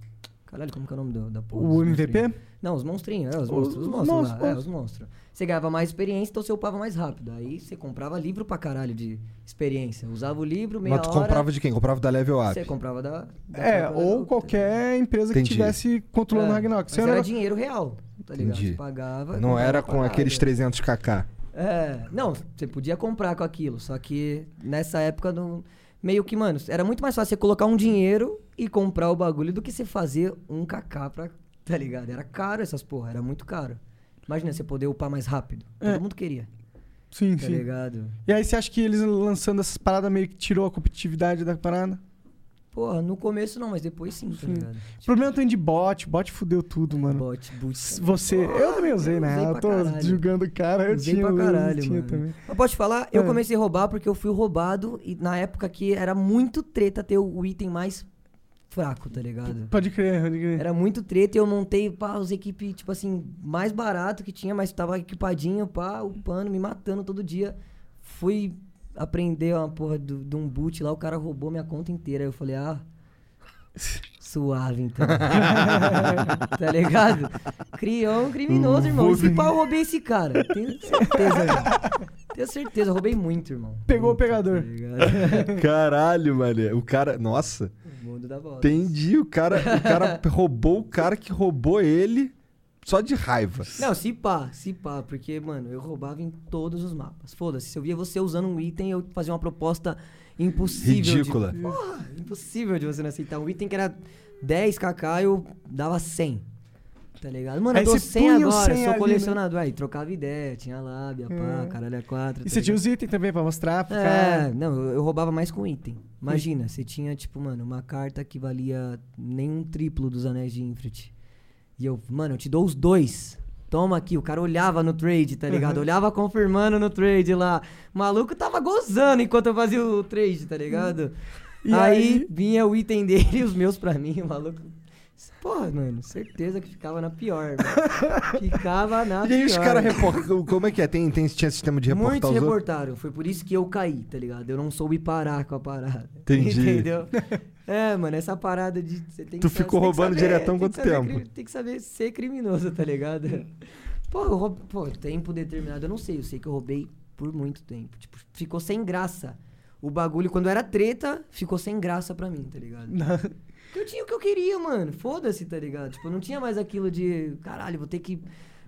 Speaker 3: Caralho, como que é o nome do, da porra?
Speaker 2: O
Speaker 3: dos
Speaker 2: MVP?
Speaker 3: monstrinhos? Não, os monstrinhos. É, os
Speaker 2: Os-
Speaker 3: monstros. Os
Speaker 2: os
Speaker 3: monstros,
Speaker 2: monstros,
Speaker 3: lá, é,
Speaker 2: monstros.
Speaker 3: os monstros. Você ganhava mais experiência, então você upava mais rápido. Aí você comprava livro pra caralho de experiência. Usava o livro, meia
Speaker 1: Mas tu
Speaker 3: hora...
Speaker 1: comprava de quem? Comprava da Level Up.
Speaker 3: Você comprava da... da
Speaker 2: É, ou
Speaker 3: própria Europa, tá ligado?
Speaker 2: qualquer empresa que
Speaker 1: Entendi.
Speaker 2: estivesse controlando o
Speaker 3: É,
Speaker 2: Ragnarok.
Speaker 3: Mas
Speaker 2: Você
Speaker 3: era,
Speaker 2: era-
Speaker 3: dinheiro real, tá ligado?
Speaker 1: Entendi.
Speaker 3: Você pagava.
Speaker 1: Não
Speaker 3: comprava
Speaker 1: era
Speaker 3: a
Speaker 1: com
Speaker 3: parada.
Speaker 1: aqueles 300kk.
Speaker 3: É, não, você podia comprar com aquilo, só que nessa época não. meio que, mano, era muito mais fácil você colocar um dinheiro e comprar o bagulho do que você fazer um kaká pra. Tá ligado? Era caro essas porra, era muito caro. Imagina você poder upar mais rápido.
Speaker 2: É.
Speaker 3: Todo mundo queria,
Speaker 2: Sim,
Speaker 3: tá
Speaker 2: sim.
Speaker 3: ligado?
Speaker 2: E aí você acha que eles lançando essas paradas meio que tirou a competitividade da parada?
Speaker 3: Porra, no começo não, mas depois sim, tá
Speaker 2: Sim.
Speaker 3: ligado?
Speaker 2: O problema tem de bot, bot fudeu tudo, mano.
Speaker 3: Bot, boots.
Speaker 2: S- Você. Eu também usei, né?
Speaker 3: Usei
Speaker 2: Eu
Speaker 3: pra
Speaker 2: tô
Speaker 3: caralho.
Speaker 2: julgando o cara, eu
Speaker 3: Usei
Speaker 2: tinha,
Speaker 3: pra
Speaker 2: eu
Speaker 3: caralho,
Speaker 2: tinha
Speaker 3: mano.
Speaker 2: também.
Speaker 3: Mas posso te falar, eu
Speaker 2: É.
Speaker 3: comecei a roubar porque eu fui roubado e na época que era muito treta ter o item mais fraco, tá ligado?
Speaker 2: Pode crer, pode crer.
Speaker 3: Era muito treta e eu montei, pá, os equipe, tipo assim, mais barato que tinha, mas tava equipadinho, pá, upando, me matando todo dia. Fui aprender uma porra do- de um boot lá, o cara roubou minha conta inteira. Aí eu falei, ah. Suave, então. tá ligado? Criou um criminoso, irmão. E se pá, eu roubei esse cara. Tenho certeza, irmão. Tenho certeza, eu roubei muito, irmão.
Speaker 2: Pegou o
Speaker 3: Muito,
Speaker 2: pegador.
Speaker 3: Tá ligado?
Speaker 1: Caralho, mano. O cara. Nossa.
Speaker 3: o mundo da bola.
Speaker 1: Entendi. O cara, o cara roubou o cara que roubou ele só de raiva.
Speaker 3: Não, se pá, se pá, porque, mano, eu roubava em todos os mapas. Foda-se, se eu via você usando um item, eu fazia uma proposta impossível.
Speaker 1: Ridícula.
Speaker 3: De, porra, impossível de você não aceitar. Um item que era 10kk, eu dava 100. Tá ligado? Mano,
Speaker 2: Aí
Speaker 3: eu dou
Speaker 2: você
Speaker 3: 100
Speaker 2: punha o
Speaker 3: agora,
Speaker 2: 100
Speaker 3: sou
Speaker 2: ali, né?
Speaker 3: colecionador. Aí trocava ideia, tinha lábia, pá, caralho, é 4.
Speaker 2: E você tinha os itens também pra mostrar pro
Speaker 3: É,
Speaker 2: cara.
Speaker 3: não, eu- eu roubava mais com item. Imagina, você tinha, tipo, mano, uma carta que valia nem um triplo dos anéis de Infrit. E eu, mano, eu te dou os dois. Toma aqui, o cara olhava no trade, tá ligado? Olhava confirmando no trade lá. O maluco tava gozando enquanto eu fazia o trade, tá ligado?
Speaker 2: E
Speaker 3: aí,
Speaker 2: aí?
Speaker 3: vinha o item dele e os meus pra mim, o maluco. Porra, mano, certeza que ficava na pior, mano. Ficava na
Speaker 1: E aí
Speaker 3: tá pior.
Speaker 1: os caras reportam. Como é que é? Tem, tem, tinha sistema de reportar
Speaker 3: Muitos
Speaker 1: os outros?
Speaker 3: reportaram, foi por isso que eu caí, tá ligado? Eu não soube parar com a parada.
Speaker 1: Entendi.
Speaker 3: Entendeu? É, mano, essa parada de. Você tem
Speaker 1: Tu
Speaker 3: que
Speaker 1: ficou
Speaker 3: sa- você tem que
Speaker 1: roubando
Speaker 3: saber-
Speaker 1: diretão
Speaker 3: tem
Speaker 1: quanto
Speaker 3: que saber
Speaker 1: tempo?
Speaker 3: cri- Tem que saber ser criminoso, tá ligado? Pô, eu roubo, pô, tempo determinado, eu não sei, eu sei que eu roubei por muito tempo. Tipo, ficou sem graça. O bagulho, quando era treta, ficou sem graça pra mim, tá ligado? Porque Eu tinha o que eu queria, mano. Foda-se, tá ligado? Tipo, eu não tinha mais aquilo de. Caralho, vou ter que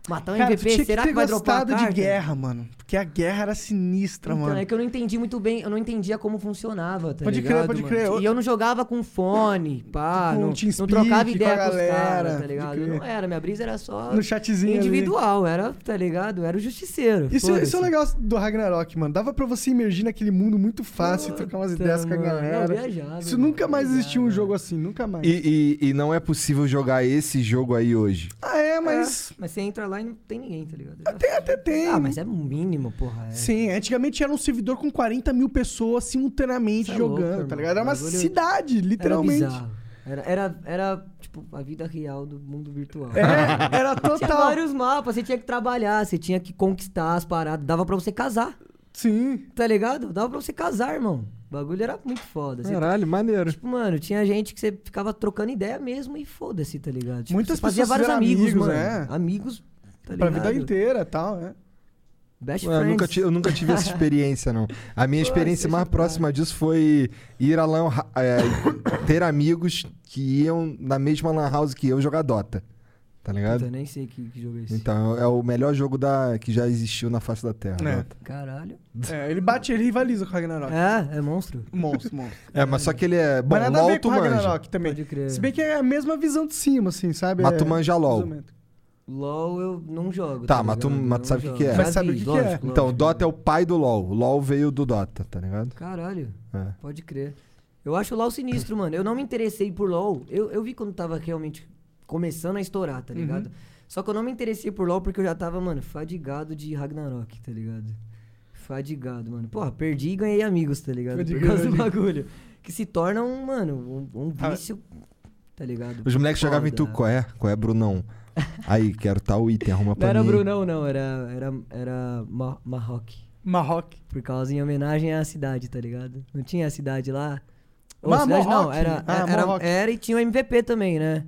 Speaker 3: matar um
Speaker 2: Cara, tu
Speaker 3: MVP.
Speaker 2: tinha
Speaker 3: Será
Speaker 2: que
Speaker 3: que,
Speaker 2: ter
Speaker 3: vai dropar a
Speaker 2: gostado de
Speaker 3: carta?
Speaker 2: guerra, mano. Porque a guerra era sinistra,
Speaker 3: Então,
Speaker 2: mano.
Speaker 3: é que eu não entendi muito bem, eu não entendia como funcionava, tá
Speaker 2: Pode crer,
Speaker 3: ligado,
Speaker 2: pode
Speaker 3: mano?
Speaker 2: crer, Tipo, eu-
Speaker 3: E eu não jogava com fone, pá,
Speaker 2: Com
Speaker 3: não,
Speaker 2: TeamSpeak,
Speaker 3: não trocava
Speaker 2: com a
Speaker 3: ideia com, os
Speaker 2: galera,
Speaker 3: caras, tá
Speaker 2: pode
Speaker 3: ligado?
Speaker 2: crer.
Speaker 3: Não era, minha brisa era só
Speaker 2: No chatzinho ali.
Speaker 3: individual, era, tá ligado? Era o justiceiro.
Speaker 2: Isso,
Speaker 3: foda-se.
Speaker 2: isso é o legal do Ragnarok, mano. Dava pra você imergir naquele mundo muito fácil,
Speaker 3: Puta,
Speaker 2: trocar umas ideias com a
Speaker 3: mano,
Speaker 2: galera.
Speaker 3: eu viajava,
Speaker 2: isso
Speaker 3: mano,
Speaker 2: nunca
Speaker 3: eu
Speaker 2: mais existiu um
Speaker 3: viajava.
Speaker 2: jogo assim, nunca mais.
Speaker 1: E, e- e não é possível jogar esse jogo aí hoje.
Speaker 2: Ah, é, mas.
Speaker 3: É, mas você entra lá e não tem ninguém, tá ligado?
Speaker 2: Até, até tem.
Speaker 3: Ah, mas é mínimo, porra. É.
Speaker 2: Sim, antigamente era um servidor com 40 mil pessoas simultaneamente
Speaker 3: Isso é
Speaker 2: jogando,
Speaker 3: louco,
Speaker 2: tá
Speaker 3: irmão.
Speaker 2: ligado? Era uma
Speaker 3: Bagulho-
Speaker 2: cidade,
Speaker 3: era
Speaker 2: literalmente.
Speaker 3: bizarro. Era, era, era, tipo, a vida real do mundo virtual.
Speaker 2: É, era
Speaker 3: Tinha
Speaker 2: total.
Speaker 3: vários mapas, você tinha que trabalhar, você tinha que conquistar as paradas, dava pra você casar.
Speaker 2: Sim.
Speaker 3: Tá ligado? Dava pra você casar, irmão. O bagulho era muito foda. Você-
Speaker 1: Caralho, maneiro.
Speaker 3: tipo, mano, tinha gente que você ficava trocando ideia mesmo e foda-se, tá ligado? Tipo,
Speaker 2: Muitas
Speaker 3: você fazia
Speaker 2: pessoas
Speaker 3: vários
Speaker 2: fizeram
Speaker 3: amigos,
Speaker 2: amigos,
Speaker 3: mano.
Speaker 2: é.
Speaker 3: Amigos, tá
Speaker 2: pra
Speaker 3: ligado?
Speaker 2: vida inteira e tal, né?
Speaker 3: Best
Speaker 1: Ué, eu,
Speaker 3: friends.
Speaker 1: nunca ti- eu nunca tive essa experiência, não. A minha
Speaker 3: Pô,
Speaker 1: experiência
Speaker 3: deixa
Speaker 1: mais
Speaker 3: pra lá.
Speaker 1: próxima disso foi ir a lan, ha- é, ter amigos que iam na mesma lan house que eu jogar Dota. Tá
Speaker 3: Puta,
Speaker 1: ligado?
Speaker 3: nem sei que, que jogo é esse.
Speaker 1: Então, é o melhor jogo da, que já existiu na face da Terra.
Speaker 3: Tá
Speaker 2: É.
Speaker 1: Dota.
Speaker 3: Caralho.
Speaker 2: É, ele bate, ele rivaliza com o Ragnarok.
Speaker 3: É, é monstro.
Speaker 2: Monstro, monstro.
Speaker 1: É, mas só que ele é. Bom,
Speaker 2: Mas nada a
Speaker 1: LOL
Speaker 2: ver com
Speaker 1: tu
Speaker 2: o
Speaker 1: manja.
Speaker 2: Ragnarok também.
Speaker 3: Pode crer.
Speaker 2: Se bem que é a mesma visão de cima, assim, sabe?
Speaker 1: Mas
Speaker 2: É,
Speaker 1: tu manja LOL.
Speaker 2: mais ou menos.
Speaker 3: LOL eu não jogo.
Speaker 1: Tá, mas tu-
Speaker 3: ligado?
Speaker 1: mas
Speaker 3: Não
Speaker 1: tu sabe o que
Speaker 3: jogo.
Speaker 1: que é?
Speaker 3: Já
Speaker 2: Mas sabe o
Speaker 3: vi,
Speaker 2: que que é?
Speaker 3: lógico,
Speaker 1: Então,
Speaker 3: lógico.
Speaker 1: Dota é o pai do LOL. O LOL veio do Dota, tá ligado?
Speaker 3: Caralho.
Speaker 1: É.
Speaker 3: Pode crer. Eu acho o LoL sinistro, mano. Eu não me interessei por LoL. Eu, eu vi quando tava realmente começando a estourar, tá ligado? Só que eu não me interessei por LoL porque eu já tava, mano, fadigado de Ragnarok, tá ligado? Fadigado, mano. Porra, perdi e ganhei amigos, tá ligado?
Speaker 2: Fadigado.
Speaker 3: Por causa do bagulho. Que se torna um, mano, um, um
Speaker 2: Ah.
Speaker 3: vício, tá ligado?
Speaker 1: Os moleques
Speaker 3: Foda.
Speaker 1: chegavam em tu, qual é? Qual é, Brunão? Aí, quero tal item, arruma
Speaker 3: Não
Speaker 1: pra
Speaker 3: era
Speaker 1: mim.
Speaker 3: Brunão, não. Era, era, era Ma- Marroque.
Speaker 2: Marroque.
Speaker 3: Por causa em homenagem à cidade, tá ligado? Não tinha a cidade lá. Ou
Speaker 2: Mas
Speaker 3: cidade não,
Speaker 2: Mohawk.
Speaker 3: era,
Speaker 2: Ah,
Speaker 3: era,
Speaker 2: Mohawk.
Speaker 3: era e tinha o MVP também, né?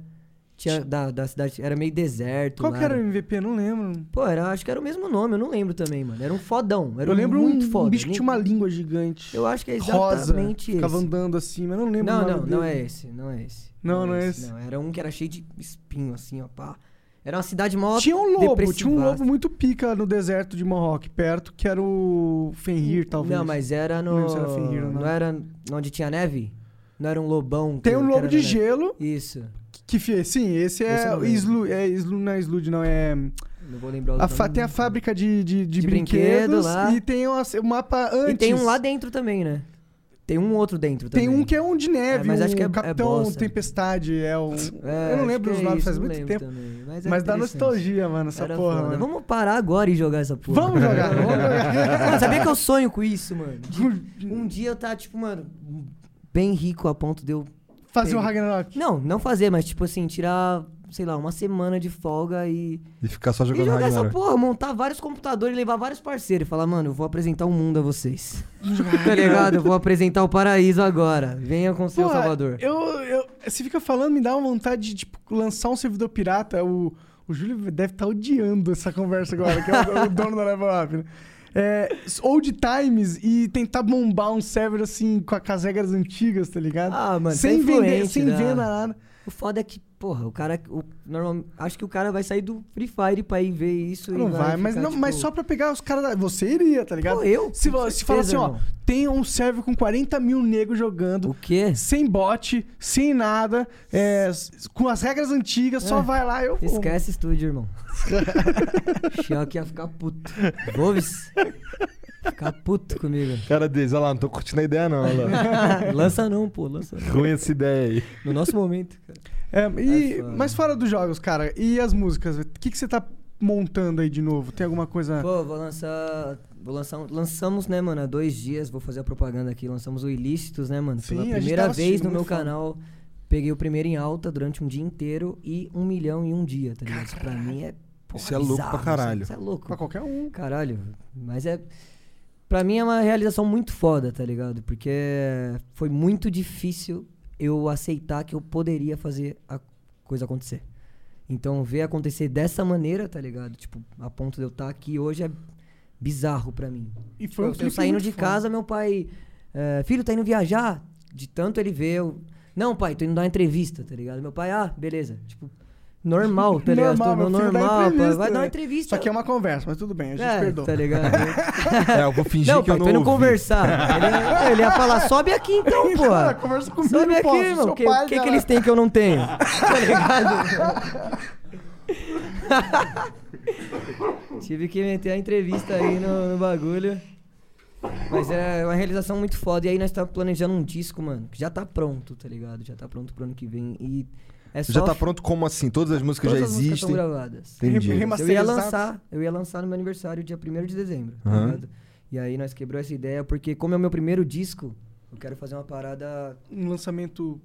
Speaker 3: Tinha da, da cidade, era meio deserto.
Speaker 2: Qual
Speaker 3: lá,
Speaker 2: que era o MVP? Não lembro.
Speaker 3: Pô, era, acho que era o mesmo nome, eu não lembro também, mano. Era um fodão. Era
Speaker 2: eu
Speaker 3: um
Speaker 2: lembro
Speaker 3: muito
Speaker 2: um,
Speaker 3: foda.
Speaker 2: um bicho que tinha uma
Speaker 3: Nem-
Speaker 2: língua gigante.
Speaker 3: Eu acho que é
Speaker 2: rosa.
Speaker 3: exatamente
Speaker 2: Ficava
Speaker 3: esse.
Speaker 2: andando assim, mas eu não lembro. o
Speaker 3: Não,
Speaker 2: nome
Speaker 3: não, não
Speaker 2: dele.
Speaker 3: é esse, não é esse.
Speaker 2: Não, não é esse.
Speaker 3: Não, era um que era cheio de espinho assim, ó, pá. Era uma cidade mó
Speaker 2: Tinha um lobo,
Speaker 3: depressiva.
Speaker 2: tinha um lobo muito pica no deserto de Mohawk, perto, que era o Fenrir, talvez.
Speaker 3: Não, mas era
Speaker 2: Não
Speaker 3: no...
Speaker 2: lembro se era Fenrir ou não.
Speaker 3: não era onde tinha neve? Não era um lobão?
Speaker 2: Tem
Speaker 3: que-
Speaker 2: um
Speaker 3: que
Speaker 2: lobo
Speaker 3: era
Speaker 2: de
Speaker 3: na neve?
Speaker 2: gelo,
Speaker 3: Isso.
Speaker 2: que, fi- sim, esse
Speaker 3: Esse eu
Speaker 2: é
Speaker 3: não lembro.
Speaker 2: Islu, é Islu, não é Islude, não, é...
Speaker 3: Não vou lembrar o
Speaker 2: a
Speaker 3: nome.
Speaker 2: fa- tem a fábrica de, de, de
Speaker 3: De brinquedo
Speaker 2: brinquedos
Speaker 3: lá.
Speaker 2: e tem uma- o mapa antes.
Speaker 3: E tem um lá dentro também, né? Tem um outro dentro também.
Speaker 2: Tem um que é um de neve,
Speaker 3: É, mas
Speaker 2: o
Speaker 3: acho que é- é
Speaker 2: Capitão um
Speaker 3: bosta.
Speaker 2: Tempestade, é o... eu
Speaker 3: É,
Speaker 2: não
Speaker 3: acho
Speaker 2: lembro
Speaker 3: que
Speaker 2: os
Speaker 3: é
Speaker 2: nomes,
Speaker 3: isso,
Speaker 2: faz
Speaker 3: não
Speaker 2: muito
Speaker 3: lembro
Speaker 2: tempo.
Speaker 3: também,
Speaker 2: Mas,
Speaker 3: Mas, é
Speaker 2: dá
Speaker 3: interessante.
Speaker 2: nostalgia, mano, essa
Speaker 3: Era
Speaker 2: porra,
Speaker 3: foda.
Speaker 2: mano.
Speaker 3: Vamos parar agora e jogar essa porra.
Speaker 2: Vamos jogar, vamos jogar.
Speaker 3: Mano, sabia que eu sonho com isso, mano? De- um dia eu tava, tipo, mano, bem rico a ponto de eu.
Speaker 2: Fazer o
Speaker 3: Tem.
Speaker 2: Ragnarok.
Speaker 3: Não, não fazer, mas, tipo assim, tirar, sei lá, uma semana de folga e.
Speaker 1: E ficar só
Speaker 3: E
Speaker 1: jogando
Speaker 3: jogar essa
Speaker 1: Ragnarok.
Speaker 3: porra, montar vários computadores, levar vários parceiros e falar, mano, eu vou apresentar o mundo a vocês. tá ligado? Eu vou apresentar o paraíso agora. Venha com seu
Speaker 2: Porra,
Speaker 3: Salvador.
Speaker 2: Eu, eu, você fica falando, me dá uma vontade de tipo, lançar um servidor pirata. O, o Júlio deve estar odiando essa conversa agora, que é o, o dono da Level Up, né? É, old times e tentar bombar um server assim com, a- com as regras antigas, tá ligado?
Speaker 3: Ah, mano,
Speaker 2: sem
Speaker 3: tá
Speaker 2: vender,
Speaker 3: influente,
Speaker 2: sem
Speaker 3: né?
Speaker 2: vender nada.
Speaker 3: O foda é que, porra, o cara. O, normal, acho que o cara vai sair do Free Fire pra ir ver isso. e
Speaker 2: Não vai, mas,
Speaker 3: ficar,
Speaker 2: não, mas
Speaker 3: tipo,
Speaker 2: só pra pegar os caras da. Você iria, tá ligado?
Speaker 3: Pô, eu?
Speaker 2: Se,
Speaker 3: com
Speaker 2: vo- se fala assim,
Speaker 3: certeza,
Speaker 2: ó,
Speaker 3: irmão.
Speaker 2: tem um server com 40 mil negros jogando,
Speaker 3: O quê?
Speaker 2: sem bot, sem nada, é, s- com as regras antigas, só
Speaker 3: É.
Speaker 2: vai lá eu vou.
Speaker 3: Esquece estúdio, irmão. Choque ia ficar puto. Bovis? Ficar puto comigo.
Speaker 1: Cara deles, olha lá, não tô curtindo a ideia não, olha lá.
Speaker 3: lança não, pô, lança não.
Speaker 1: Ruim essa ideia aí.
Speaker 3: No nosso momento, cara.
Speaker 2: É, e-
Speaker 3: É foda.
Speaker 2: mas fora dos jogos, cara, e as músicas? O que, que você tá montando aí de novo? Tem alguma coisa.
Speaker 3: Pô, vou lançar. Vou lançar um- Lançamos, né, mano, há dois dias, vou fazer a propaganda aqui. Lançamos o Ilícitos, né, mano?
Speaker 2: Sim, a
Speaker 3: Pela
Speaker 2: gente
Speaker 3: primeira
Speaker 2: tava
Speaker 3: vez
Speaker 2: assistindo,
Speaker 3: no meu
Speaker 2: muito foda.
Speaker 3: canal. Peguei o primeiro em alta durante um dia inteiro e um milhão em um dia, tá ligado? Isso pra mim é. Porra,
Speaker 1: Isso é louco
Speaker 3: bizarro,
Speaker 1: pra caralho.
Speaker 3: Isso é louco.
Speaker 2: Pra qualquer um.
Speaker 3: Caralho, mas é. Pra mim é uma realização muito foda, tá ligado? Porque foi muito difícil eu aceitar que eu poderia fazer a coisa acontecer. Então, ver acontecer dessa maneira, tá ligado? Tipo, a ponto de eu estar aqui hoje é bizarro pra mim. Tipo,
Speaker 2: E foi um
Speaker 3: eu, eu
Speaker 2: clipe
Speaker 3: saindo
Speaker 2: muito
Speaker 3: de
Speaker 2: foda.
Speaker 3: casa, meu pai. eh, filho, tá indo viajar? De tanto ele ver. Eu, não, pai, tô indo dar uma entrevista, tá ligado? Meu pai, ah, beleza. Tipo, normal, tá ligado?
Speaker 2: Normal,
Speaker 3: Tô no
Speaker 2: meu filho dá
Speaker 3: normal, pai.
Speaker 2: entrevista,
Speaker 3: Vai dar
Speaker 2: né?
Speaker 3: uma entrevista.
Speaker 2: Só que é uma conversa, mas tudo bem, a gente
Speaker 3: É,
Speaker 2: perdoa.
Speaker 3: tá ligado?
Speaker 1: É, eu vou fingir
Speaker 3: não,
Speaker 1: que eu
Speaker 3: pai,
Speaker 1: não
Speaker 3: tô indo
Speaker 1: ouvi.
Speaker 3: conversar. Ele, ele ia falar, sobe aqui então, pô.
Speaker 2: Cara, conversa comigo,
Speaker 3: Sobe
Speaker 2: eu
Speaker 3: aqui,
Speaker 2: posso,
Speaker 3: irmão.
Speaker 2: seu
Speaker 3: O que,
Speaker 2: pai
Speaker 3: que,
Speaker 2: já-
Speaker 3: que eles têm que eu não tenho? Tá ligado? Tive que meter a entrevista aí no, no bagulho. Mas é uma realização muito foda. E aí nós estamos planejando um disco, mano, que já tá pronto, tá ligado? Já tá pronto pro ano que vem. E é só
Speaker 1: Já tá pronto como assim? Todas as músicas
Speaker 3: todas
Speaker 1: já
Speaker 3: as músicas tão
Speaker 1: existem.
Speaker 3: gravadas.
Speaker 1: Entendi.
Speaker 3: Eu ia
Speaker 2: Remasterizados.
Speaker 3: lançar, eu ia lançar no meu aniversário, dia 1 de dezembro, tá
Speaker 1: Aham.
Speaker 3: ligado? E aí nós quebrou essa ideia, porque como é o meu primeiro disco, eu quero fazer uma parada.
Speaker 2: Um lançamento.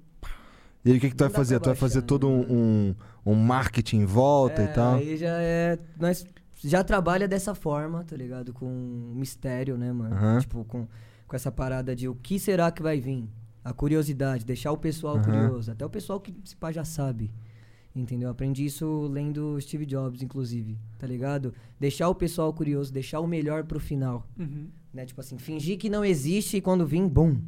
Speaker 1: E aí o que, que tu vai
Speaker 3: Não dá pra
Speaker 1: fazer? Tu vai
Speaker 3: baixar,
Speaker 1: fazer todo
Speaker 3: né?
Speaker 1: um, um, um marketing em volta
Speaker 3: É,
Speaker 1: e tal?
Speaker 3: Aí já é. Nós já trabalha dessa forma, tá ligado? Com mistério, né, mano?
Speaker 1: Aham.
Speaker 3: Tipo, com, com essa parada de o que será que vai vir? A curiosidade, deixar o pessoal
Speaker 1: Aham.
Speaker 3: curioso. Até o pessoal que se pá já sabe. Entendeu? Aprendi isso lendo Steve Jobs, inclusive, tá ligado? Deixar o pessoal curioso, deixar o melhor pro final.
Speaker 2: Uhum.
Speaker 3: né? Tipo assim, fingir que não existe e quando vir, bum.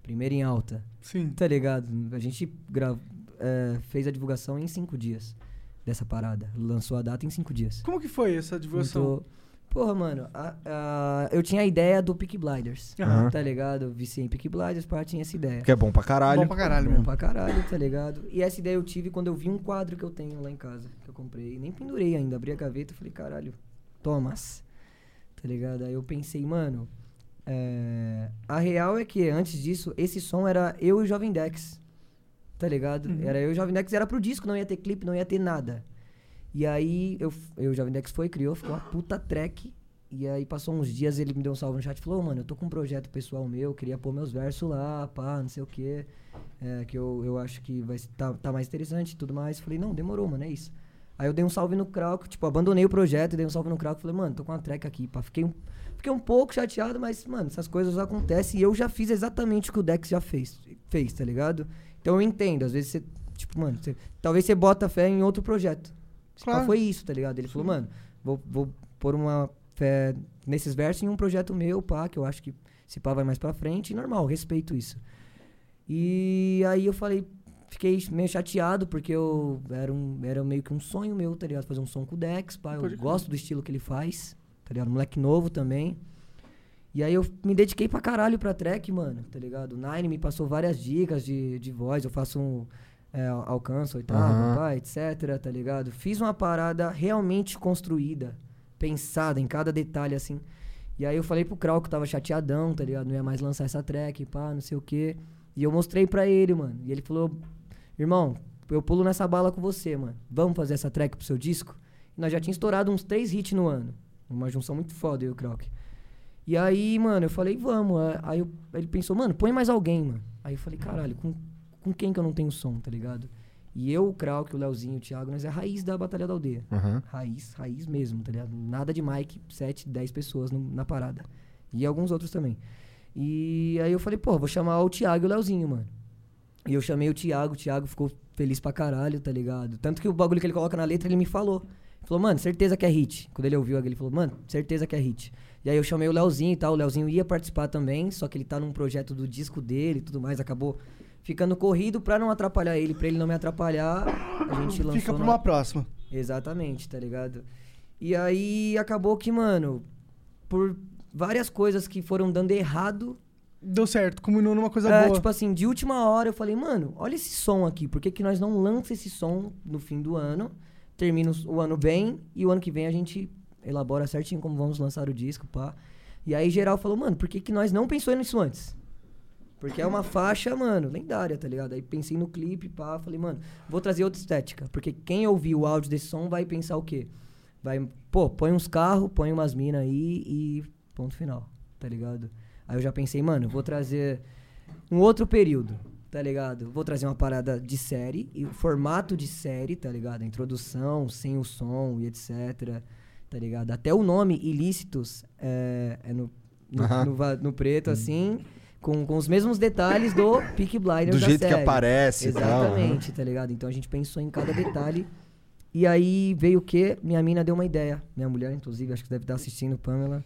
Speaker 3: Primeiro em alta.
Speaker 2: Sim.
Speaker 3: Tá ligado? A gente gra- é, fez a divulgação em cinco dias dessa parada. Lançou a data em cinco dias.
Speaker 2: Como que foi essa divulgação?
Speaker 3: Montou- Porra, mano, a- a- eu tinha a ideia do Peak Blinders.
Speaker 1: Aham.
Speaker 3: Tá ligado? Viciei em Peak Blinders, pá, tinha essa ideia.
Speaker 1: Que é bom pra caralho.
Speaker 2: Bom pra caralho
Speaker 3: Bom
Speaker 2: mesmo.
Speaker 3: pra caralho, tá ligado? E essa ideia eu tive quando eu vi um quadro que eu tenho lá em casa, que eu comprei. Nem pendurei ainda, abri a gaveta e falei, caralho, Thomas. Tá ligado? Aí eu pensei, mano, é, a real é que antes disso, esse som era eu e o Jovem Dex. Tá ligado? Era eu e o Jovem Dex, era pro disco, não ia ter clipe, não ia ter nada. E aí eu, f- eu o Jovem Dex foi, criou, ficou uma puta track. E aí passou uns dias, ele me deu um salve no chat e falou, "Ô, mano, eu tô com um projeto pessoal meu, queria pôr meus versos lá, pá, não sei o quê. é, que eu, eu acho que vai s- tá, tá mais interessante e tudo mais. Falei, não, demorou, mano, é isso. Aí eu dei um salve no Krauk, tipo, abandonei o projeto, dei um salve no Krauk, falei, mano, tô com uma track aqui, pá. Fiquei um, fiquei um pouco chateado, mas, mano, essas coisas acontecem e eu já fiz exatamente o que o Dex já fez, fez tá ligado? Então eu entendo, às vezes você, tipo, mano, você- talvez você bota fé em outro projeto. Se pá,
Speaker 2: Claro.
Speaker 3: Foi isso, tá ligado? Ele falou, mano, vou, vou pôr uma fé nesses versos em um projeto meu, pá, que eu acho que se pá vai mais pra frente, e normal, respeito isso. E aí eu falei, fiquei meio chateado, porque eu era, um, era meio que um sonho meu, tá ligado? Fazer um som com o Dex, pá. Eu
Speaker 2: Pode crer.
Speaker 3: gosto do estilo que ele faz, tá ligado? Moleque novo também. E aí eu me dediquei pra caralho pra track, mano, tá ligado? O Nine me passou várias dicas de, de voz, eu faço um é, alcance, oitava,
Speaker 1: Aham.
Speaker 3: pá, etc, tá ligado? Fiz uma parada realmente construída, pensada em cada detalhe, assim. E aí eu falei pro Krau que eu tava chateadão, tá ligado? Não ia mais lançar essa track, pá, não sei o quê. E eu mostrei pra ele, mano. E ele falou, irmão, eu pulo nessa bala com você, mano. Vamos fazer essa track pro seu disco? E nós já tínhamos estourado uns três hits no ano. Uma junção muito foda, eu e o Krauk. E aí, mano, eu falei, vamos. Ah, Aí eu- ele pensou, mano, põe mais alguém, mano. Aí eu falei, caralho, com, com quem que eu não tenho som, tá ligado? E eu, o Krauk, o Leozinho, o Thiago, nós é a raiz da Batalha da Aldeia.
Speaker 1: Aham.
Speaker 3: Raiz, raiz mesmo, tá ligado? Nada de Mike, 7, 10 pessoas no- na parada. E alguns outros também. E aí eu falei, pô, vou chamar o Thiago e o Leozinho, mano. E eu chamei o Thiago, o Thiago ficou feliz pra caralho, tá ligado? Tanto que o bagulho que ele coloca na letra, ele me falou. Ele falou, mano, certeza que é hit. Quando ele ouviu aquilo, ele falou, mano, certeza que é hit. E aí eu chamei o Leozinho e tal, o Leozinho ia participar também, só que ele tá num projeto do disco dele e tudo mais, acabou ficando corrido pra não atrapalhar ele, pra ele não me atrapalhar. A gente lançou
Speaker 2: Fica pra
Speaker 3: na-
Speaker 2: uma próxima.
Speaker 3: Exatamente, tá ligado? E aí acabou que, mano, por várias coisas que foram dando errado,
Speaker 2: Deu certo, culminou numa coisa
Speaker 3: é,
Speaker 2: boa.
Speaker 3: tipo assim, de última hora eu falei, mano, olha esse som aqui, por que, que nós não lança esse som no fim do ano? Termina os- o ano bem e o ano que vem a gente elabora certinho como vamos lançar o disco, pá. E aí geral falou, mano, por que, que nós não pensou nisso antes? Porque é uma faixa, mano, lendária, tá ligado? Aí pensei no clipe, pá, falei, mano, vou trazer outra estética. Porque quem ouvir o áudio desse som vai pensar o quê? Vai, pô, põe uns carros, põe umas minas aí e ponto final, tá ligado? Aí eu já pensei, mano, eu vou trazer um outro período, tá ligado? Vou trazer uma parada de série, e o formato de série, tá ligado? A introdução, sem o som e etc, tá ligado? Até o nome Ilícitos é, é no, no,
Speaker 1: Aham. Hum.
Speaker 3: no va- no preto, assim, com, com os mesmos detalhes do Peak Blinders
Speaker 1: Do
Speaker 3: da
Speaker 1: jeito que
Speaker 3: série.
Speaker 1: aparece e tal. né? aham.
Speaker 3: Exatamente, tá ligado? Então a gente pensou em cada detalhe. E aí veio o quê? Minha mina deu uma ideia. Minha mulher, inclusive, acho que deve estar assistindo, Pamela.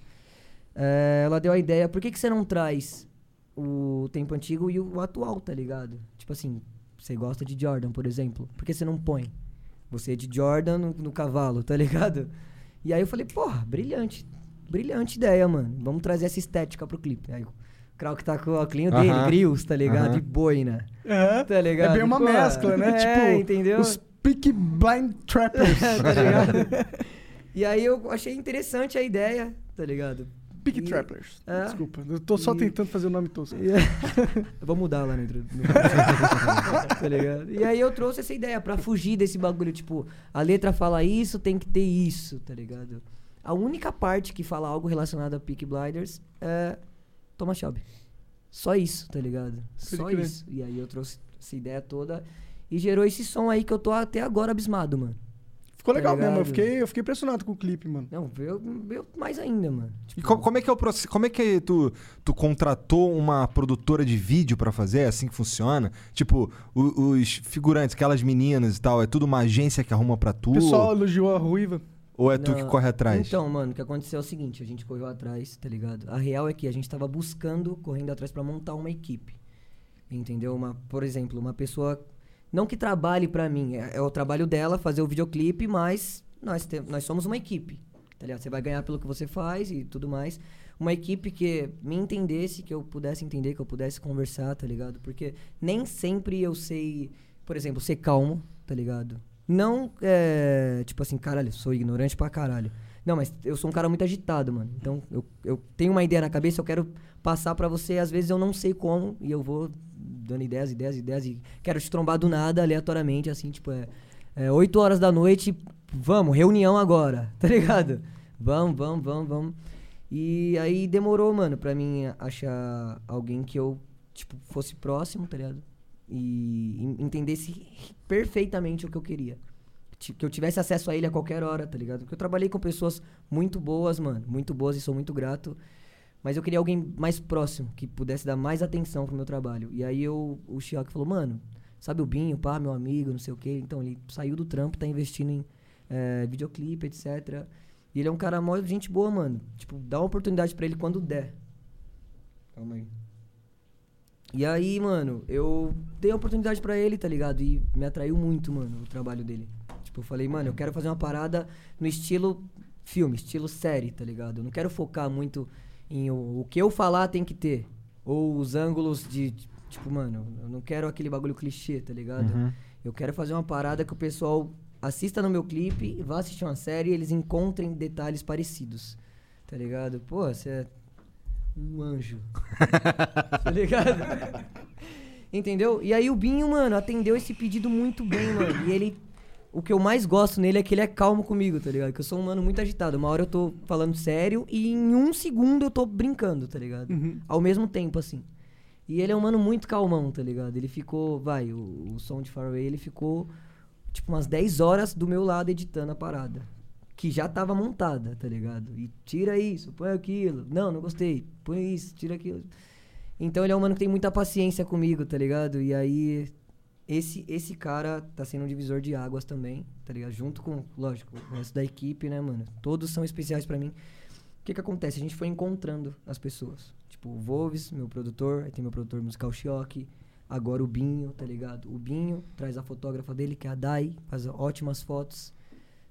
Speaker 3: É, ela deu a ideia, por que, que você não traz o tempo antigo e o atual, tá ligado? Tipo assim, você gosta de Jordan, por exemplo. Por que você não põe? Você é de Jordan no, no cavalo, tá ligado? E aí eu falei, porra, brilhante. Brilhante ideia, mano. Vamos trazer essa estética pro clipe. Aí o Krauk tá com o óculinho dele,
Speaker 1: Aham.
Speaker 3: grills, tá ligado?
Speaker 1: Aham.
Speaker 3: E boina.
Speaker 2: Aham.
Speaker 3: Tá ligado?
Speaker 2: É bem uma
Speaker 3: Pô,
Speaker 2: mescla, né?
Speaker 3: é,
Speaker 2: tipo,
Speaker 3: entendeu?
Speaker 2: os Peak Blind Trappers.
Speaker 3: tá ligado? E aí eu achei interessante a ideia, tá ligado?
Speaker 2: Peak
Speaker 3: E-
Speaker 2: Trappers.
Speaker 3: É.
Speaker 2: Desculpa, eu tô só
Speaker 3: E-
Speaker 2: tentando fazer o nome tosco.
Speaker 3: Eu vou mudar lá dentro. No... tá ligado? E aí eu trouxe essa ideia pra fugir desse bagulho, tipo, a letra fala isso, tem que ter isso, tá ligado? A única parte que fala algo relacionado a Peak Blinders é Thomas Shelby. Só isso, tá ligado? Só
Speaker 2: crer.
Speaker 3: isso. E aí eu trouxe essa ideia toda e gerou esse som aí que eu tô até agora abismado, mano.
Speaker 2: Ficou
Speaker 3: Tá
Speaker 2: legal mesmo, eu
Speaker 3: ligado?
Speaker 2: fiquei, eu fiquei impressionado com o clipe, mano.
Speaker 3: Não, eu, eu mais ainda, mano.
Speaker 1: E co- como, é que é o processo? Como é que tu, tu contratou uma produtora de vídeo pra fazer? É assim que funciona? Tipo, o- os figurantes, aquelas meninas e tal, é tudo uma agência que arruma pra tu?
Speaker 2: O pessoal elogiou a ruiva.
Speaker 1: ou é tu que
Speaker 3: Não.
Speaker 1: corre atrás?
Speaker 3: Então, mano, o que aconteceu é o seguinte, a gente correu atrás, tá ligado? A real é que a gente tava buscando, correndo atrás pra montar uma equipe. Entendeu? Uma, por exemplo, uma pessoa não que trabalhe pra mim, é, é o trabalho dela fazer o videoclipe, mas nós tem- nós somos uma equipe. Tá ligado? Você vai ganhar pelo que você faz e tudo mais. Uma equipe que me entendesse, que eu pudesse entender, que eu pudesse conversar, tá ligado? Porque nem sempre eu sei, por exemplo, ser calmo, tá ligado? Não, é, tipo assim, caralho, sou ignorante pra caralho. Não, mas eu sou um cara muito agitado, mano. Então, eu, eu tenho uma ideia na cabeça, eu quero passar pra você. Às vezes eu não sei como, e eu vou dando ideias, ideias, ideias, e quero te trombar do nada, aleatoriamente, assim, tipo, é, é 8 horas da noite, vamos, reunião agora, tá ligado? Vamos, vamos, vamos, vamos. E aí demorou, mano, pra mim achar alguém que eu, tipo, fosse próximo, tá ligado? E en- entendesse perfeitamente o que eu queria ti- que eu tivesse acesso a ele a qualquer hora, tá ligado? Porque eu trabalhei com pessoas muito boas, mano, muito boas e sou muito grato. Mas eu queria alguém mais próximo, que pudesse dar mais atenção pro meu trabalho. E aí eu, o Chiaki falou, mano, sabe o Binho, pá, meu amigo, não sei o quê. Então ele saiu do trampo, tá investindo em eh, videoclipe, etc. E ele é um cara mó gente boa, mano. Tipo, dá uma oportunidade pra ele quando der. Calma aí. E aí, mano, eu dei a oportunidade pra ele, tá ligado? E me atraiu muito, mano, o trabalho dele. Tipo, eu falei, mano, eu quero fazer uma parada no estilo filme, estilo série, tá ligado? Eu não quero focar muito em o, o que eu falar tem que ter. Ou os ângulos de. Tipo, mano, eu não quero aquele bagulho clichê, tá ligado? Eu quero fazer uma parada que o pessoal assista no meu clipe, vá assistir uma série e eles encontrem detalhes parecidos. Tá ligado? Pô, você é um anjo. tá ligado? Entendeu? E aí o Binho, mano, atendeu esse pedido muito bem, mano. E ele. O que eu mais gosto nele é que ele é calmo comigo, tá ligado? Que eu sou um mano muito agitado. Uma hora eu tô falando sério e em um segundo eu tô brincando, tá ligado? Ao mesmo tempo, assim. E ele é um mano muito calmão, tá ligado? Ele ficou, vai, o, o som de Faraway, ele ficou tipo umas 10 horas do meu lado editando a parada. Que já tava montada, tá ligado? E tira isso, põe aquilo. Não, não gostei. Põe isso, tira aquilo. Então ele é um mano que tem muita paciência comigo, tá ligado? E aí esse esse cara tá sendo um divisor de águas também, tá ligado? Junto com, lógico, o resto da equipe, né, mano? Todos são especiais pra mim. O que que acontece? A gente foi encontrando as pessoas. Tipo, o Volves, meu produtor, aí tem meu produtor musical Chioque, agora o Binho, tá ligado? O Binho traz a fotógrafa dele, que é a Dai, faz ótimas fotos,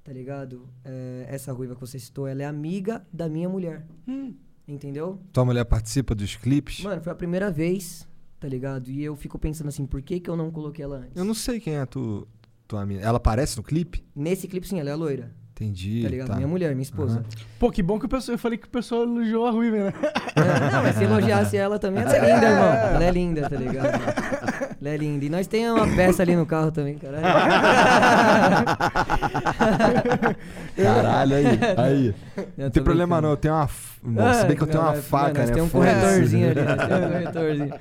Speaker 3: tá ligado? É, essa ruiva que você citou, ela é amiga da minha mulher.
Speaker 1: Hum.
Speaker 3: Entendeu?
Speaker 1: Tua mulher participa dos clipes?
Speaker 3: Mano, foi a primeira vez, tá ligado? E eu fico pensando assim, por que, que eu não coloquei ela antes?
Speaker 1: Eu não sei quem é a tu, tua mina. Ela aparece no clipe?
Speaker 3: Nesse clipe, sim, ela é a loira.
Speaker 1: Entendi.
Speaker 3: Tá ligado? Minha mulher, minha esposa.
Speaker 2: Pô, que bom que o pessoal, eu falei que o pessoal elogiou a Ruiva, né?
Speaker 3: É, não, mas se elogiasse ela também, ela é linda, irmão. Ela é linda, tá ligado? Ela é linda. E nós tem uma peça ali no carro também, caralho. né?
Speaker 1: Caralho, aí. aí. Não tem problema não, eu tenho uma. f- Bom, se bem que eu
Speaker 3: Ah,
Speaker 1: tenho uma
Speaker 3: mas,
Speaker 1: faca,
Speaker 3: mano,
Speaker 1: né?
Speaker 3: Tem um
Speaker 1: Foda-se. É
Speaker 3: corretorzinho ali, nós tem um corretorzinho.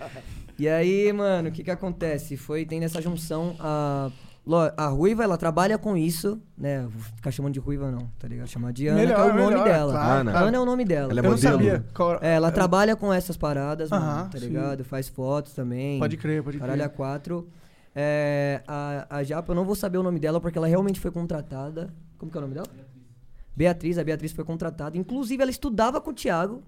Speaker 3: E aí, mano, o que que acontece? Foi tendo essa junção a lo- a Ruiva, ela trabalha com isso, né? Vou ficar chamando de Ruiva não, tá ligado? Chamar de Ana,
Speaker 2: Melhor,
Speaker 3: que é o nome
Speaker 2: melhor,
Speaker 3: dela.
Speaker 2: claro,
Speaker 1: Ana.
Speaker 2: claro.
Speaker 3: Ana é o nome dela.
Speaker 1: Ela é
Speaker 2: eu não
Speaker 1: modelo.
Speaker 2: sabia. Qual...
Speaker 3: É, ela trabalha com essas paradas,
Speaker 2: Aham,
Speaker 3: mano, tá
Speaker 2: sim.
Speaker 3: ligado? Faz fotos também.
Speaker 2: Pode crer, pode
Speaker 3: Caralho, a
Speaker 2: crer.
Speaker 3: 4. É, a, a Japa, eu não vou saber o nome dela porque ela realmente foi contratada. Como que é o nome dela? Beatriz. A Beatriz foi contratada. Inclusive, ela estudava com o Thiago.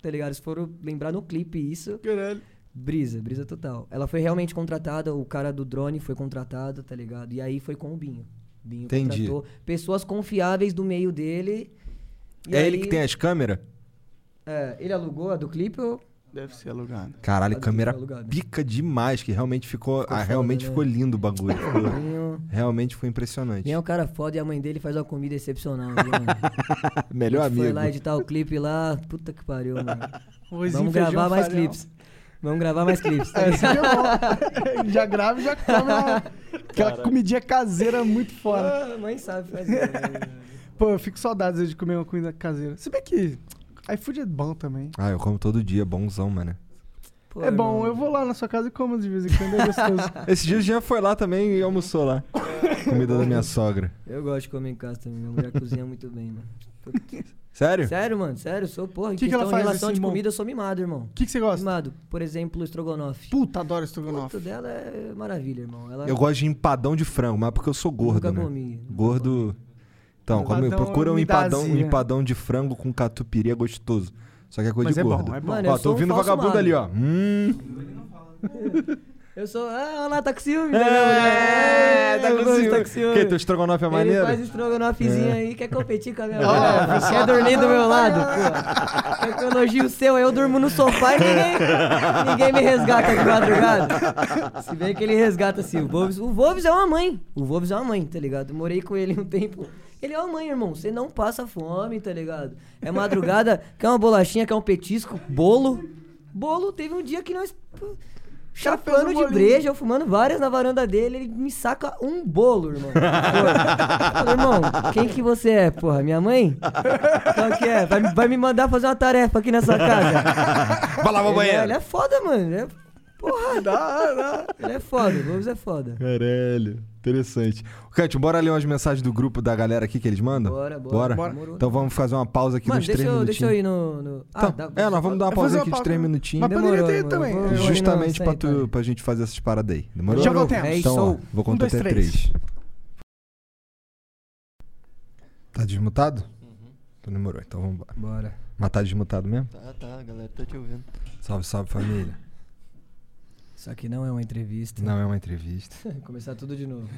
Speaker 3: Tá ligado? Se for lembrar no clipe isso.
Speaker 2: Caralho.
Speaker 3: Brisa, brisa total. Ela foi realmente contratada, o cara do drone foi contratado, tá ligado? E aí foi com o Binho. Binho
Speaker 1: Entendi.
Speaker 3: contratou pessoas confiáveis do meio dele. E
Speaker 1: É
Speaker 3: aí-
Speaker 1: ele que tem as câmeras?
Speaker 3: É, ele alugou a do clipe ou
Speaker 2: Deve ser alugado.
Speaker 1: Caralho,
Speaker 3: Tá
Speaker 1: câmera
Speaker 3: alugado.
Speaker 1: pica demais, que realmente ficou.
Speaker 3: Ficou
Speaker 1: ah,
Speaker 3: foda,
Speaker 1: realmente
Speaker 3: né?
Speaker 1: ficou lindo o bagulho. ficou-
Speaker 3: Binho?
Speaker 1: realmente foi impressionante.
Speaker 3: Quem é um cara foda e a mãe dele faz uma comida excepcional, viu, mano?
Speaker 1: Melhor
Speaker 3: A gente Foi
Speaker 1: amigo.
Speaker 3: lá editar o clipe lá, puta que pariu, mano.
Speaker 2: Arrozinho,
Speaker 3: Vamos gravar
Speaker 2: feijão,
Speaker 3: mais
Speaker 2: farinha.
Speaker 3: clipes. Vamos gravar mais clipes. tá
Speaker 2: É,
Speaker 3: ligado?
Speaker 2: isso que é bom. já grava e já come lá. Aquela comidinha caseira é muito fora.
Speaker 3: Ah, mãe sabe fazer. né?
Speaker 2: Pô, eu fico saudades de comer uma comida caseira. Se bem que iFood é bom também.
Speaker 1: Ah, eu como todo dia, bonzão, mano.
Speaker 3: Pô,
Speaker 2: é bom,
Speaker 3: irmão.
Speaker 2: eu vou lá na sua casa e como de vez em quando, é gostoso.
Speaker 1: Esse dia o Jean foi lá também e almoçou lá. Comida da minha sogra.
Speaker 3: Eu gosto de comer em casa também, minha mulher cozinha muito bem, mano.
Speaker 1: Sério?
Speaker 3: Sério, mano, sério, sou, porra, em
Speaker 2: Que que
Speaker 3: questão
Speaker 2: ela
Speaker 3: de
Speaker 2: faz
Speaker 3: relação
Speaker 2: assim,
Speaker 3: de
Speaker 2: irmão?
Speaker 3: comida, eu sou mimado, irmão.
Speaker 2: O que, que você gosta?
Speaker 3: Mimado, por exemplo, o estrogonofe.
Speaker 2: Puta, adoro
Speaker 3: Puto
Speaker 2: estrogonofe.
Speaker 3: dela é maravilha, irmão. Ela
Speaker 1: Eu gosto de empadão de frango, mas é porque eu sou gordo,
Speaker 3: nunca
Speaker 1: né?
Speaker 3: comi.
Speaker 1: Gordo. Então, come,
Speaker 2: Empadão
Speaker 1: procura um
Speaker 2: me dá
Speaker 1: empadão, um
Speaker 2: azia.
Speaker 1: empadão de frango com catupiry é gostoso. Só que é coisa
Speaker 2: Mas
Speaker 1: de
Speaker 2: é bom,
Speaker 1: gordo.
Speaker 2: é bom.
Speaker 3: Mano, eu
Speaker 1: Ó, tô
Speaker 3: sou um
Speaker 1: ouvindo o
Speaker 3: falso
Speaker 1: vagabundo
Speaker 3: magro.
Speaker 1: ali, ó. Hum.
Speaker 3: Eu sou. Ah, olha lá, tá com ciúme. né, meu
Speaker 1: É,
Speaker 3: mulher?
Speaker 1: tá
Speaker 3: Meu gordo
Speaker 1: com ciúme. Que, teu estrogonofe é
Speaker 3: Ele
Speaker 1: maneiro?
Speaker 3: faz estrogonofezinho aí, quer competir com a minha
Speaker 2: Ó,
Speaker 3: mulher, quer dormir é do meu lado, pô. Quer que eu elogie o seu, aí eu durmo no sofá e ninguém, ninguém me resgata de madrugada. Se bem que ele resgata assim, o Vovs, o Vovs é uma mãe, o Vovs é uma mãe, tá ligado? Morei com ele um tempo. Ele é uma mãe, irmão, você não passa fome, tá ligado? É madrugada, quer uma bolachinha, quer um petisco, bolo. Bolo, teve um dia que nós... pô,
Speaker 2: Já fez um
Speaker 3: Chapando de
Speaker 2: bolinho.
Speaker 3: breja, eu fumando várias na varanda dele, ele me saca um bolo, irmão. Pô, Falei, irmão, quem que você é, porra? Minha mãe? Qual que é? Vai, me- vai me mandar fazer uma tarefa aqui nessa casa.
Speaker 1: Vai lá,
Speaker 3: Ele é, ele
Speaker 1: banheiro.
Speaker 3: é foda, mano. Ele é, porra. Ele é foda, o Bobs é foda.
Speaker 1: Caralho, interessante. Cante, bora ler umas mensagens do grupo da galera aqui que eles mandam?
Speaker 3: Bora, bora.
Speaker 1: bora.
Speaker 3: Demorou.
Speaker 1: Então vamos fazer uma pausa aqui
Speaker 3: Mano,
Speaker 1: nos três
Speaker 3: deixa eu,
Speaker 1: minutinhos.
Speaker 3: deixa eu ir no... no... Ah,
Speaker 1: Então,
Speaker 3: dá-
Speaker 1: é, nós vamos dar uma
Speaker 2: Vou
Speaker 1: pausa
Speaker 2: fazer uma
Speaker 1: aqui de
Speaker 2: pausa.
Speaker 1: três minutinhos.
Speaker 2: Mas poderia
Speaker 3: Demorou,
Speaker 2: ter ido
Speaker 3: mano.
Speaker 2: também.
Speaker 3: Vou-
Speaker 2: Eu
Speaker 3: vou-
Speaker 2: acho-
Speaker 1: Justamente pra,
Speaker 3: Não, sai,
Speaker 1: tu,
Speaker 3: cara.
Speaker 1: pra gente fazer essas paradas aí. Demorou?
Speaker 2: Já voltamos.
Speaker 3: É isso.
Speaker 1: Então, ó, vou contar
Speaker 2: dois,
Speaker 1: até
Speaker 2: três.
Speaker 1: três. Tá desmutado?
Speaker 3: Uhum.
Speaker 1: Então demorou, então vambora.
Speaker 3: Bora.
Speaker 1: Mas tá desmutado mesmo?
Speaker 4: Tá, tá, a galera tá te ouvindo.
Speaker 1: Salve, salve família.
Speaker 3: Isso aqui não é uma entrevista.
Speaker 1: Não é uma entrevista.
Speaker 3: Começar tudo de novo.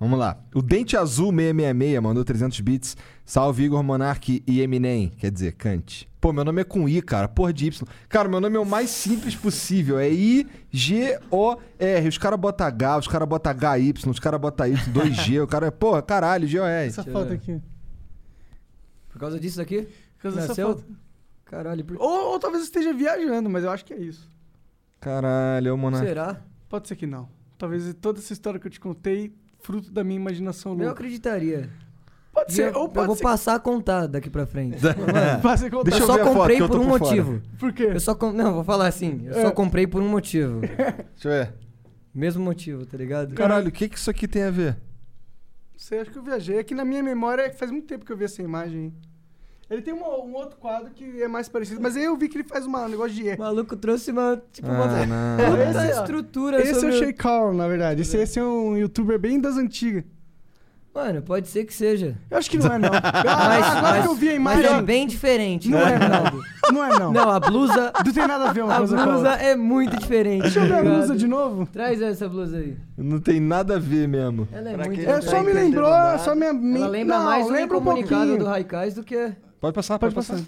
Speaker 1: Vamos lá. O Dente Azul 666 mandou 300 bits. Salve Igor Monark e Eminem. Quer dizer, Kant. Pô, meu nome é com I, cara. Porra de Y. Cara, meu nome é o mais simples possível. É I-G-O-R. Os caras botam H, os caras botam HY, os caras botam Y, 2G. o cara é, porra, caralho, G-O-R.
Speaker 2: Essa
Speaker 3: Deixa eu
Speaker 2: foto
Speaker 3: ver.
Speaker 2: aqui.
Speaker 3: Por causa disso aqui?
Speaker 2: Por causa dessa
Speaker 3: Nasceu?
Speaker 2: foto.
Speaker 3: Caralho, por...
Speaker 2: Ou, ou talvez eu esteja viajando, mas eu acho que é isso.
Speaker 1: Caralho, ô Monark.
Speaker 3: será?
Speaker 2: Pode ser que não. Talvez toda essa história que eu te contei, fruto da minha imaginação
Speaker 3: Eu
Speaker 2: louca.
Speaker 3: acreditaria.
Speaker 2: Pode
Speaker 3: E eu,
Speaker 2: ser, ou
Speaker 3: eu
Speaker 2: pode
Speaker 3: vou
Speaker 2: ser.
Speaker 3: passar a contar daqui pra frente.
Speaker 2: Passa a contar.
Speaker 1: Deixa eu
Speaker 3: eu só
Speaker 1: ver a foto,
Speaker 3: comprei
Speaker 1: que eu
Speaker 3: por
Speaker 1: tô
Speaker 3: um
Speaker 1: por fora.
Speaker 3: motivo.
Speaker 2: Por quê?
Speaker 3: Eu só com... Não, vou falar assim. Eu
Speaker 2: É.
Speaker 3: só comprei por um motivo.
Speaker 1: Deixa eu ver.
Speaker 3: Mesmo motivo, tá ligado?
Speaker 1: Caralho, o que, que isso aqui tem a ver?
Speaker 2: Não sei, acho que eu viajei. Aqui na minha memória é que faz muito tempo que eu vi essa imagem. hein? Ele tem um, um outro quadro que é mais parecido, mas aí eu vi que ele faz uma- um negócio de E.
Speaker 3: O maluco trouxe uma, tipo, uma
Speaker 1: Ah, não.
Speaker 3: puta
Speaker 2: Esse, ó.
Speaker 3: estrutura
Speaker 2: Esse eu
Speaker 3: sobre... o-
Speaker 2: achei Carl, na verdade. Esse, esse é um youtuber bem das antigas.
Speaker 3: Mano, pode ser que seja.
Speaker 2: Eu acho que não é, não. Ah,
Speaker 3: Mas,
Speaker 2: agora
Speaker 3: mas-
Speaker 2: que eu vi a
Speaker 3: mas é
Speaker 2: imagem.
Speaker 3: bem diferente.
Speaker 2: Não
Speaker 3: tá
Speaker 2: é,
Speaker 3: ligado?
Speaker 2: não. Não é, não.
Speaker 3: Não, a blusa...
Speaker 2: Não tem nada a ver uma
Speaker 3: A
Speaker 2: coisa com a
Speaker 3: blusa
Speaker 2: outra.
Speaker 3: é muito diferente.
Speaker 2: Deixa eu ver
Speaker 3: tá
Speaker 2: a
Speaker 3: ligado?
Speaker 2: blusa de novo.
Speaker 3: Traz essa blusa aí.
Speaker 1: Não tem nada a ver mesmo.
Speaker 3: Ela é
Speaker 4: Pra
Speaker 3: muito
Speaker 4: quem
Speaker 2: É,
Speaker 4: não
Speaker 2: só
Speaker 4: tá
Speaker 2: me
Speaker 4: entendendo
Speaker 2: lembrou,
Speaker 4: nada.
Speaker 2: só minha...
Speaker 3: Ela lembra
Speaker 2: não,
Speaker 3: mais um
Speaker 2: lembra um
Speaker 3: incomunicado
Speaker 2: pouquinho.
Speaker 3: do Raikais do que...
Speaker 1: Pode passar,
Speaker 2: Pode passar.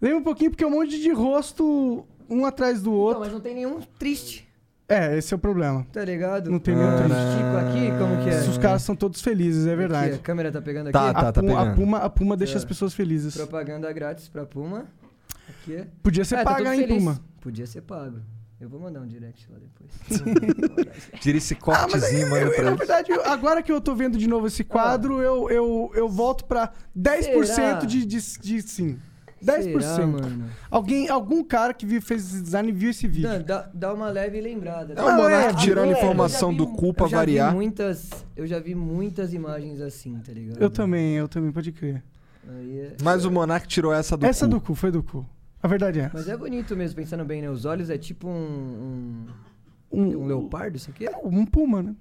Speaker 2: Lembra um pouquinho, porque é um monte de rosto um atrás do
Speaker 3: Não,
Speaker 2: outro.
Speaker 3: Então, mas não tem nenhum triste,
Speaker 2: É, esse é o problema.
Speaker 3: tá ligado?
Speaker 2: Não tem nenhum
Speaker 3: Ah,
Speaker 2: triste.
Speaker 3: Tico aqui, como que é?
Speaker 2: Os caras são todos felizes, é
Speaker 3: Aqui,
Speaker 2: verdade.
Speaker 3: a câmera tá pegando
Speaker 1: Tá,
Speaker 3: aqui.
Speaker 1: tá.
Speaker 2: A, Puma, a
Speaker 1: pegando.
Speaker 2: Puma, a Puma deixa
Speaker 3: É.
Speaker 2: as pessoas felizes.
Speaker 3: Propaganda grátis pra Puma. Aqui.
Speaker 2: Podia ser
Speaker 3: É, tá
Speaker 2: paga,
Speaker 3: tudo
Speaker 2: hein,
Speaker 3: feliz.
Speaker 2: Puma?
Speaker 3: Podia ser pago. Eu vou mandar um direct lá depois.
Speaker 1: Tira esse
Speaker 2: Ah, mas
Speaker 1: cortezinho,
Speaker 2: eu-
Speaker 1: manda
Speaker 2: eu-
Speaker 1: É, pra
Speaker 2: na
Speaker 1: ele.
Speaker 2: verdade, eu- agora que eu tô vendo de novo esse quadro, eu, eu, eu volto pra 10%
Speaker 3: Será?
Speaker 2: de, de, de sim. 10%.
Speaker 3: Será, mano?
Speaker 2: Alguém, algum cara que viu- fez esse design viu esse vídeo.
Speaker 3: Dan, dá, dá uma leve lembrada.
Speaker 1: É o Monark
Speaker 2: é,
Speaker 1: tirando
Speaker 2: moleque,
Speaker 1: informação do cu pra
Speaker 3: eu já vi
Speaker 1: variar.
Speaker 3: muitas, eu já vi muitas imagens assim, tá ligado?
Speaker 2: Eu também, eu também, pode crer.
Speaker 3: Aí é-
Speaker 1: Mas o Monark tirou essa do
Speaker 2: Essa é
Speaker 1: cu.
Speaker 2: do cu, foi do cu. A verdade é.
Speaker 3: Mas é bonito mesmo, pensando bem, né? Os olhos é tipo um. um... um leopardo, isso aqui?
Speaker 2: Um puma, né?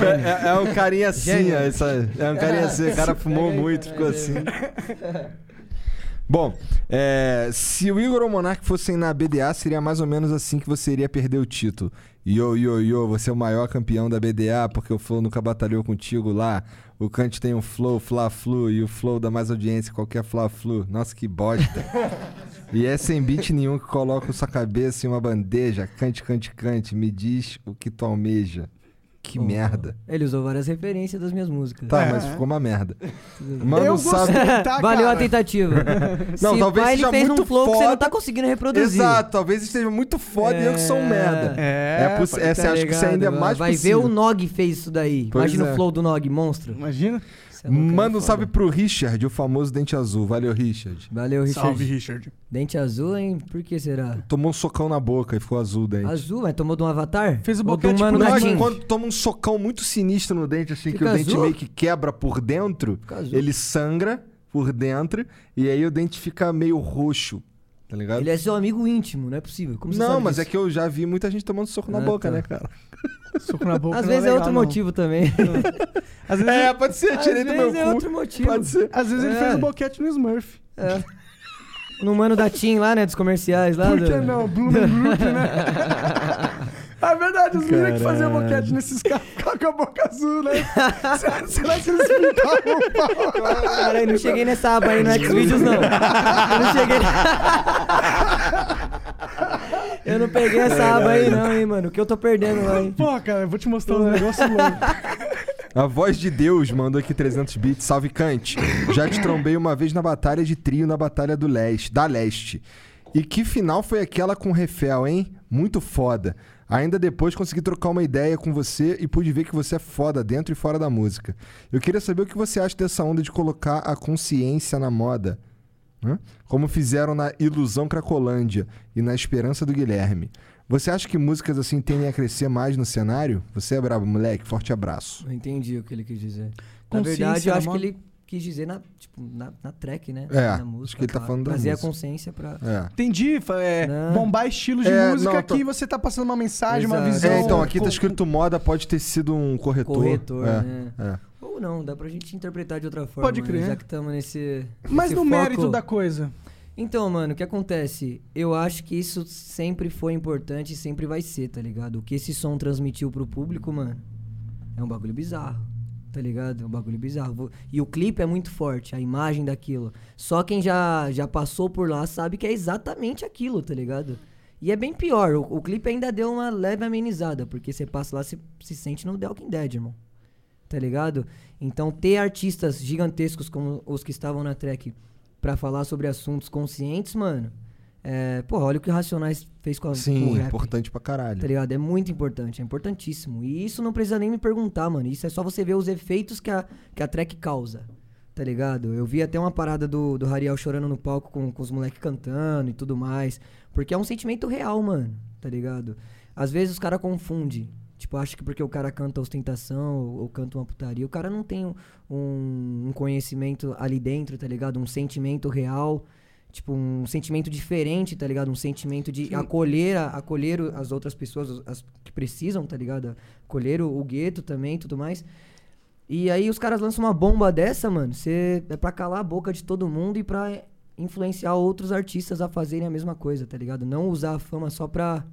Speaker 1: É, é- é um carinha assim,
Speaker 3: Gênio.
Speaker 1: ó, essa, é um carinha assim. O cara fumou
Speaker 3: Pega aí,
Speaker 1: muito,
Speaker 3: cara,
Speaker 1: ficou
Speaker 3: mas
Speaker 1: assim. Bom, é, se o Igor ou o Monark fossem na BDA, seria mais ou menos assim que você iria perder o título. Yo, yo, yo, você é o maior campeão da BDA porque o Flow nunca batalhou contigo lá. O Kant tem um Flow, Fla-Flu e o Flow dá mais audiência que qualquer Fla-Flu. Nossa, que bosta. e é sem beat nenhum que coloca sua cabeça em uma bandeja. Cante, cante, cante, me diz o que tu almeja. Que
Speaker 3: Oh.
Speaker 1: merda.
Speaker 3: Ele usou várias referências das minhas músicas.
Speaker 1: Tá,
Speaker 2: É.
Speaker 1: mas ficou uma merda.
Speaker 3: Tudo bem.
Speaker 1: Manda
Speaker 2: eu
Speaker 1: um salve.
Speaker 2: gostei, tá,
Speaker 3: Valeu
Speaker 2: cara?
Speaker 3: a tentativa.
Speaker 1: Não,
Speaker 3: Se
Speaker 1: talvez
Speaker 3: pá, ele
Speaker 1: seja
Speaker 3: fez
Speaker 1: muito
Speaker 3: um flow que você não
Speaker 1: foda.
Speaker 3: tá conseguindo reproduzir.
Speaker 1: Exato, talvez esteja muito foda e eu que sou um merda.
Speaker 2: É,
Speaker 1: É, poss- essa, acho que isso ainda é mais
Speaker 3: Tá Vai
Speaker 1: possível.
Speaker 3: ver o Nog fez isso daí.
Speaker 1: Pois
Speaker 3: Imagina
Speaker 1: é.
Speaker 3: o flow do Nog, monstro.
Speaker 2: Imagina.
Speaker 3: Você é louco, é
Speaker 1: Manda um
Speaker 3: foda.
Speaker 1: salve pro Richard, o famoso dente azul. Valeu, Richard.
Speaker 3: Valeu, Richard.
Speaker 2: Salve, Richard.
Speaker 3: Dente azul, hein? Por que será?
Speaker 1: Tomou um socão na boca e ficou azul o dente.
Speaker 3: Azul, mas tomou de um avatar?
Speaker 2: Fez o
Speaker 3: Ou de um
Speaker 2: boquete
Speaker 3: mano
Speaker 2: pro
Speaker 3: da
Speaker 1: Mas
Speaker 2: Nike.
Speaker 3: Jean?
Speaker 1: quando toma um socão muito sinistro no dente, assim, que
Speaker 3: Fica
Speaker 1: o dente
Speaker 3: azul?
Speaker 1: meio que quebra por dentro,
Speaker 3: Fica azul.
Speaker 1: ele sangra por dentro e aí o dente fica meio roxo. Tá ligado?
Speaker 3: Ele é seu amigo íntimo, não é possível. Como você
Speaker 1: Não,
Speaker 3: sabe
Speaker 1: mas
Speaker 3: disso?
Speaker 1: é que eu já vi muita gente tomando soco na
Speaker 3: Ah,
Speaker 1: boca,
Speaker 3: tá.
Speaker 1: né, cara?
Speaker 2: Soco na boca.
Speaker 3: Às
Speaker 2: não
Speaker 3: vezes é
Speaker 2: legal,
Speaker 3: outro
Speaker 2: não.
Speaker 3: motivo também.
Speaker 2: Às vezes,
Speaker 1: É, pode ser,
Speaker 3: Às
Speaker 1: tirei do meu
Speaker 3: vezes
Speaker 1: cu.
Speaker 3: é outro motivo.
Speaker 1: Pode ser.
Speaker 2: às vezes ele
Speaker 3: É.
Speaker 2: fez o boquete no Smurf.
Speaker 3: É. No mano da Tim lá, né? Dos comerciais lá.
Speaker 2: Por que
Speaker 3: do-
Speaker 2: não? Bloom Group, né? É verdade, os meninos que faziam
Speaker 1: Caralho.
Speaker 2: boquete nesses caras ficavam com a é boca azul, né? Será será que eles pintavam o pau?
Speaker 3: Caralho, não cheguei nessa aba aí no Xvideos, não. Eu não cheguei. Eu não peguei essa aba aí, não, hein, mano. O que eu tô perdendo lá, hein?
Speaker 2: Pô, cara, eu vou te mostrar um negócio louco.
Speaker 1: A voz de Deus mandou aqui 300 bits. Salve Kant. Já te trombei uma vez na batalha de trio na batalha do leste, da leste. E que final foi aquela com o Refel, hein? Muito foda. Ainda depois consegui trocar uma ideia com você e pude ver que você é foda dentro e fora da música. Eu queria saber o que você acha dessa onda de colocar a consciência na moda. né? Como fizeram na Ilusão Cracolândia e na Esperança do Guilherme. Você acha que músicas assim tendem a crescer mais no cenário? Você é brabo, moleque. Forte abraço.
Speaker 3: Não entendi o que ele quis dizer. Na
Speaker 2: Consciência
Speaker 3: verdade, eu
Speaker 2: na
Speaker 3: acho que
Speaker 2: moda?
Speaker 3: ele quis dizer na, tipo, na, na track, né?
Speaker 1: É,
Speaker 3: na
Speaker 1: acho que ele tá
Speaker 3: claro.
Speaker 1: falando da
Speaker 3: Trazer a
Speaker 1: música.
Speaker 3: consciência pra.
Speaker 1: É.
Speaker 2: Entendi, fa- é,
Speaker 3: Não.
Speaker 2: bombar estilos de
Speaker 1: É,
Speaker 2: música
Speaker 1: não, tô-
Speaker 2: que você tá passando uma mensagem, uma
Speaker 3: Exato.
Speaker 2: visão.
Speaker 1: É, então, aqui tá
Speaker 2: Co-
Speaker 1: escrito moda, pode ter sido um corretor.
Speaker 3: Corretor,
Speaker 1: É,
Speaker 3: né?
Speaker 1: é.
Speaker 3: Ou não, dá pra gente interpretar de outra forma.
Speaker 2: Pode
Speaker 3: né?
Speaker 2: crer.
Speaker 3: Já que estamos nesse.
Speaker 2: Mas
Speaker 3: nesse
Speaker 2: no
Speaker 3: foco-
Speaker 2: mérito da coisa.
Speaker 3: Então, mano, o que acontece? Eu acho que isso sempre foi importante e sempre vai ser, tá ligado? O que esse som transmitiu pro público, mano, é um bagulho bizarro, tá ligado? É um bagulho bizarro. Vo- E o clipe é muito forte, a imagem daquilo. Só quem já, já passou por lá sabe que é exatamente aquilo, tá ligado? E é bem pior, o, o clipe ainda deu uma leve amenizada, porque você passa lá, você se sente no The Walking Dead, irmão tá ligado? Então, ter artistas gigantescos como os que estavam na track pra falar sobre assuntos conscientes, mano, é, porra, olha o que o Racionais fez com, a, com o
Speaker 1: Sim,
Speaker 3: rap,
Speaker 1: importante pra caralho.
Speaker 3: tá ligado? É muito importante, é importantíssimo. E isso não precisa nem me perguntar, mano, isso é só você ver os efeitos que a, que a track causa. Tá ligado? Eu vi até uma parada do, do Hariel chorando no palco com, com os moleques cantando e tudo mais. Porque é um sentimento real, mano. Tá ligado? Às vezes os caras confundem. Tipo, acha que porque o cara canta ostentação ou, ou canta uma putaria, o cara não tem um, um conhecimento ali dentro, tá ligado? Um sentimento real. Tipo, um sentimento diferente, tá ligado? Um sentimento de acolher, a- acolher o- as outras pessoas as- as que precisam, tá ligado? Acolher o, o gueto também e tudo mais. E aí os caras lançam uma bomba dessa, mano. Cê, é pra calar a boca de todo mundo e pra influenciar outros artistas a fazerem a mesma coisa, tá ligado? Não usar a fama só pra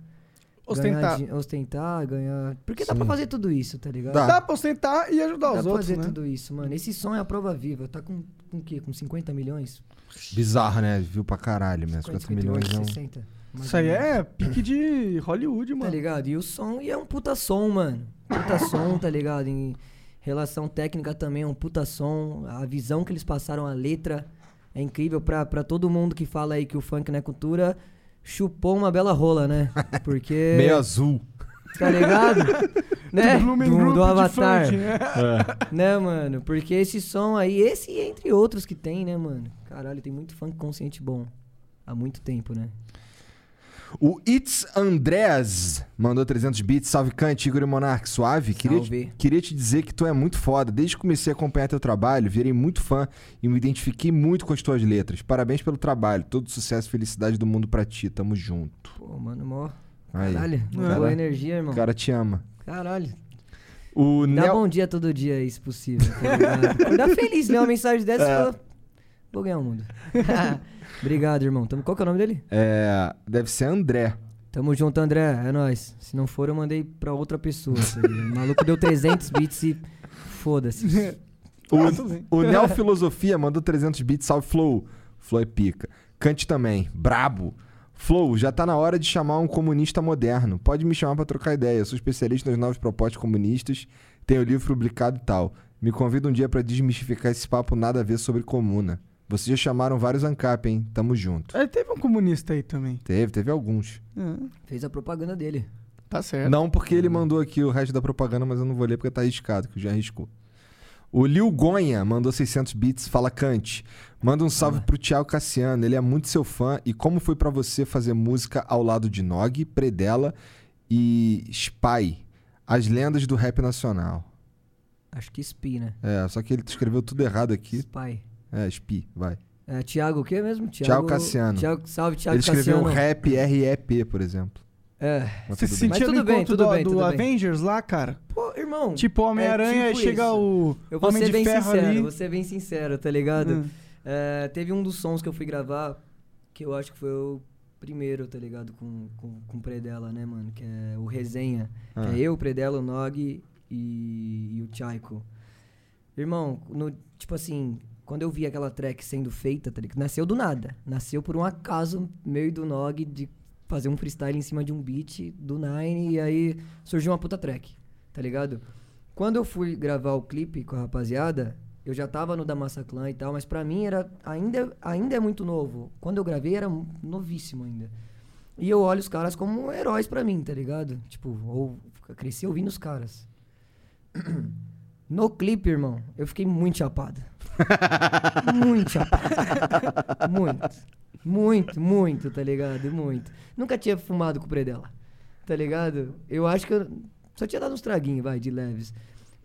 Speaker 2: Ostentar.
Speaker 3: Ganhar, din- ostentar, ganhar. Porque dá pra fazer tudo isso, tá ligado?
Speaker 1: Dá.
Speaker 2: Dá pra ostentar e ajudar
Speaker 3: Dá
Speaker 2: os
Speaker 3: pra
Speaker 2: outros,
Speaker 3: fazer
Speaker 2: né?
Speaker 3: tudo isso, mano. Esse som é a prova viva. Tá com, com o quê? Com 50 milhões?
Speaker 1: Bizarro, né? Viu pra caralho mesmo. 50 milhões é um...
Speaker 3: 60. mais
Speaker 2: Isso
Speaker 3: ou
Speaker 2: aí
Speaker 3: menos.
Speaker 2: é pique de Hollywood,
Speaker 3: Tá
Speaker 2: mano.
Speaker 3: ligado? E o som, e é um puta som, mano. Puta som, tá ligado? Em relação técnica também é um puta som. A visão que eles passaram, a letra é incrível. Pra, pra todo mundo que fala aí que o funk não é cultura, chupou uma bela rola, né? Porque.
Speaker 1: Um Meio azul.
Speaker 3: Tá ligado? né?
Speaker 2: É, Do Blooming
Speaker 3: Do,
Speaker 2: Group
Speaker 3: do
Speaker 2: de
Speaker 3: Avatar.
Speaker 2: funk, né?
Speaker 3: Né, mano? Porque esse som aí, esse e entre outros que tem, né, mano? Caralho, tem muito funk consciente bom. Há muito tempo, né?
Speaker 1: O It's Andreas mandou 300 bits. Salve, Kant, Igor e Monark. Suave? Queria te,
Speaker 3: Salve.
Speaker 1: queria te dizer que tu é muito foda. Desde que comecei a acompanhar teu trabalho, virei muito fã e me identifiquei muito com as tuas letras. Parabéns pelo trabalho. Todo sucesso e felicidade do mundo pra ti. Tamo junto.
Speaker 3: Pô, mano, mó.
Speaker 1: Aí,
Speaker 3: Caralho, mó
Speaker 1: cara-
Speaker 3: boa energia, irmão.
Speaker 1: O cara te ama.
Speaker 3: Caralho.
Speaker 1: O
Speaker 3: Dá
Speaker 1: Nel...
Speaker 3: bom dia todo dia aí, se possível. Tá ligado? Acordar feliz, ler uma mensagem
Speaker 1: É.
Speaker 3: dessa e falar. Vou ganhar o mundo. Obrigado, irmão. Tamo, qual que é o nome dele?
Speaker 1: É, deve ser André.
Speaker 3: Tamo junto, André. É nóis. Se não for, eu mandei pra outra pessoa. tá ligado? o maluco deu 300 bits e. Foda-se.
Speaker 2: Ah, tudo bem.
Speaker 1: O, o Neo Filosofia mandou 300 bits. Salve, Flow. Flow é pica. Cante também. Brabo. Flow, já tá na hora de chamar um comunista moderno. Pode me chamar pra trocar ideia. Eu sou especialista nas novas propostas comunistas. Tenho livro publicado e tal. Me convida um dia pra desmistificar esse papo nada a ver sobre comuna. Vocês já chamaram vários ANCAP, hein? Tamo junto.
Speaker 2: É, teve um comunista aí também.
Speaker 1: Teve, teve alguns.
Speaker 2: É,
Speaker 3: Fez a propaganda dele.
Speaker 2: tá certo.
Speaker 1: Não porque
Speaker 3: Hum.
Speaker 1: ele mandou aqui o resto da propaganda, mas eu não vou ler porque tá arriscado, que já arriscou. O Lil Gonha mandou 600 bits, fala Kant. Manda um salve pro Thiago Cassiano, ele é muito seu fã. E como foi pra você fazer música ao lado de Nog, Predella e Spy, as lendas do rap nacional?
Speaker 3: Acho que Spi, né?
Speaker 1: É, só que ele escreveu tudo errado aqui.
Speaker 3: Spy.
Speaker 1: É, Spy, vai.
Speaker 3: É, Thiago o quê mesmo?
Speaker 1: Thiago Cassiano.
Speaker 3: Thiago- salve, Thiago
Speaker 1: Ele escreveu um
Speaker 3: Cassiano.
Speaker 1: rap REP, por exemplo.
Speaker 3: É.
Speaker 1: Mas
Speaker 2: Você
Speaker 1: tudo
Speaker 2: se
Speaker 1: bem.
Speaker 3: Mas
Speaker 2: sentia no
Speaker 3: tudo bem,
Speaker 2: encontro
Speaker 3: tudo
Speaker 2: do,
Speaker 3: bem,
Speaker 2: do
Speaker 3: tudo bem.
Speaker 2: Avengers lá, cara?
Speaker 3: Pô, irmão.
Speaker 2: Tipo, Homem-aranha
Speaker 3: É
Speaker 2: e
Speaker 3: tipo
Speaker 2: chega
Speaker 3: isso.
Speaker 2: o
Speaker 3: Eu vou
Speaker 2: Homem
Speaker 3: ser
Speaker 2: de
Speaker 3: bem
Speaker 2: Ferro
Speaker 3: sincero,
Speaker 2: ali.
Speaker 3: vou ser bem sincero, tá ligado?
Speaker 2: Hum.
Speaker 3: É, teve um dos sons que eu fui gravar, que eu acho que foi o primeiro, tá ligado? Com, com, com o Predella, né, mano? Que é o Resenha.
Speaker 1: Ah.
Speaker 3: Que é eu, o Predella, o Nog e, e o Tchaiko. Irmão, no- tipo assim, quando eu vi aquela track sendo feita, tá ligado? Nasceu do nada. Nasceu por um acaso meu e do Nog de fazer um freestyle em cima de um beat do Nine e aí surgiu uma puta track, tá ligado? Quando eu fui gravar o clipe com a rapaziada, eu já tava no da Massa Clã e tal, mas pra mim era ainda, ainda é muito novo. Quando eu gravei era novíssimo ainda. E eu olho os caras como heróis pra mim, tá ligado? Tipo, ou cresci ouvindo os caras. No clipe, irmão, eu fiquei muito chapado. muito chapado. Muito. Muito, muito, tá ligado? Muito. Nunca tinha fumado com o Predella, tá ligado? Eu acho que eu só tinha dado uns traguinhos, vai, de leves.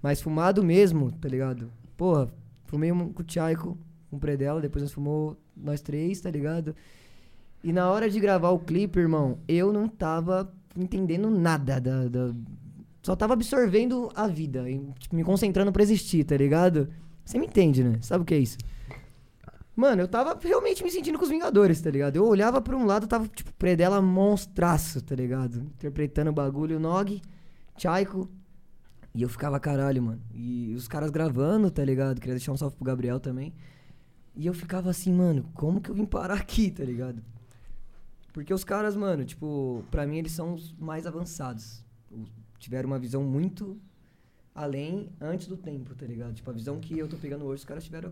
Speaker 3: Mas fumado mesmo, tá ligado? Porra, fumei um com o Tchaico, com o Predella, depois nós fumou nós três, tá ligado? E na hora de gravar o clipe, irmão, eu não tava entendendo nada da. da- Só tava absorvendo a vida, e, tipo, me concentrando pra existir, tá ligado? Você me entende, né? Sabe o que é isso? Mano, eu tava realmente me sentindo com os Vingadores, tá ligado? Eu olhava pra um lado, tava, tipo, Predela monstraço, tá ligado? Interpretando o bagulho, Nog, Tchaico. E eu ficava, caralho, mano. E os caras gravando, tá ligado? Queria deixar um salve pro Gabriel também. E eu ficava assim, mano, como que eu vim parar aqui, tá ligado? Porque os caras, mano, tipo, pra mim eles são os mais avançados. Os- Tiveram uma visão muito além, antes do tempo, tá ligado? Tipo, a visão que eu tô pegando hoje, os caras tiveram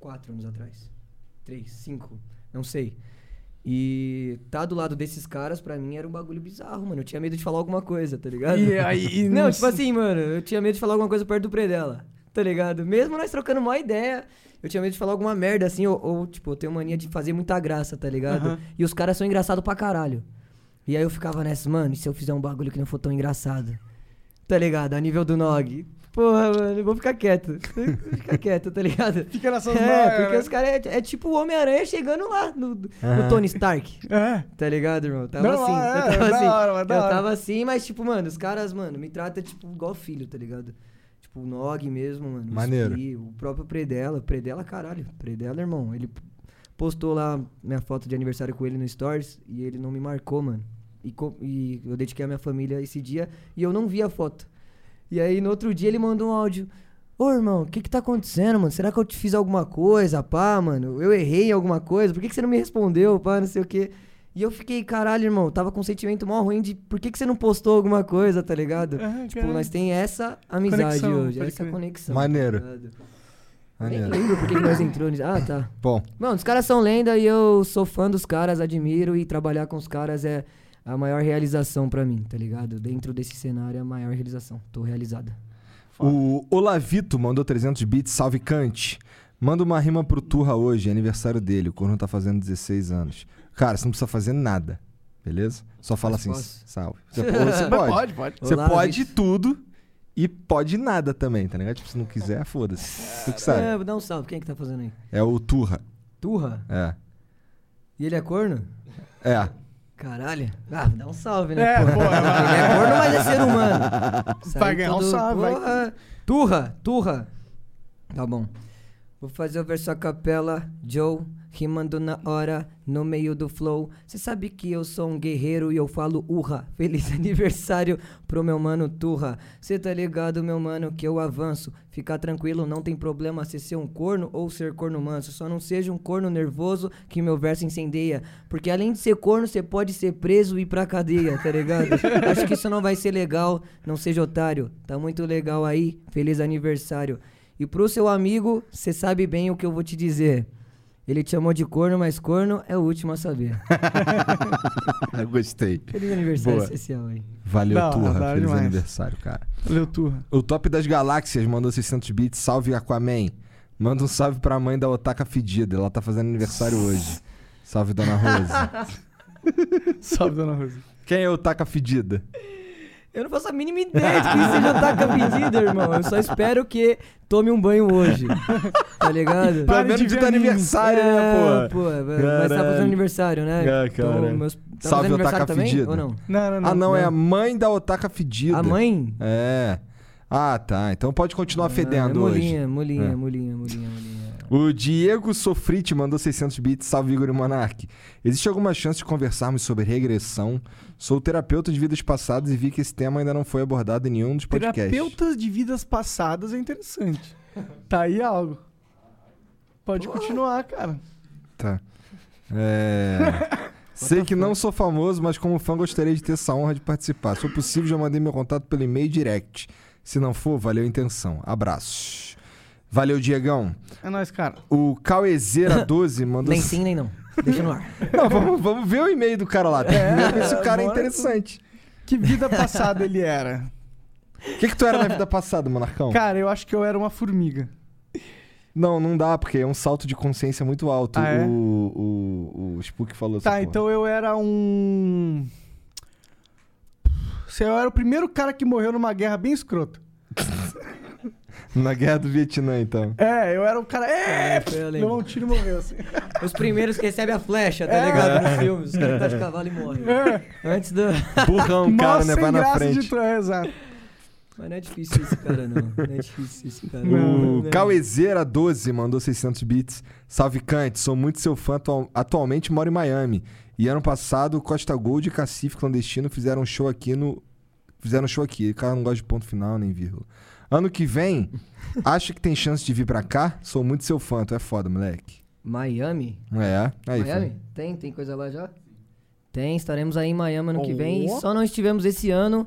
Speaker 3: quatro anos atrás. Três, cinco, não sei. E tá do lado desses caras, pra mim, era um bagulho bizarro, mano. Eu tinha medo de falar alguma coisa, tá ligado?
Speaker 2: E aí, e
Speaker 3: Não, tipo assim, mano, eu tinha medo de falar alguma coisa perto do predela, tá ligado? Mesmo nós trocando uma ideia, eu tinha medo de falar alguma merda, assim, ou, ou, tipo, eu tenho mania de fazer muita graça, tá ligado?
Speaker 2: Aham.
Speaker 3: E os caras são engraçados pra caralho. E aí eu ficava nessa, mano, e se eu fizer um bagulho que não for tão engraçado? Tá ligado? A nível do Nog. Porra, mano, eu vou ficar quieto. Vou ficar quieto, tá ligado?
Speaker 2: Fica nessas
Speaker 3: É, porque os caras é, é tipo o Homem-Aranha chegando lá no, no
Speaker 1: Aham.
Speaker 3: Tony Stark.
Speaker 2: É.
Speaker 3: Tá ligado, irmão? Tava
Speaker 2: Não,
Speaker 3: assim,
Speaker 2: é,
Speaker 3: eu tava
Speaker 2: da
Speaker 3: assim.
Speaker 2: hora, mano, da
Speaker 3: eu
Speaker 2: hora.
Speaker 3: tava assim, mas tipo, mano, os caras, mano, me tratam tipo igual filho, tá ligado? Tipo, o Nog mesmo, mano. o
Speaker 1: Maneiro.
Speaker 3: Spi, o próprio Predela. Predela, caralho. Predela, irmão. Ele postou lá minha foto de aniversário com ele no Stories e ele não me marcou, mano. E, co- e eu dediquei a minha família esse dia e eu não vi a foto. E aí, no outro dia, ele mandou um áudio. Ô, irmão, o que que tá acontecendo, mano? Será que eu te fiz alguma coisa, pá, mano? Eu errei em alguma coisa? Por que que você não me respondeu, pá, não sei o quê? E eu fiquei, caralho, irmão, tava com um sentimento mó ruim de por que que você não postou alguma coisa, tá ligado?
Speaker 2: Ah,
Speaker 3: tipo,
Speaker 2: cara.
Speaker 3: nós tem essa amizade
Speaker 2: Conexão,
Speaker 3: hoje,
Speaker 2: pode
Speaker 3: essa
Speaker 2: crer.
Speaker 3: conexão.
Speaker 1: Maneiro.
Speaker 3: Tá ligado? Nem
Speaker 1: Maneiro.
Speaker 3: lembro por que que nós entrou nisso. Ah, tá.
Speaker 1: Bom,
Speaker 3: Mano, os caras são lenda e eu sou fã dos caras, admiro e trabalhar com os caras é a maior realização pra mim, tá ligado? Dentro desse cenário é a maior realização. Tô realizada.
Speaker 1: o Olavito mandou 300 bits, salve Kant. Manda uma rima pro Turra hoje, é aniversário dele. O Corno tá fazendo 16 anos. Cara, você não precisa fazer nada, beleza? Só fala
Speaker 3: Mas
Speaker 1: assim,
Speaker 3: posso?
Speaker 1: salve. Você pode. Você pode,
Speaker 2: Pode, pode.
Speaker 1: Você
Speaker 3: Olá,
Speaker 1: pode
Speaker 3: Vitor.
Speaker 1: tudo e pode nada também, tá ligado? Tipo, se não quiser, foda-se. Tu que sabe.
Speaker 3: É, dá um salve. Quem é que tá fazendo aí?
Speaker 1: É o Turra.
Speaker 3: Turra?
Speaker 1: É.
Speaker 3: E ele é corno?
Speaker 1: É.
Speaker 3: Caralho. Ah, dá um salve, né?
Speaker 2: É,
Speaker 3: porra?
Speaker 2: pô,
Speaker 3: Ele é corno, mas é ser humano. Sair
Speaker 2: Vai ganhar um
Speaker 3: todo-
Speaker 2: salve, vai.
Speaker 3: Porra. Turra, turra. Tá bom. Vou fazer o verso a capela, Joe, rimando na hora, no meio do flow. Cê sabe que eu sou um guerreiro e eu falo urra. Feliz aniversário pro meu mano Turra. Cê tá ligado, meu mano, que eu avanço. Fica tranquilo, não tem problema se ser um corno ou ser corno manso. Só não seja um corno nervoso que meu verso incendeia. Porque além de ser corno, você pode ser preso e ir pra cadeia, tá ligado? Acho que isso não vai ser legal. Não seja otário. Tá muito legal aí. Feliz aniversário. E pro seu amigo, você sabe bem o que eu vou te dizer. Ele te chamou de corno, mas corno é o último a saber.
Speaker 1: Gostei.
Speaker 3: Feliz aniversário
Speaker 1: Boa.
Speaker 3: especial aí.
Speaker 1: Valeu,
Speaker 2: Da hora,
Speaker 1: Turra.
Speaker 2: da hora
Speaker 1: Feliz
Speaker 2: demais.
Speaker 1: aniversário, cara.
Speaker 2: Valeu, turra.
Speaker 1: O Top das Galáxias mandou 600 bits. Salve, Aquaman. Manda um salve pra mãe da Otaka Fedida. Ela tá fazendo aniversário hoje. Salve, Dona Rose.
Speaker 2: Salve, dona Rosa.
Speaker 1: Quem é Otaka Fedida?
Speaker 3: Eu não faço a mínima ideia de quem seja o Taca Vendida, irmão. Eu só espero que tome um banho hoje. Tá ligado?
Speaker 1: Pelo
Speaker 2: Pare de
Speaker 1: menos
Speaker 2: ver
Speaker 1: de teu
Speaker 2: anime.
Speaker 1: aniversário,
Speaker 3: É,
Speaker 1: né, pô?
Speaker 3: pô, mas tá
Speaker 1: Caralho.
Speaker 3: fazendo aniversário, né?
Speaker 1: É,
Speaker 3: Então,
Speaker 1: cara.
Speaker 3: meus- tá fazendo
Speaker 1: Salve,
Speaker 3: aniversário
Speaker 1: Otaka
Speaker 3: também?
Speaker 1: Fedida.
Speaker 3: Ou não?
Speaker 2: Não, não, né? não.
Speaker 1: Ah, não, é
Speaker 3: não.
Speaker 1: a mãe da Otaka Fedida.
Speaker 3: A mãe?
Speaker 1: É. Ah, tá. Então pode continuar
Speaker 3: Ah, é
Speaker 1: fedendo hoje.
Speaker 3: molinha, Molinha,
Speaker 1: É.
Speaker 3: molinha, molinha, molinha.
Speaker 1: O Diego Sofrite mandou 600 bits. Salve, Igor e Monark. Existe alguma chance de conversarmos sobre regressão? Sou terapeuta de vidas passadas e vi que esse tema ainda não foi abordado em nenhum dos podcasts.
Speaker 2: Terapeutas de vidas passadas é interessante. Tá aí algo. Pode continuar, cara.
Speaker 1: Tá. É... Sei que não sou famoso, mas como fã gostaria de ter essa honra de participar. Se for possível, já mandei meu contato pelo e-mail direct. Se não for, valeu a intenção. Abraços. Valeu, Diegão.
Speaker 2: É nóis, cara.
Speaker 1: O Cauezeira12 mandou...
Speaker 3: Nem sim, nem não. Deixa no ar.
Speaker 1: Não, vamos, vamos ver o e-mail do cara lá. Tem que ver se o cara é
Speaker 2: bora.
Speaker 1: interessante.
Speaker 2: Que vida passada ele era.
Speaker 1: O que, que tu era na vida passada, Monarcão?
Speaker 2: Cara, eu acho que eu era uma formiga.
Speaker 1: Não, não dá, porque é um salto de consciência muito alto.
Speaker 2: Ah, é?
Speaker 1: o, o, o Spook falou
Speaker 2: Tá,
Speaker 1: essa porra.
Speaker 2: então eu era um. Se eu era o primeiro cara que morreu numa guerra bem escrota.
Speaker 1: Na guerra do Vietnã, então.
Speaker 2: É, eu era o cara. É,
Speaker 3: Foi além.
Speaker 2: levou um tiro e morreu assim.
Speaker 3: Os primeiros que recebem a flecha,
Speaker 1: É.
Speaker 3: tá ligado? No filme. Os caras tá de cavalo e morrem. Antes do.
Speaker 1: Burrão, cara,
Speaker 2: Nossa,
Speaker 1: né? Vai
Speaker 2: É, sem
Speaker 1: na
Speaker 2: graça
Speaker 1: frente.
Speaker 2: de tu, é, exato.
Speaker 3: Mas não é difícil esse cara, não. Não é difícil esse cara.
Speaker 1: O
Speaker 3: não. é.
Speaker 1: Cauezeira12 mandou 600 bits. Salve Kant, sou muito seu fã. atual- Atualmente moro em Miami. E ano passado, Costa Gold e Cacife Clandestino fizeram um show aqui no. Fizeram um show aqui. O cara não gosta de ponto final nem vírgula. Ano que vem, acha que tem chance de vir pra cá? Sou muito seu fã. Tu é foda, moleque.
Speaker 3: Miami?
Speaker 1: É, aí.
Speaker 3: Miami?
Speaker 1: foi.
Speaker 3: Tem? Tem coisa lá já? Tem, estaremos aí em Miami ano que vem.
Speaker 2: Oh.
Speaker 3: Só não estivemos esse ano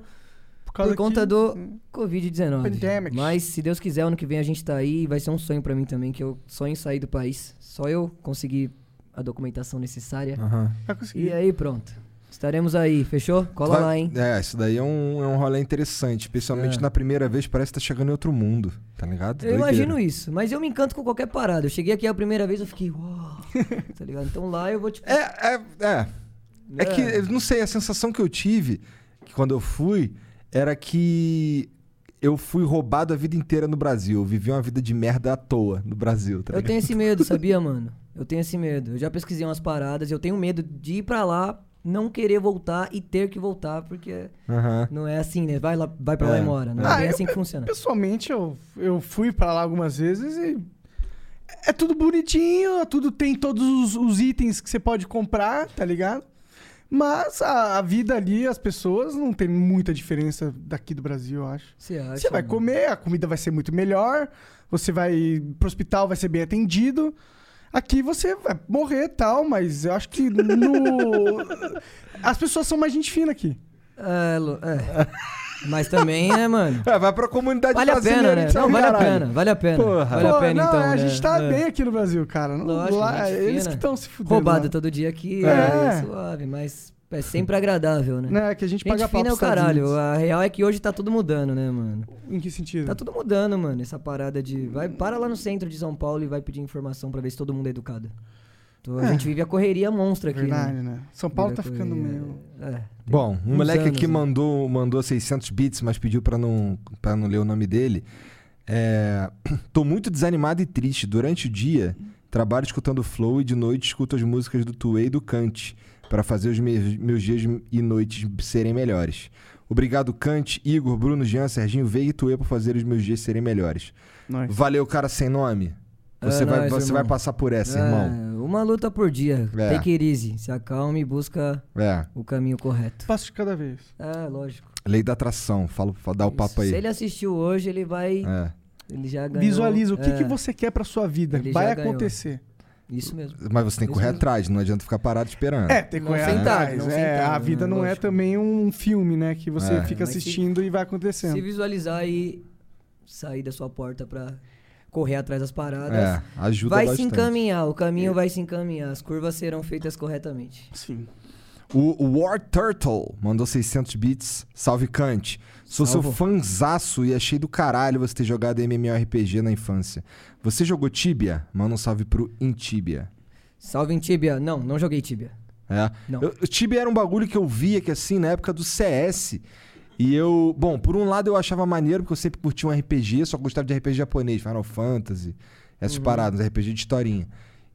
Speaker 3: por conta do Covid-19.
Speaker 2: Pandemic.
Speaker 3: Mas se Deus quiser, ano que vem a gente tá aí. Vai ser um sonho pra mim também, que eu sonho em sair do país. Só eu conseguir a documentação necessária.
Speaker 1: Aham.
Speaker 2: Tá conseguindo.
Speaker 3: E aí, pronto. Estaremos aí, fechou? Cola
Speaker 1: Vai-
Speaker 3: lá, hein?
Speaker 1: É, isso daí é um, é um rolê interessante. Especialmente
Speaker 3: É.
Speaker 1: na primeira vez, parece que tá chegando em outro mundo. Tá ligado?
Speaker 3: Eu imagino isso, mas eu me encanto com qualquer parada. Eu cheguei aqui a primeira vez, eu fiquei, uau, tá ligado? Então lá eu vou, tipo.
Speaker 1: É, é, é. É que, eu não sei, a sensação que eu tive que quando eu fui era que eu fui roubado a vida inteira no Brasil. Eu vivi uma vida de merda à toa no Brasil, tá
Speaker 3: Eu
Speaker 1: ligado?
Speaker 3: tenho esse medo, sabia, mano? Eu tenho esse medo. Eu já pesquisei umas paradas, eu tenho medo de ir pra lá, não querer voltar e ter que voltar, porque
Speaker 1: Aham.
Speaker 3: não é assim, né? Vai, lá, vai pra lá
Speaker 1: É.
Speaker 3: e mora. Não
Speaker 2: Ah,
Speaker 3: é bem
Speaker 2: eu-
Speaker 3: assim que funciona.
Speaker 2: Pessoalmente, eu, eu fui pra lá algumas vezes e. É tudo bonitinho, é tudo tem todos os, os itens que você pode comprar, tá ligado? Mas a, a vida ali, as pessoas, não tem muita diferença daqui do Brasil, eu acho.
Speaker 3: Você acha?
Speaker 2: Você vai
Speaker 3: mano?
Speaker 2: comer, a comida vai ser muito melhor, você vai pro hospital, vai ser bem atendido. Aqui você vai morrer e tal, mas eu acho que no. As pessoas são mais gente fina aqui.
Speaker 3: É, Lu- é. Mas também, né, mano?
Speaker 1: É, vai pra comunidade
Speaker 3: Vale a
Speaker 1: brasileira.
Speaker 3: pena, né?
Speaker 1: então,
Speaker 3: Não, vale a
Speaker 1: caralho.
Speaker 3: pena, vale a pena.
Speaker 1: Porra.
Speaker 3: Vale a
Speaker 2: Pô,
Speaker 3: pena,
Speaker 2: não,
Speaker 3: então.
Speaker 2: a
Speaker 3: né?
Speaker 2: gente tá
Speaker 3: É.
Speaker 2: bem aqui no Brasil, cara. Não-
Speaker 3: Lógico,
Speaker 2: lá- é,
Speaker 3: gente
Speaker 2: eles
Speaker 3: fina.
Speaker 2: que estão se fudendo. né?
Speaker 3: Roubado
Speaker 2: lá.
Speaker 3: todo dia aqui,
Speaker 2: É.
Speaker 3: é. suave, mas é sempre agradável, né?
Speaker 2: Né, que a gente,
Speaker 3: Gente
Speaker 2: paga pau
Speaker 3: fina é o
Speaker 2: pros Estados
Speaker 3: caralho.
Speaker 2: Unidos.
Speaker 3: A real é que hoje tá tudo mudando, né, mano?
Speaker 2: Em que sentido?
Speaker 3: Tá tudo mudando, mano. Essa parada de. Vai, para lá no centro de São Paulo e vai pedir informação pra ver se todo mundo é educado. Então, A
Speaker 2: É.
Speaker 3: gente vive a correria monstra aqui.
Speaker 2: Verdade,
Speaker 3: né?
Speaker 2: né? São Paulo
Speaker 3: Vive
Speaker 2: tá
Speaker 3: a
Speaker 2: ficando
Speaker 3: correria.
Speaker 2: meio.
Speaker 3: É.
Speaker 1: Bom, um
Speaker 3: Uns
Speaker 1: moleque
Speaker 3: anos,
Speaker 1: aqui
Speaker 3: né?
Speaker 1: mandou, mandou 600 bits, mas pediu pra não, pra não ler o nome dele. É, Tô muito desanimado e triste. Durante o dia, trabalho escutando Flow e de noite escuto as músicas do Tuei e do Kant pra fazer os meus, meus dias e noites serem melhores. Obrigado, Kant, Igor, Bruno, Jean, Serginho, Veiga e Tuei por fazer os meus dias serem melhores.
Speaker 2: Nós.
Speaker 1: Valeu, cara sem nome.
Speaker 3: É
Speaker 1: Você, vai,
Speaker 3: nóis,
Speaker 1: você
Speaker 3: irmão.
Speaker 1: vai passar por essa, irmão.
Speaker 3: É, uma luta por dia.
Speaker 1: É.
Speaker 3: Take it easy. Se acalme e busca
Speaker 1: É,
Speaker 3: o caminho correto.
Speaker 2: Passo de cada vez.
Speaker 3: É, lógico.
Speaker 1: lei da atração. Fala, fala- dá o papo aí.
Speaker 3: Se ele assistiu hoje, ele vai.
Speaker 1: É.
Speaker 3: Ele já ganhou.
Speaker 2: Visualiza o que,
Speaker 3: É,
Speaker 2: que você quer pra sua vida.
Speaker 3: Ele já
Speaker 2: Vai
Speaker 3: ganhou.
Speaker 2: acontecer.
Speaker 3: Isso mesmo.
Speaker 1: Mas você tem que
Speaker 3: Isso
Speaker 1: correr
Speaker 3: mesmo.
Speaker 1: atrás, não adianta ficar parado esperando.
Speaker 2: É, tem que
Speaker 3: Não
Speaker 2: correr
Speaker 3: sentado,
Speaker 2: atrás.
Speaker 3: não
Speaker 2: é,
Speaker 3: sentado,
Speaker 2: a vida
Speaker 3: né?
Speaker 2: não é
Speaker 3: Lógico.
Speaker 2: também um filme, né? Que você
Speaker 1: É.
Speaker 2: fica
Speaker 3: Mas se-
Speaker 2: assistindo e vai
Speaker 3: Se
Speaker 2: acontecendo.
Speaker 3: visualizar e sair da sua porta pra correr atrás das paradas.
Speaker 1: É, ajuda
Speaker 3: Vai se
Speaker 1: bastante.
Speaker 3: encaminhar, o caminho vai se encaminhar, as curvas serão feitas corretamente.
Speaker 2: Sim.
Speaker 1: O o War Turtle mandou 600 bits. Salve Kant. Sou seu
Speaker 3: Salvo.
Speaker 1: fanzaço e achei do caralho você ter jogado MMORPG na infância. Você jogou Tibia? Manda um salve pro Intibia.
Speaker 3: Salve em Tibia. Não, não joguei Tibia.
Speaker 1: É.
Speaker 3: Não.
Speaker 1: Eu- o Tibia era um bagulho que eu via que assim, na época do CS. E eu, bom, por um lado eu achava maneiro, porque eu sempre curti um RPG, só gostava de RPG japonês, Final Fantasy, essas
Speaker 3: Uhum.
Speaker 1: paradas, um RPG de historinha.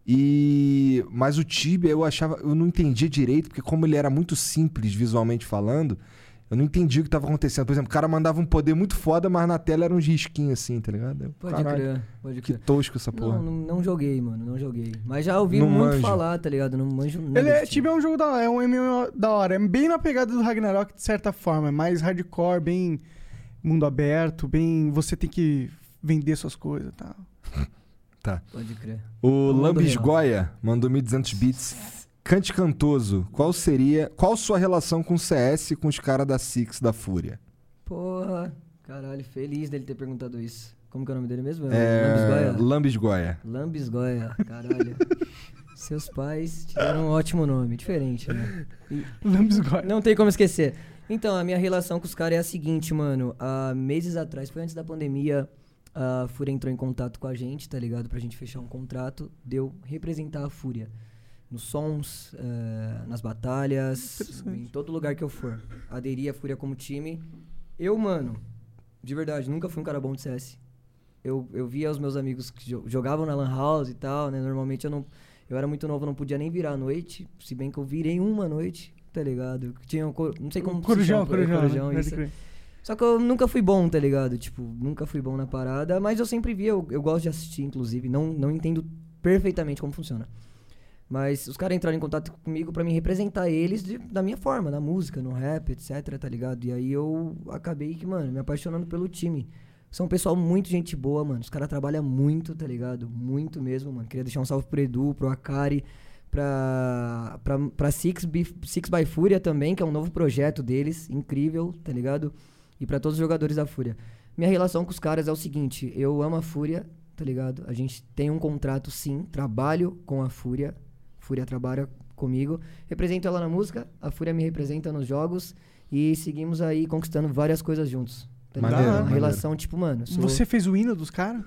Speaker 1: E. Mas o Tibia eu achava. Eu não entendia direito, porque como ele era muito simples visualmente falando, eu não entendia o que tava acontecendo. Por exemplo, o cara mandava um poder muito foda, mas na tela era uns risquinhos assim, tá ligado? Eu,
Speaker 3: Pode
Speaker 1: caralho,
Speaker 3: crer, pode
Speaker 1: que
Speaker 3: crer.
Speaker 1: tosco essa porra.
Speaker 3: Não, não, não joguei, mano, não joguei. Mas já ouvi
Speaker 1: Não
Speaker 3: muito
Speaker 1: manjo.
Speaker 3: falar, tá ligado? Não manjo nada. tipo.
Speaker 2: Ele é,
Speaker 3: de Tibia.
Speaker 2: Tibia é um jogo da hora, é um MMO da hora. É bem na pegada do Ragnarok, de certa forma. É mais hardcore, bem mundo aberto, bem. Você tem que vender suas coisas e tal.
Speaker 3: Pode crer.
Speaker 1: O
Speaker 3: mundo
Speaker 1: Lambis
Speaker 3: real.
Speaker 1: Goya mandou 1.200 bits. Cante Cantoso, qual seria... Qual sua relação com o CS e com os caras da Six da Fúria?
Speaker 3: Porra, caralho, feliz dele ter perguntado isso. Como que é o nome dele mesmo?
Speaker 1: É...
Speaker 3: Lambisgoia?
Speaker 1: Lambis Goya.
Speaker 3: Lambisgoia, caralho. Seus pais te deram um ótimo nome, diferente, né?
Speaker 2: Lambisgoia.
Speaker 3: Não tem como esquecer. Então, a minha relação com os caras é a seguinte, mano. Há meses atrás, foi antes da pandemia, a Fúria entrou em contato com a gente, tá ligado? Pra gente fechar um contrato, deu representar a Fúria. Nos sons, eh, nas batalhas,
Speaker 2: Interessante.
Speaker 3: em todo lugar que eu for. Aderi à Fúria como time. Eu, mano, de verdade, nunca fui um cara bom de CS. Eu, eu via os meus amigos que jo- jogavam na Lan House e tal, né? Normalmente eu não. Eu era muito novo, não podia nem virar à noite. Se bem que eu virei uma noite, tá ligado? Tinha um. cor- Não sei como. se
Speaker 2: Corujão,
Speaker 3: chama,
Speaker 2: corujão.
Speaker 3: corujão
Speaker 2: né? Pode
Speaker 3: isso. é
Speaker 2: crer.
Speaker 3: Só que eu nunca fui bom, tá ligado? Tipo, nunca fui bom na parada, mas eu sempre vi, eu, eu gosto de assistir, inclusive. Não, não entendo perfeitamente como funciona. Mas os caras entraram em contato comigo pra me representar eles de- da minha forma, na música, no rap, etc, tá ligado? E aí eu acabei que, mano, me apaixonando pelo time. São um pessoal muito gente boa, mano. Os caras trabalham muito, tá ligado? Muito mesmo, mano. Queria deixar um salve pro Edu, pro Akari, pra, pra, pra Six, Bi- Six by Fúria também, que é um novo projeto deles, incrível, tá ligado? E pra todos os jogadores da Fúria. Minha relação com os caras é o seguinte: eu amo a Fúria, tá ligado? A gente tem um contrato, sim. Trabalho com a Fúria. Fúria trabalha comigo. Represento ela na música, a Fúria me representa nos jogos. E seguimos aí conquistando várias coisas juntos. Tá ligado?
Speaker 1: Maneiro,
Speaker 3: Uma
Speaker 1: maneiro.
Speaker 3: relação, tipo, mano. sou-
Speaker 2: Você fez o hino dos caras?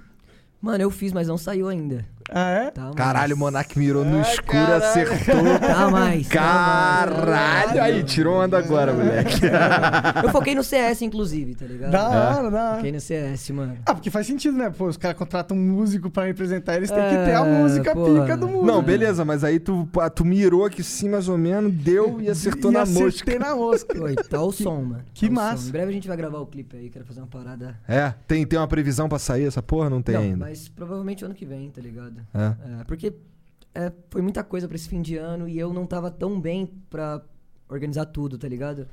Speaker 3: Mano, eu fiz, mas não saiu ainda.
Speaker 2: Ah, é?
Speaker 3: Tá, mas-
Speaker 1: Caralho, o Monark mirou no
Speaker 2: Ai,
Speaker 1: escuro,
Speaker 2: caralho.
Speaker 1: acertou.
Speaker 3: Tá mais.
Speaker 1: Caralho! Aí, tirou onda agora, moleque.
Speaker 3: tá mais. Eu foquei no CS, inclusive, tá ligado?
Speaker 2: Da hora, da hora.
Speaker 3: Foquei no CS, mano.
Speaker 2: Ah, porque faz sentido, né? Pô, os caras contratam um músico pra representar, eles têm que
Speaker 3: É,
Speaker 2: ter a música
Speaker 3: porra.
Speaker 2: pica do músico.
Speaker 1: Não, beleza, mas aí tu, pá, tu mirou aqui sim, mais ou menos, deu e acertou
Speaker 2: E
Speaker 1: na mosca.
Speaker 2: acertei na mosca.
Speaker 3: Oi, tá o som, mano.
Speaker 2: que
Speaker 3: Tá o
Speaker 2: massa.
Speaker 3: som. Em breve a gente vai gravar o clipe aí, quero fazer uma parada.
Speaker 1: É, tem, tem uma previsão pra sair essa porra? Não tem
Speaker 3: Não,
Speaker 1: ainda.
Speaker 3: mas provavelmente ano que vem, tá ligado?
Speaker 1: É.
Speaker 3: É, porque é, foi muita coisa pra esse fim de ano e eu não tava tão bem pra organizar tudo, tá ligado?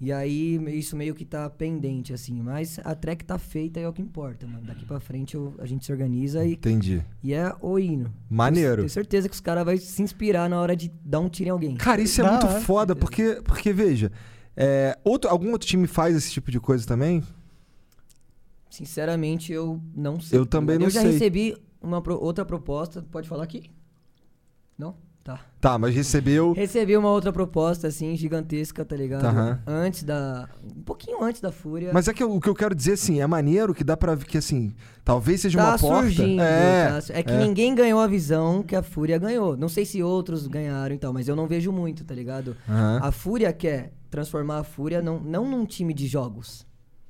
Speaker 3: E aí isso meio que tá pendente, assim. Mas a track tá feita e é o que importa, mano. Daqui pra frente eu- a gente se organiza e,
Speaker 1: Entendi.
Speaker 3: e é o hino.
Speaker 1: Maneiro.
Speaker 3: Tenho certeza que os caras vão se inspirar na hora de dar um tiro em alguém.
Speaker 1: Cara, isso é
Speaker 2: Da
Speaker 1: muito
Speaker 2: hora.
Speaker 1: foda, porque, porque veja, é, outro, algum outro time faz esse tipo de coisa também?
Speaker 3: Sinceramente, eu não sei.
Speaker 1: Eu também não
Speaker 3: Eu já
Speaker 1: sei.
Speaker 3: recebi uma pro- outra proposta. Pode falar aqui? Não? Tá.
Speaker 1: Tá, mas recebeu.
Speaker 3: Recebi uma outra proposta, assim, gigantesca, tá ligado?
Speaker 1: Aham.
Speaker 3: Antes da. Um pouquinho antes da Fúria.
Speaker 1: Mas é que eu- o que eu quero dizer, assim, é maneiro que dá pra ver que, assim, talvez seja
Speaker 3: tá
Speaker 1: uma porta.
Speaker 3: surgindo.
Speaker 1: é,
Speaker 3: tá su- é que ninguém ganhou a visão que a Fúria ganhou. Não sei se outros ganharam e tal, mas eu não vejo muito, tá ligado?
Speaker 1: Aham.
Speaker 3: A Fúria quer transformar a Fúria não, não num time de jogos,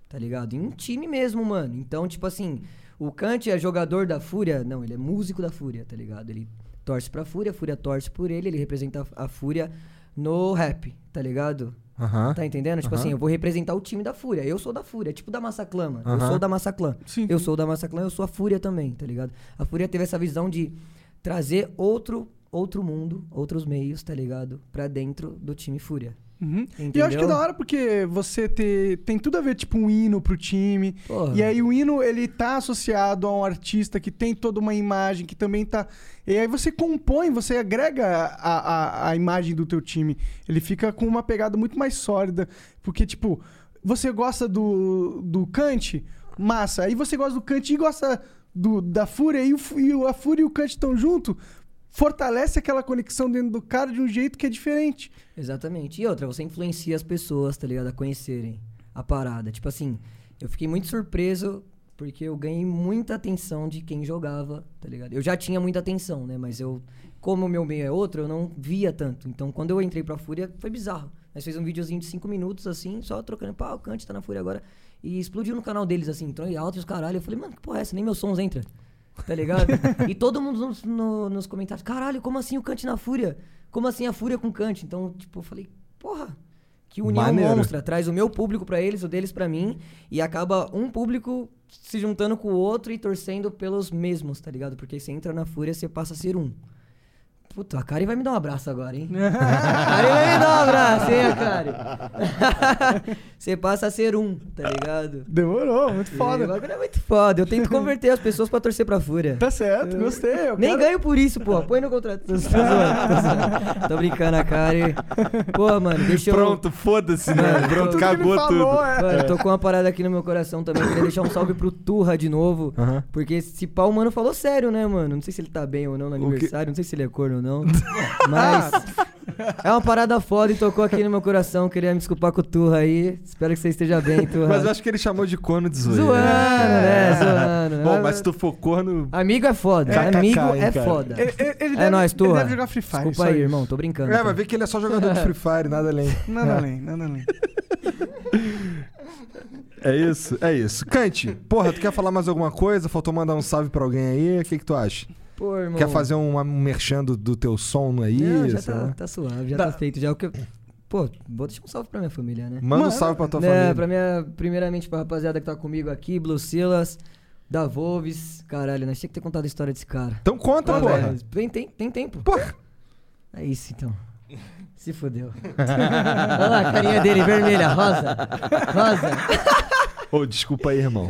Speaker 3: tá ligado? Em um time mesmo, mano. Então, tipo assim, o Kant é jogador da Fúria? Não, ele é músico da Fúria, tá ligado? Ele torce pra Fúria, a Fúria torce por ele, ele representa a a Fúria no rap, tá ligado?
Speaker 1: Aham.
Speaker 3: Tá entendendo? Tipo
Speaker 1: Aham.
Speaker 3: assim, eu vou representar o time da Fúria. Eu sou da Fúria, tipo da Massaclã, mano. Eu
Speaker 1: Aham.
Speaker 3: sou da Massaclã.
Speaker 2: Sim.
Speaker 3: Eu sou da Massaclã, eu sou a Fúria também, tá ligado? A Fúria teve essa visão de trazer outro outro mundo, outros meios, tá ligado? Pra dentro do time Fúria.
Speaker 2: Uhum. E eu
Speaker 3: Entendeu?
Speaker 2: acho que é da hora porque você ter, tem tudo a ver, tipo, um hino pro time.
Speaker 3: Porra.
Speaker 2: E aí o hino, ele tá associado a um artista que tem toda uma imagem, que também tá... E aí você compõe, você agrega a, a, a imagem do teu time. Ele fica com uma pegada muito mais sólida. Porque, tipo, você gosta do, do Kant, massa. Aí você gosta do Kant e gosta do, da Fúria, e, o, Fu- e o- a Fúria e o Kant estão junto. Fortalece aquela conexão dentro do cara de um jeito que é diferente.
Speaker 3: Exatamente. E outra, você influencia as pessoas, tá ligado? A conhecerem a parada. Tipo assim, eu fiquei muito surpreso porque eu ganhei muita atenção de quem jogava, tá ligado? Eu já tinha muita atenção, né? Mas eu, como o meu meio é outro, eu não via tanto. Então, quando eu entrei pra Fúria, foi bizarro. Nós fez um videozinho de cinco minutos, assim, só trocando pau, o Kant tá na Fúria agora. E explodiu no canal deles, assim, entrou em alto e os caralho. Eu falei, mano, que porra é essa? Nem meus sons entram. Tá ligado? e todo mundo nos, no- nos comentários, caralho, como assim o Kant na Fúria? Como assim a Fúria com Kant? Então, tipo, eu falei, porra, que união
Speaker 1: Maneiro.
Speaker 3: monstra. Traz o meu público pra eles, o deles pra mim, e acaba um público se juntando com o outro e torcendo pelos mesmos, tá ligado? Porque você entra na Fúria, você passa a ser um. Puta, a Kari vai me dar um abraço agora, hein? a Kari vai me dar um abraço, hein, a Kari? você passa a ser um, tá ligado?
Speaker 2: Demorou, muito
Speaker 3: E O
Speaker 2: foda.
Speaker 3: bagulho é muito foda. Eu tento converter as pessoas pra torcer pra Fúria.
Speaker 2: Tá certo, gostei. eu
Speaker 3: Nem
Speaker 2: quero-
Speaker 3: ganho por isso, pô. Põe no contrato. Tô, zoando, tô, zoando. Tô brincando, a Kari. Pô, mano, deixa eu.
Speaker 1: Pronto, foda-se, né?
Speaker 3: Mano,
Speaker 1: Pronto,
Speaker 2: Tudo que ele
Speaker 1: cagou
Speaker 2: falou,
Speaker 1: tudo.
Speaker 2: é.
Speaker 3: Mano, tô com uma parada aqui no meu coração também. Queria deixar um salve pro Turra de novo.
Speaker 1: Aham.
Speaker 3: Porque esse pau, mano, falou sério, né, mano? Não sei se ele tá bem ou não no
Speaker 1: que-
Speaker 3: aniversário, não sei se ele é corno ou não. Mas é uma parada foda e tocou aqui no meu coração. Queria me desculpar com o Turra aí. Espero que você esteja bem, Turra.
Speaker 1: Mas eu acho que ele chamou de corno de zoeira.
Speaker 3: Zoando, né?
Speaker 1: É.
Speaker 3: Zoando.
Speaker 1: Bom, mas se tu for corno.
Speaker 3: Amigo é foda.
Speaker 1: É,
Speaker 3: Amigo
Speaker 1: cacá, hein,
Speaker 3: é
Speaker 1: cara.
Speaker 3: foda.
Speaker 2: Ele, ele- ele
Speaker 3: É
Speaker 2: deve,
Speaker 3: nóis,
Speaker 2: ele
Speaker 3: Turra.
Speaker 2: deve jogar Free Fire.
Speaker 3: Desculpa
Speaker 2: só
Speaker 3: aí,
Speaker 2: isso.
Speaker 3: irmão, tô brincando. tá?
Speaker 1: É, vai ver que ele é só jogador de Free Fire, nada além.
Speaker 2: Nada além, nada além.
Speaker 1: É isso, é isso. Cante, porra, tu quer falar mais alguma coisa? Faltou mandar um salve pra alguém aí? O que, que tu acha?
Speaker 3: Pô, irmão.
Speaker 1: Quer fazer um, um merchan do, do teu som aí?
Speaker 3: Não, já
Speaker 1: sei
Speaker 3: tá,
Speaker 1: lá?
Speaker 3: tá suave, já
Speaker 2: Dá-
Speaker 3: tá feito. Já o que eu Pô, vou deixar um salve pra minha família, né?
Speaker 1: Manda um
Speaker 2: Mano,
Speaker 1: salve pra tua
Speaker 3: né,
Speaker 1: família.
Speaker 3: Pra minha, primeiramente pra rapaziada que tá comigo aqui, Blue Silas, da Volves. Caralho, nós tinha que ter contado a história desse cara.
Speaker 1: Então conta,
Speaker 3: Ah,
Speaker 1: porra.
Speaker 3: velho, Tem, tem, tem tempo.
Speaker 1: Porra.
Speaker 3: É isso então. Se fodeu. Olha lá a carinha dele, vermelha, rosa. Rosa.
Speaker 1: Ô, desculpa aí, irmão.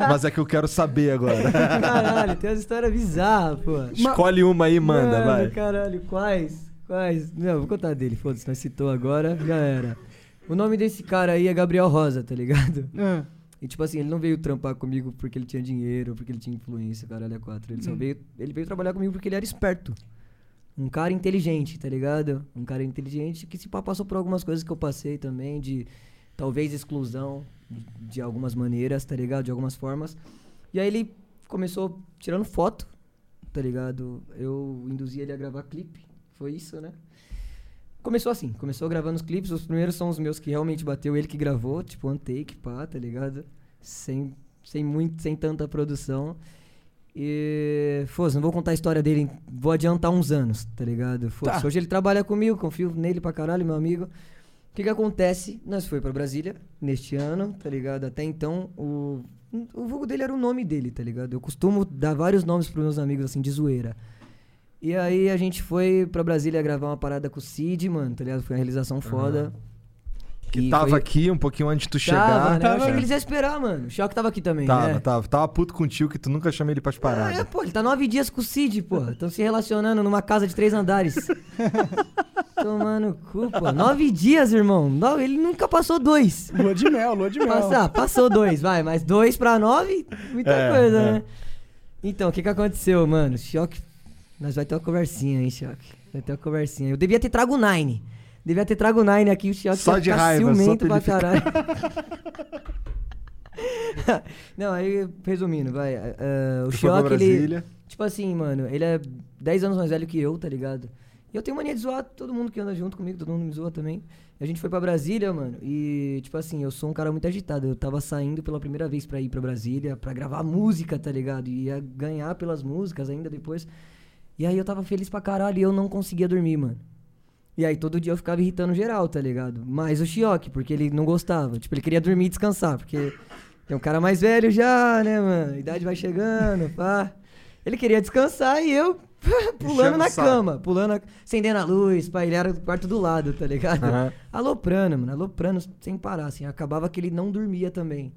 Speaker 1: Mas é que eu quero saber agora.
Speaker 3: Caralho, tem umas histórias bizarras, pô.
Speaker 1: Escolhe uma aí e manda,
Speaker 3: Mano,
Speaker 1: vai.
Speaker 3: Caralho, quais? Quais? Não, vou contar dele, foda-se, nós citou agora, já era. O nome desse cara aí é Gabriel Rosa, tá ligado?
Speaker 2: Ah,
Speaker 3: E tipo assim, ele não veio trampar comigo porque ele tinha dinheiro, porque ele tinha influência, caralho, é quatro. Ele só veio. Ele veio trabalhar comigo porque ele era esperto. Um cara inteligente, tá ligado? Um cara inteligente que se pá passou por algumas coisas que eu passei também, de talvez exclusão de, de algumas maneiras, tá ligado? De algumas formas. E aí ele começou tirando foto, tá ligado? Eu induzi ele a gravar clipe. Foi isso, né? Começou assim, começou gravando os clipes, os primeiros são os meus que realmente bateu, ele que gravou, tipo, one take, pá, tá ligado? Sem, sem muito, sem tanta produção. E, foda não vou contar a história dele, vou adiantar uns anos, tá ligado? Foda-se, hoje ele trabalha comigo, confio nele pra caralho, meu amigo. O que que acontece? Nós foi pra Brasília, neste ano, tá ligado? Até então, o, o vulgo dele era o nome dele, tá ligado? Eu costumo dar vários nomes pros meus amigos, assim, de zoeira. E aí a gente foi pra Brasília gravar uma parada com o Cid, mano, tá ligado? Foi uma realização foda.
Speaker 1: Que
Speaker 3: E
Speaker 1: tava
Speaker 3: foi-
Speaker 1: aqui um pouquinho antes de tu
Speaker 3: Tava,
Speaker 1: chegar.
Speaker 3: né? Eu achei que eles iam esperar, mano. O Choque tava aqui também,
Speaker 1: Tava,
Speaker 3: né?
Speaker 1: tava. Tava puto contigo que tu nunca chama ele pras
Speaker 3: É,
Speaker 1: paradas.
Speaker 3: pô, ele tá nove dias com o Cid, pô. Estão se relacionando numa casa de três andares. Tomando cu, pô. Nove dias, irmão. No- Ele nunca passou dois.
Speaker 2: lua de mel, lua de mel.
Speaker 3: Passa, ah, tá passou dois, vai, mas dois pra nove, muita
Speaker 1: É,
Speaker 3: coisa,
Speaker 1: é.
Speaker 3: né? Então, o que que aconteceu, mano? Choque. Nós vai ter uma conversinha, hein, Choque? Vai ter uma conversinha. Eu devia ter trago o Nine. Devia ter trago o Nine aqui, o Choque
Speaker 1: Só
Speaker 3: ia
Speaker 1: de
Speaker 3: ficar
Speaker 1: raiva, só
Speaker 3: ciumento
Speaker 1: pra
Speaker 3: pra
Speaker 1: ele
Speaker 3: caralho. Não, aí, resumindo, vai. eh, eh, o
Speaker 1: Tu foi pra
Speaker 3: Choque, ele.
Speaker 1: Brasília.
Speaker 3: Tipo assim, mano, ele é 10 anos mais velho que eu, tá ligado? E eu tenho mania de zoar todo mundo que anda junto comigo, todo mundo me zoa também. E a gente foi pra Brasília, mano, e, tipo assim, eu sou um cara muito agitado. Eu tava saindo pela primeira vez pra ir pra Brasília, pra gravar música, tá ligado? E ia ganhar pelas músicas ainda depois. E aí eu tava feliz pra caralho e eu não conseguia dormir, mano. E aí todo dia eu ficava irritando geral, tá ligado? Mas o Chioque, porque ele não gostava. Tipo, ele queria dormir e descansar, porque tem um cara mais velho já, né, mano? A idade vai chegando, pá. Ele queria descansar e eu
Speaker 1: Enchendo
Speaker 3: pulando
Speaker 1: o
Speaker 3: na
Speaker 1: saco.
Speaker 3: cama, pulando, a- acendendo a luz, pá, ele era do quarto do lado, tá ligado?
Speaker 1: Aham.
Speaker 3: Aloprando, mano, aloprando sem parar, assim. Acabava que ele não dormia também.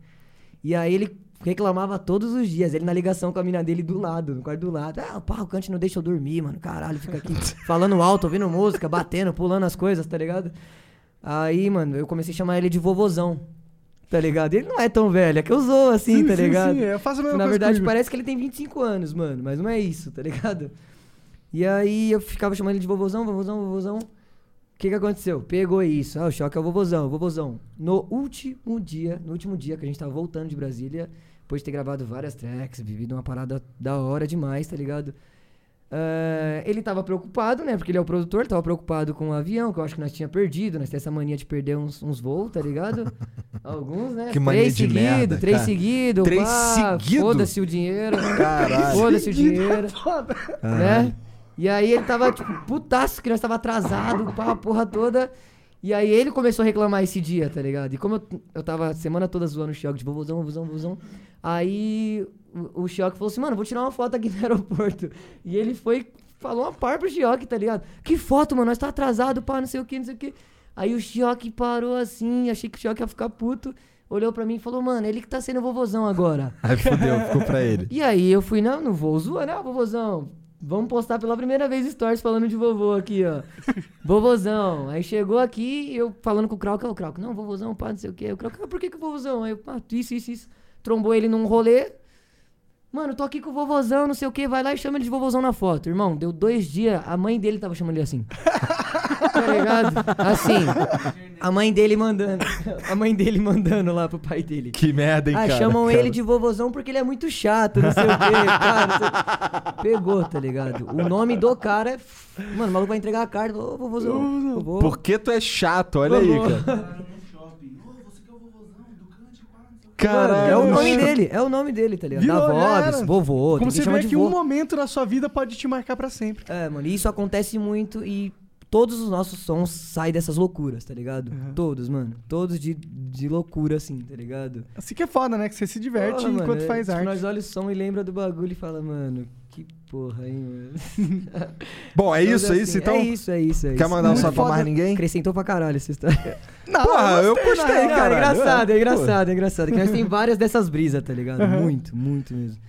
Speaker 3: E aí ele reclamava todos os dias, ele na ligação com a mina dele do lado, no quarto do lado. Ah, pá, o Kant não deixa eu dormir, mano. Caralho, fica aqui falando alto, ouvindo música, batendo, pulando as coisas, tá ligado? Aí, mano, eu comecei a chamar ele de vovozão. Tá ligado? Ele não é tão velho, é que eu zoo assim, tá ligado?
Speaker 2: Sim, é, eu faço a mesma
Speaker 3: Na
Speaker 2: coisa
Speaker 3: verdade,
Speaker 2: comigo.
Speaker 3: parece que ele tem 25 anos, mano, mas não é isso, tá ligado? E aí eu ficava chamando ele de vovozão, vovozão, vovozão. O que que aconteceu? Pegou isso. Ah, o choque é o vovozão, vovozão. No último dia, no último dia que a gente tava voltando de Brasília, depois de ter gravado várias tracks, vivido uma parada da hora demais, tá ligado? Ah, ele tava preocupado, né? Porque ele é o produtor, tava preocupado com o avião, que eu acho que nós tinha perdido, nós temos essa mania de perder uns, uns voos, tá ligado? Alguns, né?
Speaker 1: Que mania
Speaker 3: três
Speaker 1: de
Speaker 3: seguidos,
Speaker 1: merda,
Speaker 3: três
Speaker 1: cara.
Speaker 3: seguidos,
Speaker 1: Três
Speaker 3: pá,
Speaker 1: seguido?
Speaker 3: Foda-se o dinheiro.
Speaker 1: Caralho.
Speaker 3: Foda-se o dinheiro
Speaker 2: Foda.
Speaker 1: Ah.
Speaker 3: né? E aí ele tava, tipo, putaço, que nós tava atrasado, pá, a porra toda. E aí ele começou a reclamar esse dia, tá ligado? E como eu, eu tava a semana toda zoando o Chioque de vovozão, vovozão, vovozão. Aí o, o Chioque falou assim, mano, vou tirar uma foto aqui no aeroporto. E ele foi, e falou uma par pro Chioque, tá ligado? Que foto, mano, nós tá atrasado, pá, não sei o que, não sei o que. Aí o Chioque parou assim, achei que o Chioque ia ficar puto. Olhou pra mim e falou, mano, ele que tá sendo vovozão agora.
Speaker 1: Aí fodeu, ficou pra ele.
Speaker 3: E aí eu fui, não, não vou zoar, né, vovozão? Vamos postar pela primeira vez stories falando de vovô aqui, ó. vovozão. Aí chegou aqui, eu falando com o Krauka, o Krauka, não, vovozão, pá, não sei o quê. O Krauka, ah, por que que o vovozão? Aí eu, ah, isso, isso, isso. Trombou ele num rolê. Mano, tô aqui com o vovozão, não sei o quê, vai lá e chama ele de vovozão na foto. Irmão, deu dois dias, a mãe dele tava chamando ele assim. tá ligado? Assim, a mãe dele mandando, a mãe dele mandando lá pro pai dele.
Speaker 1: Que merda, hein,
Speaker 3: Ah,
Speaker 1: cara.
Speaker 3: chamam
Speaker 1: cara.
Speaker 3: ele de vovozão porque ele é muito chato, não sei o quê. Cara, não sei- Pegou, tá ligado? O nome do cara é. Mano, o maluco vai entregar a carta. Ô, vovozão. Vovô.
Speaker 1: Por que tu é chato? Olha aí, cara.
Speaker 3: Mano,
Speaker 1: Caralho.
Speaker 3: é o nome dele, é o nome dele, tá ligado?
Speaker 2: Virou,
Speaker 3: Da
Speaker 2: já
Speaker 3: Vobs,
Speaker 2: era.
Speaker 3: vovô,
Speaker 2: Como
Speaker 3: tem que
Speaker 2: você
Speaker 3: chamar
Speaker 2: vê
Speaker 3: de
Speaker 2: que um
Speaker 3: vô.
Speaker 2: momento na sua vida pode te marcar pra sempre.
Speaker 3: É, mano, e isso acontece muito e Todos os nossos sons saem dessas loucuras, tá ligado?
Speaker 2: Uhum.
Speaker 3: Todos, mano. Todos de, de loucura, assim, tá ligado?
Speaker 2: Assim que é foda, né? Que você se diverte
Speaker 3: Porra, mano,
Speaker 2: enquanto
Speaker 3: é,
Speaker 2: faz
Speaker 3: tipo,
Speaker 2: arte.
Speaker 3: Nós olha o som e lembra do bagulho e fala, mano, que porra, hein, mano.
Speaker 1: Bom, é
Speaker 3: Então,
Speaker 1: isso, é isso.
Speaker 3: assim,
Speaker 1: Então,
Speaker 3: É isso, é isso. É
Speaker 1: quer
Speaker 3: isso. Ah,
Speaker 1: mandar um
Speaker 2: Muito
Speaker 1: salve pra
Speaker 2: foda.
Speaker 1: mais ninguém?
Speaker 3: Acrescentou pra caralho essa história.
Speaker 2: Não,
Speaker 1: Porra, eu
Speaker 2: gostei,
Speaker 1: gostei,
Speaker 2: não,
Speaker 3: Não,
Speaker 1: cara.
Speaker 3: é engraçado, é
Speaker 1: Pô.
Speaker 3: engraçado, é engraçado. Que nós tem várias dessas brisas, tá ligado? Muito, muito mesmo.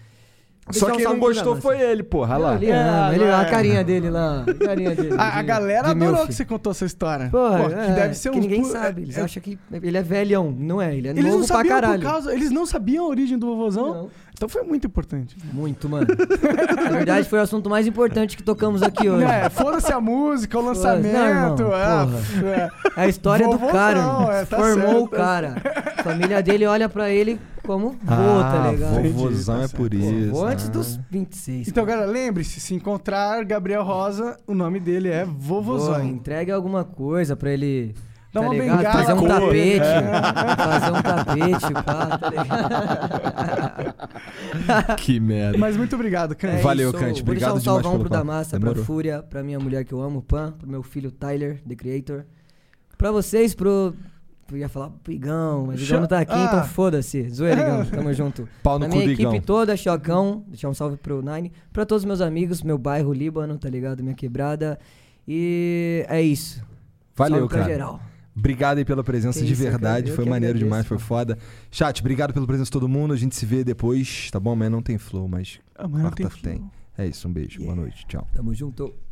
Speaker 1: Só
Speaker 3: Deixar um
Speaker 1: quem não
Speaker 3: salve pro
Speaker 1: gostou
Speaker 3: Damasio.
Speaker 1: foi ele, porra. Olha lá.
Speaker 3: Ele ama,
Speaker 2: É,
Speaker 3: ele ama.
Speaker 2: agora-
Speaker 3: A carinha dele lá. A carinha dele.
Speaker 2: A, a
Speaker 3: de-
Speaker 2: galera
Speaker 3: de
Speaker 2: adorou
Speaker 3: milf.
Speaker 2: que você contou essa história.
Speaker 3: Porra,
Speaker 2: Pô, que
Speaker 3: é,
Speaker 2: deve ser
Speaker 3: que
Speaker 2: um
Speaker 3: ninguém
Speaker 2: pu-
Speaker 3: sabe. Eles
Speaker 2: é-
Speaker 3: acham que ele é velhão. Não é, ele é
Speaker 2: Eles não
Speaker 3: novo pra
Speaker 2: sabiam por
Speaker 3: caralho.
Speaker 2: causa. Eles não sabiam a origem do vovozão?
Speaker 3: Não.
Speaker 2: Então foi muito importante.
Speaker 3: Muito, mano. Na verdade, foi o assunto mais importante que tocamos aqui hoje.
Speaker 2: É, foda-se a música, o
Speaker 3: Foda-se.
Speaker 2: lançamento.
Speaker 3: Não, irmão,
Speaker 2: ah,
Speaker 3: porra.
Speaker 2: f- é.
Speaker 3: É a história do
Speaker 2: Vovô
Speaker 3: cara.
Speaker 2: não,
Speaker 3: mano.
Speaker 2: é, tá
Speaker 3: Formou
Speaker 2: certo,
Speaker 3: o
Speaker 2: tá
Speaker 3: cara. A família dele olha pra ele como vô, tá ligado?
Speaker 2: vô,
Speaker 1: Vovozão Ah, é por isso.
Speaker 3: Vô antes
Speaker 1: né?
Speaker 3: dos 26.
Speaker 2: Então,
Speaker 3: cara.
Speaker 2: galera, lembre-se: se encontrar Gabriel Rosa, o nome dele é
Speaker 3: Vô,
Speaker 2: Vovozão.
Speaker 3: entregue alguma coisa pra ele.
Speaker 2: Dá
Speaker 3: tá
Speaker 2: uma
Speaker 3: ligado?
Speaker 2: bengala
Speaker 3: Fazer um
Speaker 2: pra ele.
Speaker 3: tapete.
Speaker 2: É.
Speaker 3: Fazer um tapete, pá, tá ligado?
Speaker 1: Que merda.
Speaker 2: é. Mas muito obrigado, cara.
Speaker 3: É
Speaker 1: Valeu,
Speaker 3: isso.
Speaker 1: Cante.
Speaker 3: Vou
Speaker 1: Obrigado
Speaker 3: deixar um
Speaker 1: demais
Speaker 3: salvão
Speaker 1: pelo
Speaker 3: pro
Speaker 1: papo.
Speaker 3: Damassa, pra
Speaker 1: Demorou.
Speaker 3: Fúria, pra minha mulher que eu amo, Pan, pro meu filho Tyler, The Creator. Pra vocês, pro. Eu ia falar pro Igão, mas o Igão
Speaker 2: Cho-
Speaker 3: não tá aqui,
Speaker 2: Ah.
Speaker 3: então foda-se. Zoeira, Igão. Tamo junto.
Speaker 1: Pau no
Speaker 3: Na
Speaker 1: cu
Speaker 3: minha
Speaker 1: do
Speaker 3: equipe
Speaker 1: Igão.
Speaker 3: toda, Chocão, deixar um salve pro Nine, pra todos meus amigos, meu bairro Líbano, tá ligado? Minha quebrada. E é isso.
Speaker 1: Valeu,
Speaker 3: salve pra
Speaker 1: cara.
Speaker 3: geral.
Speaker 1: Obrigado aí pela presença
Speaker 3: Que
Speaker 1: de
Speaker 3: isso, cara.
Speaker 1: verdade.
Speaker 3: Eu
Speaker 1: Foi
Speaker 3: que
Speaker 1: maneiro
Speaker 3: agradeço,
Speaker 1: demais, foi
Speaker 3: mano.
Speaker 1: foda. Chat, obrigado pela presença de todo mundo. A gente se vê depois, tá bom? Amanhã não tem flow, mas
Speaker 2: Amanhã tem.
Speaker 1: quarta tem.
Speaker 2: flow.
Speaker 1: é isso. Um beijo. Boa noite. Tchau.
Speaker 3: Tamo junto.